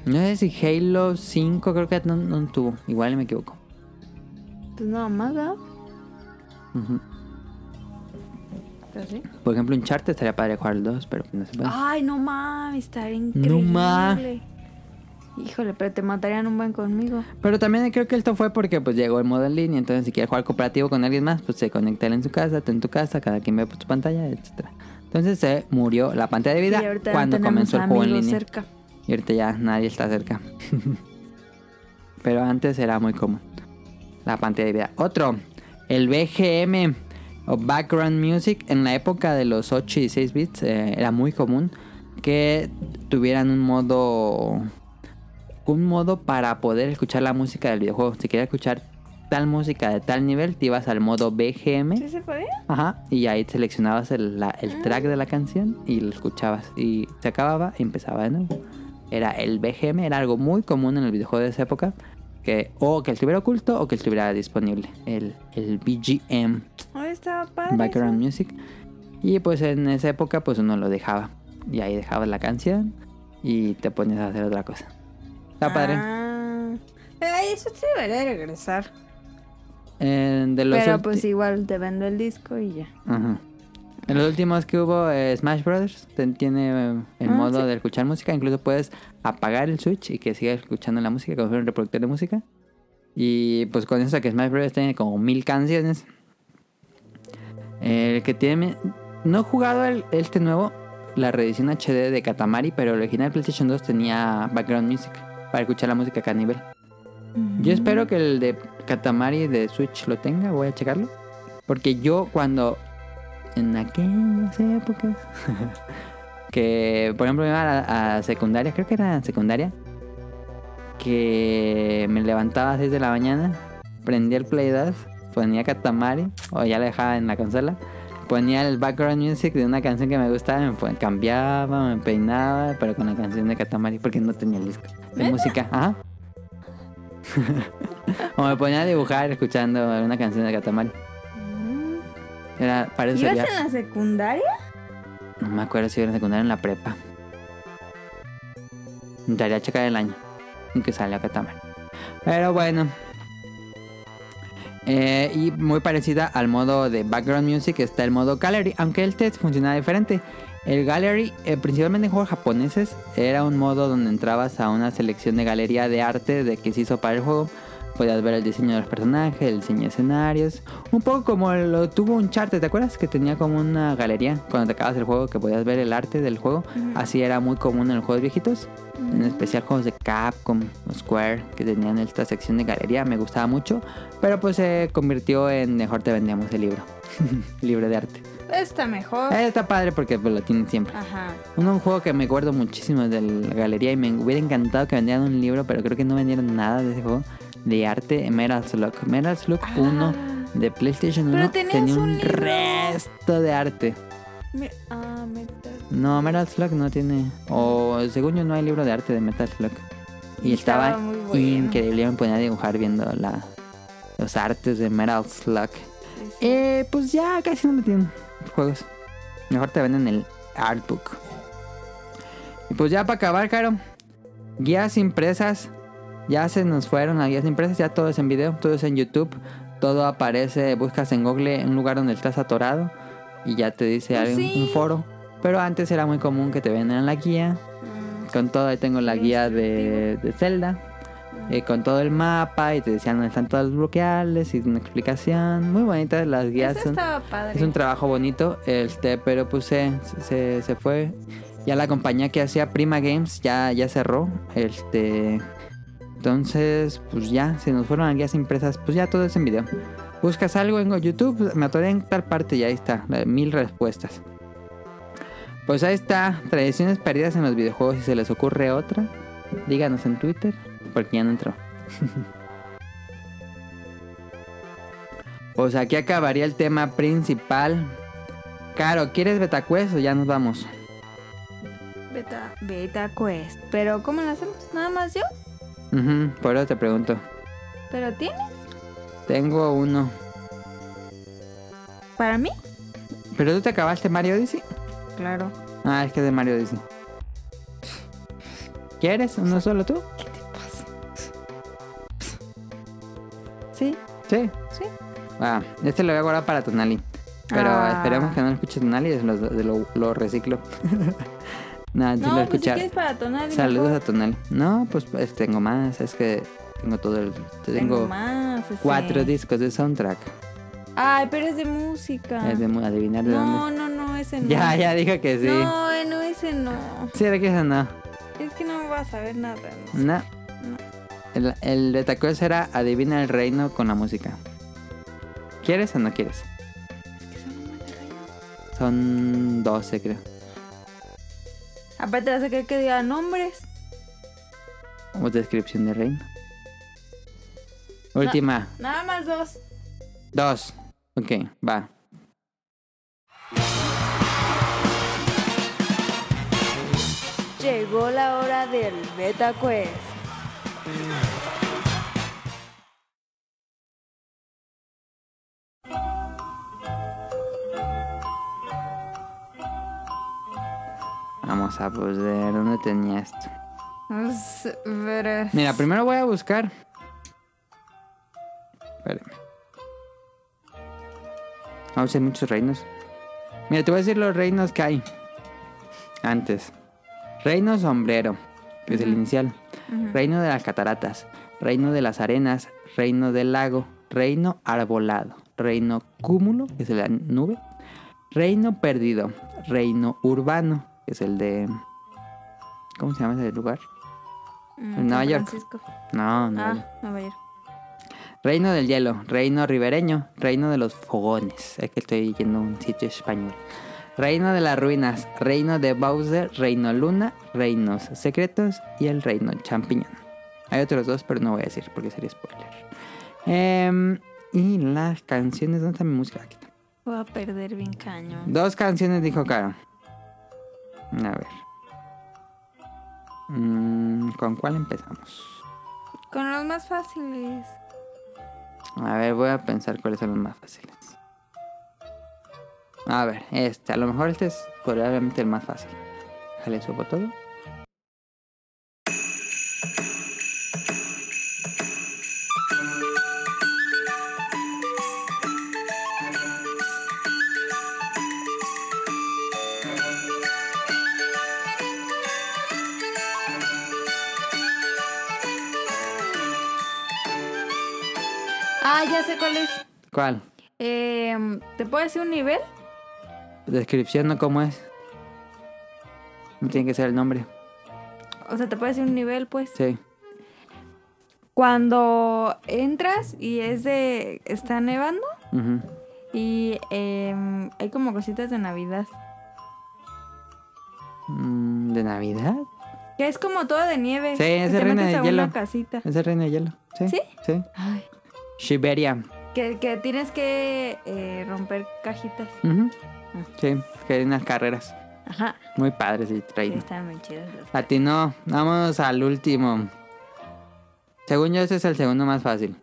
[SPEAKER 3] No sé si Halo 5 creo que no, no tuvo, igual me equivoco.
[SPEAKER 2] pues nada más, ¿verdad?
[SPEAKER 3] Ujú.
[SPEAKER 2] Pues sí.
[SPEAKER 3] Por ejemplo, un charter estaría padre jugar el 2, pero no se puede.
[SPEAKER 2] Ay, no mames, estaría increíble.
[SPEAKER 3] ma.
[SPEAKER 2] Híjole, pero te matarían un buen conmigo.
[SPEAKER 3] Pero también creo que esto fue porque pues llegó el modo en línea, entonces si quieres jugar cooperativo con alguien más, pues se conecta él en su casa, tú en tu casa, cada quien ve por tu pantalla, etcétera. Entonces se murió la pantalla de vida
[SPEAKER 2] y ahorita no
[SPEAKER 3] cuando
[SPEAKER 2] tenemos
[SPEAKER 3] comenzó el juego en
[SPEAKER 2] amigos
[SPEAKER 3] línea.
[SPEAKER 2] cerca.
[SPEAKER 3] Y ahorita ya nadie está cerca. (laughs) Pero antes era muy común. La pantalla de vida. Otro, el BGM o Background Music. En la época de los 8 y 6 bits eh, era muy común que tuvieran un modo. Un modo para poder escuchar la música del videojuego. Si querías escuchar tal música de tal nivel, te ibas al modo BGM.
[SPEAKER 2] ¿Sí se podía?
[SPEAKER 3] Ajá, y ahí seleccionabas el, la-
[SPEAKER 2] Ah.
[SPEAKER 3] el track de la canción y lo escuchabas. Y se acababa y empezaba de nuevo. Era el BGM, era algo muy común en el videojuego de esa época. Que, o que estuviera oculto o que estuviera disponible. El, el BGM,
[SPEAKER 2] Hoy estaba padre.
[SPEAKER 3] Background Music. Y pues en esa época pues uno lo dejaba. Y ahí dejabas la canción y te ponías a hacer otra cosa. Está padre.
[SPEAKER 2] Ah. Ay, eso sí debería regresar.
[SPEAKER 3] Eh, de los
[SPEAKER 2] Pero
[SPEAKER 3] ulti-
[SPEAKER 2] pues igual te vendo el disco y ya.
[SPEAKER 3] Ajá. En los últimos que hubo, eh, Smash Brothers ten- tiene eh, el
[SPEAKER 2] Ah,
[SPEAKER 3] modo
[SPEAKER 2] sí.
[SPEAKER 3] de escuchar música. Incluso puedes apagar el Switch y que siga escuchando la música, como fuera un reproductor de música. Y pues con eso que Smash Brothers tiene como mil canciones. El que tiene... mi- No he jugado el- este nuevo, la reedición HD de Katamari, pero el original PlayStation 2 tenía background music para escuchar la música a cada nivel. Yo
[SPEAKER 2] Mm.
[SPEAKER 3] espero que el de Katamari de Switch lo tenga, voy a checarlo. Porque yo cuando en aquellas épocas que, por ejemplo, iba a, la- a secundaria, creo que era secundaria, que me levantaba a las 6 de la mañana, prendía el Play 2, ponía Katamari, o ya lo dejaba en la consola, ponía el background music de una canción que me gustaba, me pon- cambiaba, me peinaba, pero con la canción de Katamari, porque no tenía el disco de música, ajá. (laughs) o me ponía a dibujar escuchando una canción de Katamari. Era, para eso
[SPEAKER 2] Mm. ¿Ibas
[SPEAKER 3] servía-
[SPEAKER 2] en la secundaria?
[SPEAKER 3] no me acuerdo si era en la secundaria o en la prepa. Intentaría checar el año. Aunque salió Katamari. Pero bueno. Eh, y muy parecida al modo de background music está el modo gallery. Aunque el test funcionaba diferente. El gallery, eh, principalmente en juegos japoneses, era un modo donde entrabas a una selección de galería de arte de que se hizo para el juego. Podías ver el diseño de los personajes, el diseño de escenarios. Un poco como lo tuvo un charter, ¿te acuerdas? Que tenía como una galería cuando te acabas el juego que podías ver el arte del juego. Así era muy común en los juegos viejitos. En especial juegos de Capcom, o Square, que tenían esta sección de galería. Me gustaba mucho. Pero pues se convirtió en mejor te vendíamos el libro. (laughs) libro de arte.
[SPEAKER 2] Está mejor.
[SPEAKER 3] Eh, Está padre porque pues, lo tienen siempre.
[SPEAKER 2] Ajá.
[SPEAKER 3] Uno, un juego que me acuerdo muchísimo de la galería y me hubiera encantado que vendieran un libro, pero creo que no vendieron nada de ese juego de arte. Meral's Look. Meral's Look 1 de PlayStation 1
[SPEAKER 2] Ah. Pero tenías
[SPEAKER 3] tenía
[SPEAKER 2] un
[SPEAKER 3] un
[SPEAKER 2] libro.
[SPEAKER 3] resto de arte.
[SPEAKER 2] Mi- ah, metal.
[SPEAKER 3] No, Metal Slug no tiene. O según yo, no hay libro de arte de Metal Slug. Y estaba,
[SPEAKER 2] Estaba muy bueno.
[SPEAKER 3] increíble. Yo me ponía a dibujar viendo la, los artes de Metal Slug. Eh, pues ya casi no me tienen juegos. Mejor te venden el artbook. Y pues ya para acabar, Caro. Guías impresas. Ya se nos fueron las guías impresas. Ya todo es en video, todo es en YouTube. Todo aparece, buscas en Google un lugar donde estás atorado y ya te dice
[SPEAKER 2] Pues
[SPEAKER 3] algún-
[SPEAKER 2] sí.
[SPEAKER 3] un foro. Pero antes era muy común que te vendieran la guía.
[SPEAKER 2] Ah,
[SPEAKER 3] Con todo, ahí tengo la guía de, de Zelda. eh, con todo el mapa y te decían dónde están todos los bloqueables y una explicación. Muy bonitas las guías.
[SPEAKER 2] Eso
[SPEAKER 3] son-
[SPEAKER 2] estaba padre.
[SPEAKER 3] es un trabajo bonito, este, pero pues se, se, se fue. Ya la compañía que hacía Prima Games ya, ya cerró. Este. Entonces, pues ya, se nos fueron las guías impresas. Pues ya todo es en video. Buscas algo en YouTube, me atoré en tal parte y ahí está. la- Mil respuestas. Pues ahí está. Tradiciones perdidas en los videojuegos. Si se les ocurre otra, díganos en Twitter. Porque ya no entró. Pues aquí acabaría el tema principal. Caro, ¿quieres betacuest o ya nos vamos?
[SPEAKER 2] Beta. Beta Quest. Pero ¿cómo lo hacemos? Nada más yo.
[SPEAKER 3] Ujú, por eso te pregunto.
[SPEAKER 2] ¿Pero tiene?
[SPEAKER 3] Tengo uno.
[SPEAKER 2] ¿Para mí?
[SPEAKER 3] ¿Pero tú te acabaste Mario Odyssey?
[SPEAKER 2] Claro.
[SPEAKER 3] Ah, es que es de Mario Odyssey. ¿Quieres uno solo tú?
[SPEAKER 2] Sí.
[SPEAKER 3] Sí.
[SPEAKER 2] Sí.
[SPEAKER 3] Ah, este lo voy a guardar para Tonali. Pero
[SPEAKER 2] Ah.
[SPEAKER 3] esperemos que no lo escuche Tonali y lo, lo, lo reciclo. (laughs) Nada,
[SPEAKER 2] No,
[SPEAKER 3] entonces lo
[SPEAKER 2] pues si
[SPEAKER 3] escuchar.
[SPEAKER 2] quieres para tonar.
[SPEAKER 3] Saludos a Tonali. No, pues, pues, tengo más. Es que tengo todo el... Tengo,
[SPEAKER 2] Tengo más. ese.
[SPEAKER 3] cuatro discos de soundtrack.
[SPEAKER 2] Ay, pero es de música.
[SPEAKER 3] Es de mu- adivinar de
[SPEAKER 2] No,
[SPEAKER 3] dónde.
[SPEAKER 2] no, no, ese no.
[SPEAKER 3] Ya, ya dije que sí.
[SPEAKER 2] No, eh, no, ese no.
[SPEAKER 3] Sí, era que esa no.
[SPEAKER 2] Es que no vas a ver nada. no sé.
[SPEAKER 3] No. El, el de Tacuez era Adivina el reino con la música. ¿Quieres o no quieres? Son 12, creo.
[SPEAKER 2] Aparte vas a creer que diga nombres.
[SPEAKER 3] O descripción de reino. Última.
[SPEAKER 2] Nada más dos.
[SPEAKER 3] Dos. Ok, va.
[SPEAKER 2] Llegó la hora del Beta Quest.
[SPEAKER 3] Vamos a pues ver dónde tenía esto.
[SPEAKER 2] Pero...
[SPEAKER 3] Mira, primero voy a buscar. Espérame. Vamos a hay muchos reinos. Mira, te voy a decir los reinos que hay. Antes. Reino sombrero, que es el inicial. Reino de las cataratas. Reino de las arenas. Reino del lago. Reino arbolado. Reino cúmulo, que es la nube. Reino perdido. Reino urbano, que es el de... ¿Cómo se llama ese lugar?
[SPEAKER 2] Mm,
[SPEAKER 3] Nueva
[SPEAKER 2] San
[SPEAKER 3] York.
[SPEAKER 2] Francisco.
[SPEAKER 3] No, no.
[SPEAKER 2] Ah, Nueva York.
[SPEAKER 3] Reino del hielo, reino ribereño, reino de los fogones. Es que estoy yendo a un sitio español. Reino de las ruinas, reino de Bowser, reino luna, reinos secretos y el reino champiñón. Hay otros dos, pero no voy a decir porque sería spoiler. Em, y las canciones, ¿dónde está mi música? Aquí está.
[SPEAKER 2] Voy a perder bien cañón.
[SPEAKER 3] Dos canciones dijo Caro. A ver. Mm, ¿Con cuál empezamos?
[SPEAKER 2] Con los más fáciles.
[SPEAKER 3] A ver, voy a pensar cuáles son los más fáciles. A ver, este, a lo mejor este es probablemente el más fácil. Déjale subo todo.
[SPEAKER 2] Ah, ya sé cuál es.
[SPEAKER 3] ¿Cuál?
[SPEAKER 2] Eh, ¿Te puedo decir un nivel?
[SPEAKER 3] Descripción, ¿no? ¿Cómo es? No tiene que ser el nombre.
[SPEAKER 2] O sea, ¿te puedo decir un nivel, pues?
[SPEAKER 3] Sí.
[SPEAKER 2] Cuando entras y es de... Está nevando
[SPEAKER 3] Ujú.
[SPEAKER 2] y em, hay como cositas de Navidad.
[SPEAKER 3] Mm, ¿De Navidad?
[SPEAKER 2] Que es como todo de nieve.
[SPEAKER 3] Sí,
[SPEAKER 2] Y
[SPEAKER 3] es
[SPEAKER 2] te
[SPEAKER 3] de reina
[SPEAKER 2] metes
[SPEAKER 3] de
[SPEAKER 2] a
[SPEAKER 3] hielo.
[SPEAKER 2] una casita.
[SPEAKER 3] Es el reino de hielo. ¿Sí?
[SPEAKER 2] ¿Sí?
[SPEAKER 3] Sí.
[SPEAKER 2] Ay,
[SPEAKER 3] Shiberia.
[SPEAKER 2] que, que tienes que eh, romper cajitas.
[SPEAKER 3] Ujú. Sí, que hay unas carreras.
[SPEAKER 2] Ajá.
[SPEAKER 3] Muy padres y
[SPEAKER 2] Sí,
[SPEAKER 3] traídas.
[SPEAKER 2] están muy chidas las-
[SPEAKER 3] A ti no. Vamos al último. Según yo, ese es el segundo más fácil.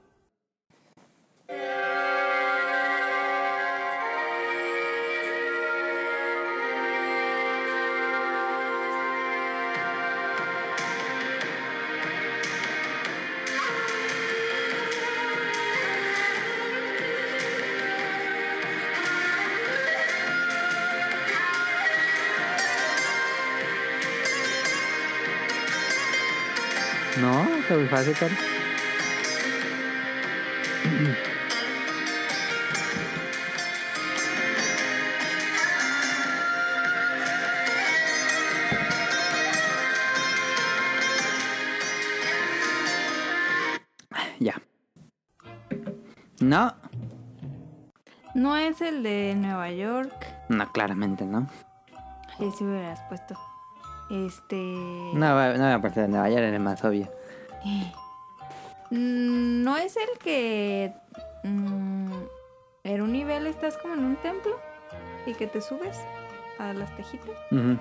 [SPEAKER 3] No, está muy fácil, Caro. Ya. No,
[SPEAKER 2] No es el de Nueva York.
[SPEAKER 3] no, claramente no.
[SPEAKER 2] Ay, sí hubieras puesto. Este.
[SPEAKER 3] No, va- no me aporta de Nueva York, era el más obvio.
[SPEAKER 2] Mm, No es el que. mm, en un nivel estás como en un templo y que te subes a las tejitas.
[SPEAKER 3] Ujú,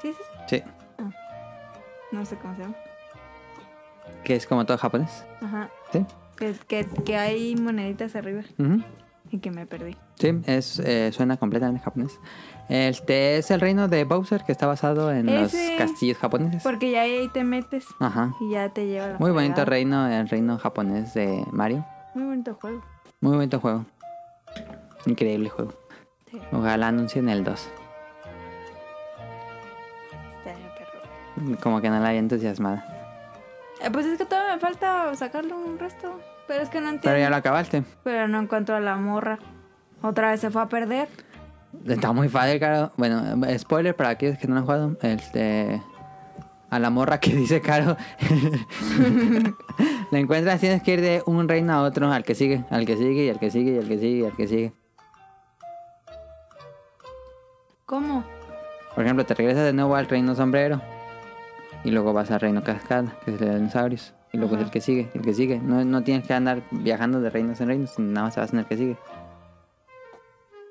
[SPEAKER 2] ¿Sí es ese?
[SPEAKER 3] Sí,
[SPEAKER 2] No sé cómo se llama.
[SPEAKER 3] que es como todo japonés.
[SPEAKER 2] Ajá.
[SPEAKER 3] Sí.
[SPEAKER 2] Que, que, que hay moneditas arriba
[SPEAKER 3] Ujú.
[SPEAKER 2] y que me perdí.
[SPEAKER 3] Sí, es, eh, suena completamente japonés. Este es el reino de Bowser que está basado en
[SPEAKER 2] Ese.
[SPEAKER 3] los castillos japoneses.
[SPEAKER 2] Porque ya ahí te metes
[SPEAKER 3] Ajá.
[SPEAKER 2] y ya te lleva la
[SPEAKER 3] Muy bonito
[SPEAKER 2] fregada.
[SPEAKER 3] reino, el reino japonés de Mario.
[SPEAKER 2] Muy bonito juego.
[SPEAKER 3] Muy bonito juego. Increíble juego.
[SPEAKER 2] Sí.
[SPEAKER 3] Ojalá anuncien el 2.
[SPEAKER 2] Está bien, perro.
[SPEAKER 3] Como que no la había entusiasmada.
[SPEAKER 2] Eh, pues es que todavía me falta sacarle un resto. Pero es que no entiendo.
[SPEAKER 3] Pero ya lo acabaste.
[SPEAKER 2] Pero no encuentro a la morra. Otra vez se fue a perder.
[SPEAKER 3] Está muy fácil, Caro. Bueno, spoiler para aquellos que no lo han jugado. Este. A la morra que (laughs) dice Caro. la encuentras, tienes que ir de un reino a otro, al que sigue, al que sigue, y al que sigue, y al que sigue, y al que sigue.
[SPEAKER 2] ¿Cómo?
[SPEAKER 3] Por ejemplo, te regresas de nuevo al reino sombrero. Y luego vas al reino cascada, que es el de dinosaurios. Y luego es el que sigue, el que sigue. No, no tienes que andar viajando de reinos en reinos, sino nada más vas en el que sigue.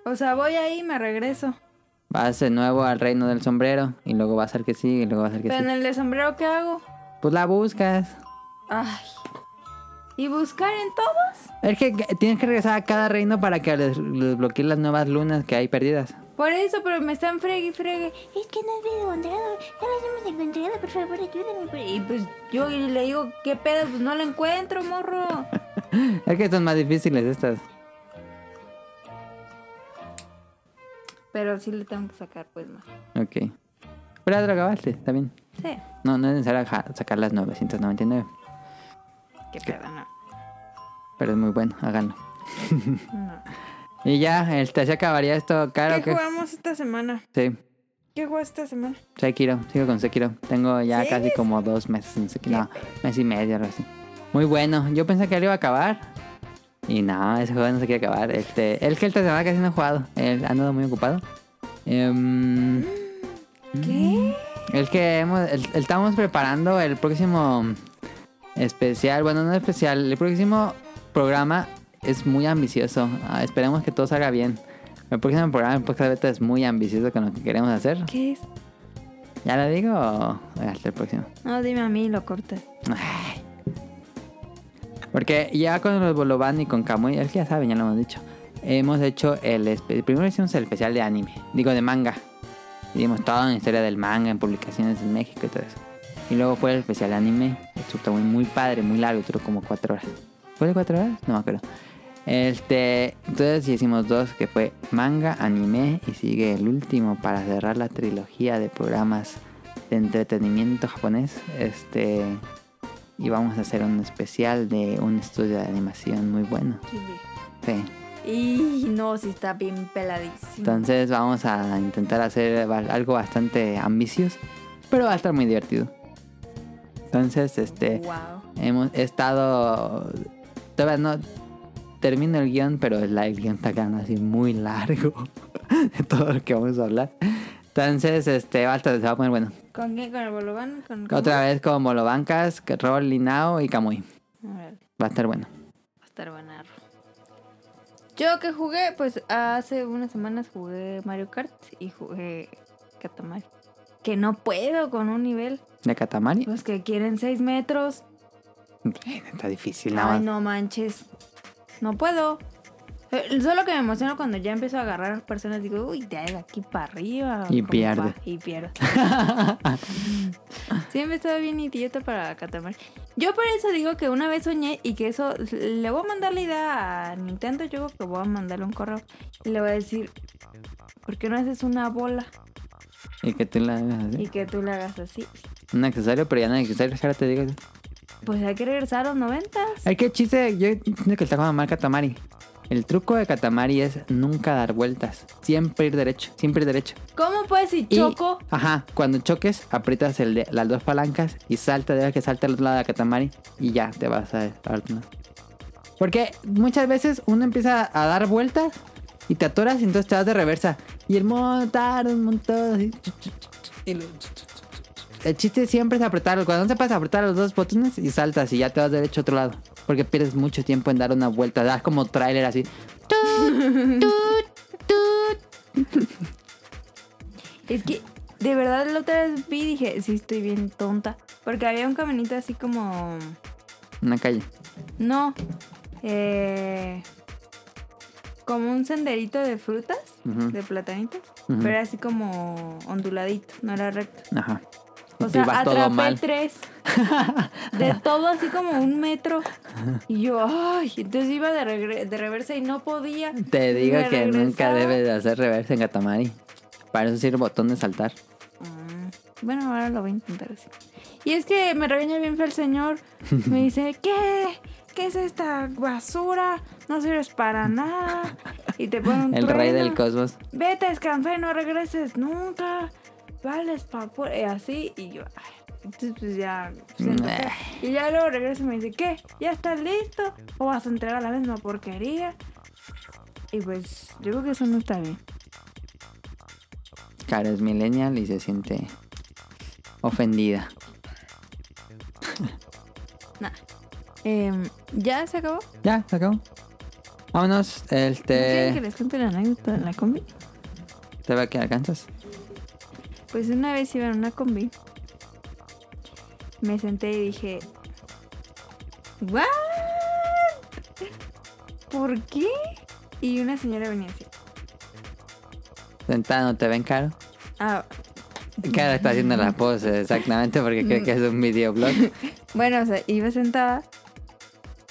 [SPEAKER 2] O sea, voy ahí y me regreso.
[SPEAKER 3] Vas de nuevo al reino del sombrero. Y luego vas al que sigue, y luego vas al que
[SPEAKER 2] Pero en
[SPEAKER 3] sigue.
[SPEAKER 2] el de sombrero, ¿qué hago?
[SPEAKER 3] Pues la buscas.
[SPEAKER 2] Ay. ¿Y buscar en todos?
[SPEAKER 3] Es que tienes que regresar a cada reino para que des- desbloquees las nuevas lunas que hay perdidas.
[SPEAKER 2] Por eso, pero me están fregue y fregue.
[SPEAKER 4] Es que no he encontrado, no las hemos encontrado, por favor, ayúdenme.
[SPEAKER 2] Y pues yo le digo, ¿qué pedo? Pues no lo encuentro, morro.
[SPEAKER 3] Es que son más difíciles estas.
[SPEAKER 2] Pero sí le tengo que sacar, pues más.
[SPEAKER 3] Ok. Pero ya te lo acabaste, está bien.
[SPEAKER 2] Sí.
[SPEAKER 3] No, no es necesario ja- sacar las 999.
[SPEAKER 2] ¿Qué pedo? No.
[SPEAKER 3] Pero es muy bueno, háganlo. (laughs)
[SPEAKER 2] no.
[SPEAKER 3] Y ya, este, se acabaría esto, claro
[SPEAKER 2] ¿Qué
[SPEAKER 3] que...
[SPEAKER 2] jugamos esta semana?
[SPEAKER 3] Sí,
[SPEAKER 2] ¿Qué juego esta semana?
[SPEAKER 3] Sekiro, sigo con Sekiro. Tengo ya
[SPEAKER 2] ¿Sí?
[SPEAKER 3] casi como dos meses en Sekiro. No, mes y medio, algo así. Muy bueno, yo pensé que él iba a acabar. Y no, ese juego no se quiere acabar. Este, el que esta semana casi no he jugado. Él ha andado muy ocupado. Em, mm,
[SPEAKER 2] ¿Qué?
[SPEAKER 3] el que hemos, el- el- estamos preparando el próximo especial, bueno, no especial, el próximo programa es muy ambicioso. Ah, esperemos que todo salga bien. El próximo programa, el podcast beta es muy ambicioso con lo que queremos hacer.
[SPEAKER 2] ¿Qué es?
[SPEAKER 3] ¿Ya lo digo o hasta el próximo?
[SPEAKER 2] No, dime a mí y lo cortas.
[SPEAKER 3] Ay. Porque ya con los Boloban y con Kamui, es que ya saben, ya lo hemos dicho. Hemos hecho el. espe- Primero hicimos el especial de anime, digo de manga. Hicimos toda la historia del manga en publicaciones en México y todo eso. Y luego fue el especial de anime, estuvo muy, muy padre, muy largo, duró como cuatro horas. ¿Fue de cuatro horas? No me acuerdo. Este, entonces hicimos dos, que fue manga, anime y sigue el último para cerrar la trilogía de programas de entretenimiento japonés. Este, y vamos a hacer un especial de un estudio de animación muy bueno. Sí.
[SPEAKER 2] Y no, si está bien peladísimo.
[SPEAKER 3] Entonces vamos a intentar hacer ba- algo bastante ambicioso, pero va a estar muy divertido. Entonces, este,
[SPEAKER 2] Wow.
[SPEAKER 3] hemos he estado, todavía no termino el guión, pero el el guión está quedando así muy largo (laughs) de todo lo que vamos a hablar. Entonces, este, va a estar- se va a poner bueno.
[SPEAKER 2] ¿Con qué? ¿Con el bolobán? ¿Con
[SPEAKER 3] Otra vez con Bolobancas, Rol, Linao y Kamui.
[SPEAKER 2] Órale,
[SPEAKER 3] Va a estar bueno.
[SPEAKER 2] Va a estar buenarro. Yo que jugué, pues hace unas semanas jugué Mario Kart y jugué Katamari. Que no puedo con un nivel.
[SPEAKER 3] ¿De Katamari?
[SPEAKER 2] Los que quieren 6 metros.
[SPEAKER 3] Está difícil, nada más.
[SPEAKER 2] Ay, no manches. No puedo. Eh, Solo que me emociono cuando ya empiezo a agarrar personas, digo, uy, ya de aquí para arriba.
[SPEAKER 3] Y
[SPEAKER 2] compa",
[SPEAKER 3] pierde.
[SPEAKER 2] Y
[SPEAKER 3] (laughs)
[SPEAKER 2] pierdo. Siempre estaba bien idiota para Catamar. Yo por eso digo que una vez soñé y que eso le voy a mandar la idea a Nintendo. Yo creo que voy a mandarle un correo y le voy a decir, ¿por qué no haces una bola
[SPEAKER 3] Y que tú la hagas así.
[SPEAKER 2] y que tú la hagas así?
[SPEAKER 3] Un accesorio, pero ya no hay accesorios, ahora te digo.
[SPEAKER 2] Pues hay que regresar a los noventas.
[SPEAKER 3] Ay, qué chiste. Yo entiendo que está jugando mal Katamari. El truco de Katamari es nunca dar vueltas. Siempre ir derecho. Siempre ir derecho.
[SPEAKER 2] ¿Cómo pues si
[SPEAKER 3] Y-
[SPEAKER 2] choco?
[SPEAKER 3] Ajá. Cuando choques, aprietas el de- las dos palancas y salta, deja que salte al otro lado de Katamari y ya te vas a alternar. Porque muchas veces uno empieza a dar vueltas y te atoras y entonces te vas de reversa. Y el mono tarda un montón. así, chu, chu, chu, chu, y lo- chu, chu, chu, chu. El chiste siempre es apretar. Cuando no sepas apretar los dos botones y saltas y ya te vas derecho a otro lado. Porque pierdes mucho tiempo en dar una vuelta. Das como trailer así. Tut, tut, tut.
[SPEAKER 2] Es que de verdad la otra vez vi y dije, sí estoy bien tonta. Porque había un caminito así como...
[SPEAKER 3] Una calle.
[SPEAKER 2] No. eh, como un senderito de frutas,
[SPEAKER 3] Ujú.
[SPEAKER 2] de platanitos.
[SPEAKER 3] Ujú.
[SPEAKER 2] Pero era así como onduladito, no era recto.
[SPEAKER 3] Ajá.
[SPEAKER 2] O
[SPEAKER 3] Y
[SPEAKER 2] sea,
[SPEAKER 3] vas
[SPEAKER 2] atrapé
[SPEAKER 3] (laughs)
[SPEAKER 2] tres. De todo así como un metro. Y yo, ay, entonces iba de, regre- de reversa y no podía. (laughs)
[SPEAKER 3] Te digo
[SPEAKER 2] Me
[SPEAKER 3] que nunca
[SPEAKER 2] regresaba.
[SPEAKER 3] debes de hacer reversa en Katamari. Para eso sirve el botón de saltar.
[SPEAKER 2] Mm, Bueno, ahora lo voy a intentar así. Y es que me regaña bien feo el señor.
[SPEAKER 3] (laughs)
[SPEAKER 2] Me dice, ¿qué? ¿Qué es esta basura? No sirves para nada. Y te pone un
[SPEAKER 3] El rey
[SPEAKER 2] trueno.
[SPEAKER 3] del cosmos.
[SPEAKER 2] Vete a descansar y no regreses nunca. Vales papu. Y así, y yo, ay. Entonces, pues ya. se enojó.
[SPEAKER 3] Nah.
[SPEAKER 2] Y ya luego regreso y me dice, ¿qué? ¿Ya estás listo? ¿O vas a entregar la misma porquería? Y pues, yo creo que eso no está bien.
[SPEAKER 3] Cara es millennial y se siente ofendida.
[SPEAKER 2] Em, ¿Ya se acabó?
[SPEAKER 3] Ya, se acabó. Vámonos.
[SPEAKER 2] ¿No quieren que
[SPEAKER 3] Este.
[SPEAKER 2] les cuente la anécdota de la combi?
[SPEAKER 3] ¿Te va que alcanzas?
[SPEAKER 2] Pues una vez iba en una combi. Me senté y dije. ¿What? ¿Por qué? Y una señora venía así.
[SPEAKER 3] Sentada, no te ven, Caro.
[SPEAKER 2] Ah,
[SPEAKER 3] Caro está haciendo la pose, exactamente, porque cree que es un videoblog.
[SPEAKER 2] (laughs) bueno, o sea, iba sentada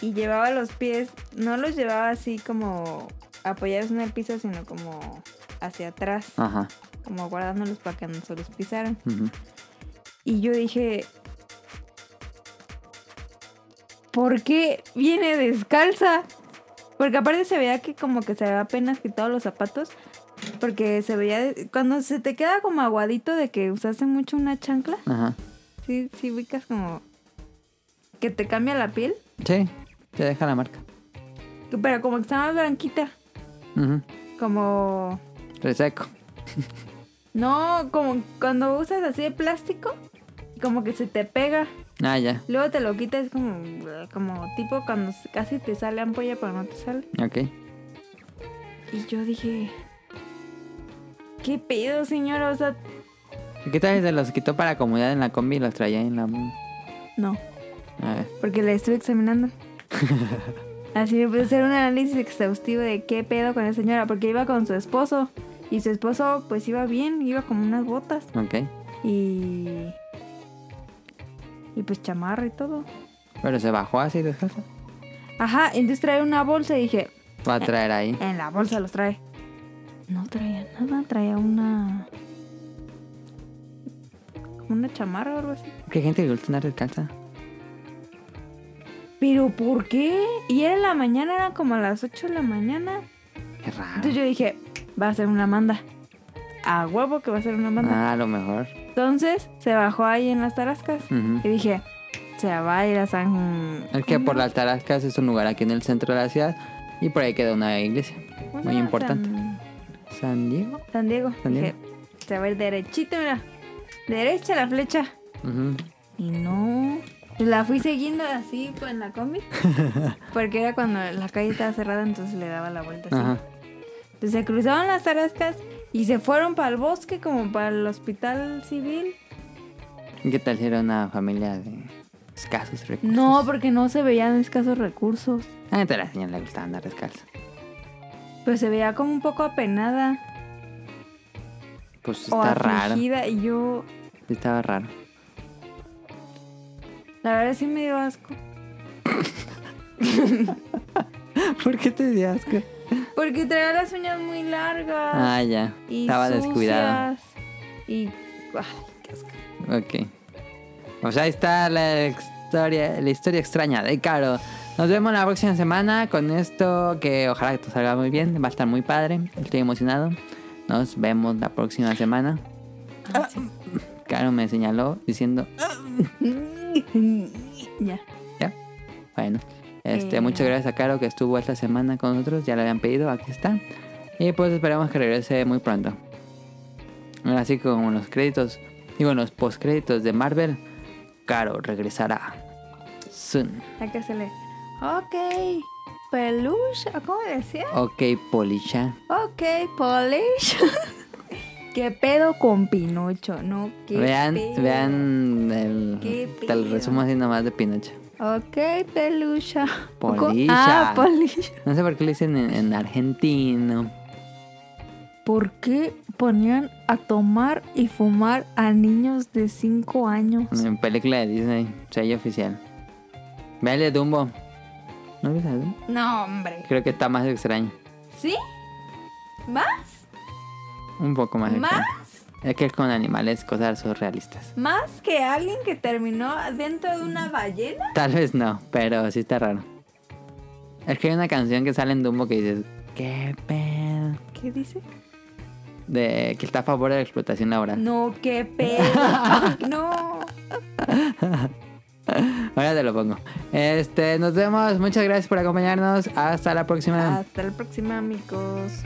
[SPEAKER 2] y llevaba los pies, no los llevaba así como apoyados en el piso, sino como hacia atrás,
[SPEAKER 3] Ajá.
[SPEAKER 2] como guardándolos para que no se los pisaran.
[SPEAKER 3] ujú.
[SPEAKER 2] Y yo dije, ¿por qué viene descalza? Porque aparte se veía que como que se había apenas quitado los zapatos. Porque se veía, de- cuando se te queda como aguadito de que usaste mucho una chancla,
[SPEAKER 3] Ajá.
[SPEAKER 2] sí, sí ubicas como que te cambia la piel,
[SPEAKER 3] Sí, te deja la marca.
[SPEAKER 2] pero como que está más blanquita,
[SPEAKER 3] Ujú.
[SPEAKER 2] como
[SPEAKER 3] Reseco.
[SPEAKER 2] No, como cuando usas así de plástico, como que se te pega.
[SPEAKER 3] Ah, ya.
[SPEAKER 2] Luego te lo quitas, es como, eh, como tipo cuando casi te sale ampolla, pero no te sale.
[SPEAKER 3] Ok.
[SPEAKER 2] Y yo dije, ¿qué pedo, señora? O sea,
[SPEAKER 3] ¿Qué tal si se los quitó para comodidad en la combi y los traía en la...
[SPEAKER 2] no,
[SPEAKER 3] A ver.
[SPEAKER 2] porque la estuve examinando. Así me puse a hacer un análisis exhaustivo de qué pedo con la señora, porque iba con su esposo. Y su esposo, pues iba bien, iba con unas botas
[SPEAKER 3] Ok.
[SPEAKER 2] y. Y pues chamarra y todo.
[SPEAKER 3] Pero se bajó así descalzo.
[SPEAKER 2] Ajá, entonces trae una bolsa y dije,
[SPEAKER 3] Va a traer ahí.
[SPEAKER 2] En la bolsa los trae. No traía nada, traía una. como una chamarra o algo así.
[SPEAKER 3] ¿Qué gente que le gusta andar descalza?
[SPEAKER 2] ¿Pero por qué? Y era en la mañana, eran como a las 8 de la mañana.
[SPEAKER 3] Qué raro.
[SPEAKER 2] Entonces yo dije, va a ser una manda. A huevo que va a ser una manda.
[SPEAKER 3] Ah, a lo mejor.
[SPEAKER 2] Entonces se bajó ahí en las tarascas.
[SPEAKER 3] Ujú.
[SPEAKER 2] Y dije, se va a ir a San.
[SPEAKER 3] Es que por las Tarascas es un lugar aquí en el centro de la ciudad y por ahí queda una iglesia.
[SPEAKER 2] ¿cómo se
[SPEAKER 3] Muy
[SPEAKER 2] llama?
[SPEAKER 3] importante.
[SPEAKER 2] San-
[SPEAKER 3] ¿San Diego?
[SPEAKER 2] San Diego.
[SPEAKER 3] San Diego.
[SPEAKER 2] Dije, se va a ir derechito, mira. Derecha la flecha.
[SPEAKER 3] Ujú.
[SPEAKER 2] Y no. Pues La fui siguiendo así pues, en la
[SPEAKER 3] (laughs)
[SPEAKER 2] combi. Porque era cuando la calle estaba cerrada, entonces le daba la vuelta así.
[SPEAKER 3] Ajá.
[SPEAKER 2] Entonces se cruzaron las tarascas y se fueron para el bosque, como para el hospital civil.
[SPEAKER 3] ¿Y ¿Qué tal si era una familia de escasos recursos?
[SPEAKER 2] No, porque no se veían escasos recursos.
[SPEAKER 3] Ah, entonces a la señora le gustaba andar descalza.
[SPEAKER 2] Pero se veía como un poco apenada
[SPEAKER 3] Pues
[SPEAKER 2] o
[SPEAKER 3] está raro. Sí,
[SPEAKER 2] afligida. Y yo,
[SPEAKER 3] Estaba raro. (laughs)
[SPEAKER 2] la verdad, sí me dio asco.
[SPEAKER 3] ¿Por qué te dio asco?
[SPEAKER 2] Porque traía las uñas muy largas.
[SPEAKER 3] Ah, ya.
[SPEAKER 2] y
[SPEAKER 3] Estaba descuidada.
[SPEAKER 2] sucias. Y. ay, qué asco.
[SPEAKER 3] Ok. O sea, ahí está la historia, la historia extraña de Caro. Nos vemos la próxima semana con esto que ojalá que te salga muy bien. Va a estar muy padre. Estoy emocionado. Nos vemos la próxima semana. Caro me señaló diciendo,
[SPEAKER 2] Ya.
[SPEAKER 3] ya. Bueno. Este,
[SPEAKER 2] Eh.
[SPEAKER 3] muchas gracias a Caro que estuvo esta semana con nosotros. Ya le habían pedido, aquí está. Y pues esperamos que regrese muy pronto. Así como los créditos, digo, los postcréditos de Marvel, Caro regresará. Soon.
[SPEAKER 2] Hay que hacerle. Ok, peluche. ¿Cómo decía?
[SPEAKER 3] Ok, Polisha.
[SPEAKER 2] Ok, polish. (laughs) ¿Qué pedo con Pinocho? No, qué
[SPEAKER 3] Vean,
[SPEAKER 2] pedo?
[SPEAKER 3] vean el,
[SPEAKER 2] Qué
[SPEAKER 3] te lo
[SPEAKER 2] pedo.
[SPEAKER 3] resumo así nomás de Pinocho.
[SPEAKER 2] Ok, pelucha.
[SPEAKER 3] Polisha.
[SPEAKER 2] Ah, polish.
[SPEAKER 3] No sé por qué le dicen en, en argentino.
[SPEAKER 2] ¿Por qué ponían a tomar y fumar a niños de 5 años?
[SPEAKER 3] En película de Disney, sello oficial. Vean el de Dumbo. ¿No viste el de Dumbo?
[SPEAKER 2] No, hombre.
[SPEAKER 3] Creo que está más extraño.
[SPEAKER 2] ¿Sí? ¿Más?
[SPEAKER 3] Un poco más extraño.
[SPEAKER 2] ¿Más?
[SPEAKER 3] Es que es con animales, cosas surrealistas.
[SPEAKER 2] ¿Más que alguien que terminó dentro de una ballena?
[SPEAKER 3] Tal vez no, pero sí está raro. Es que hay una canción que sale en Dumbo que dices, qué pedo.
[SPEAKER 2] ¿Qué dice?
[SPEAKER 3] De, que está a favor de la explotación laboral.
[SPEAKER 2] No, qué pedo. no.
[SPEAKER 3] Ahora te lo pongo. Este, nos vemos. Muchas gracias por acompañarnos. Hasta la próxima.
[SPEAKER 2] Hasta el próximo, amigos.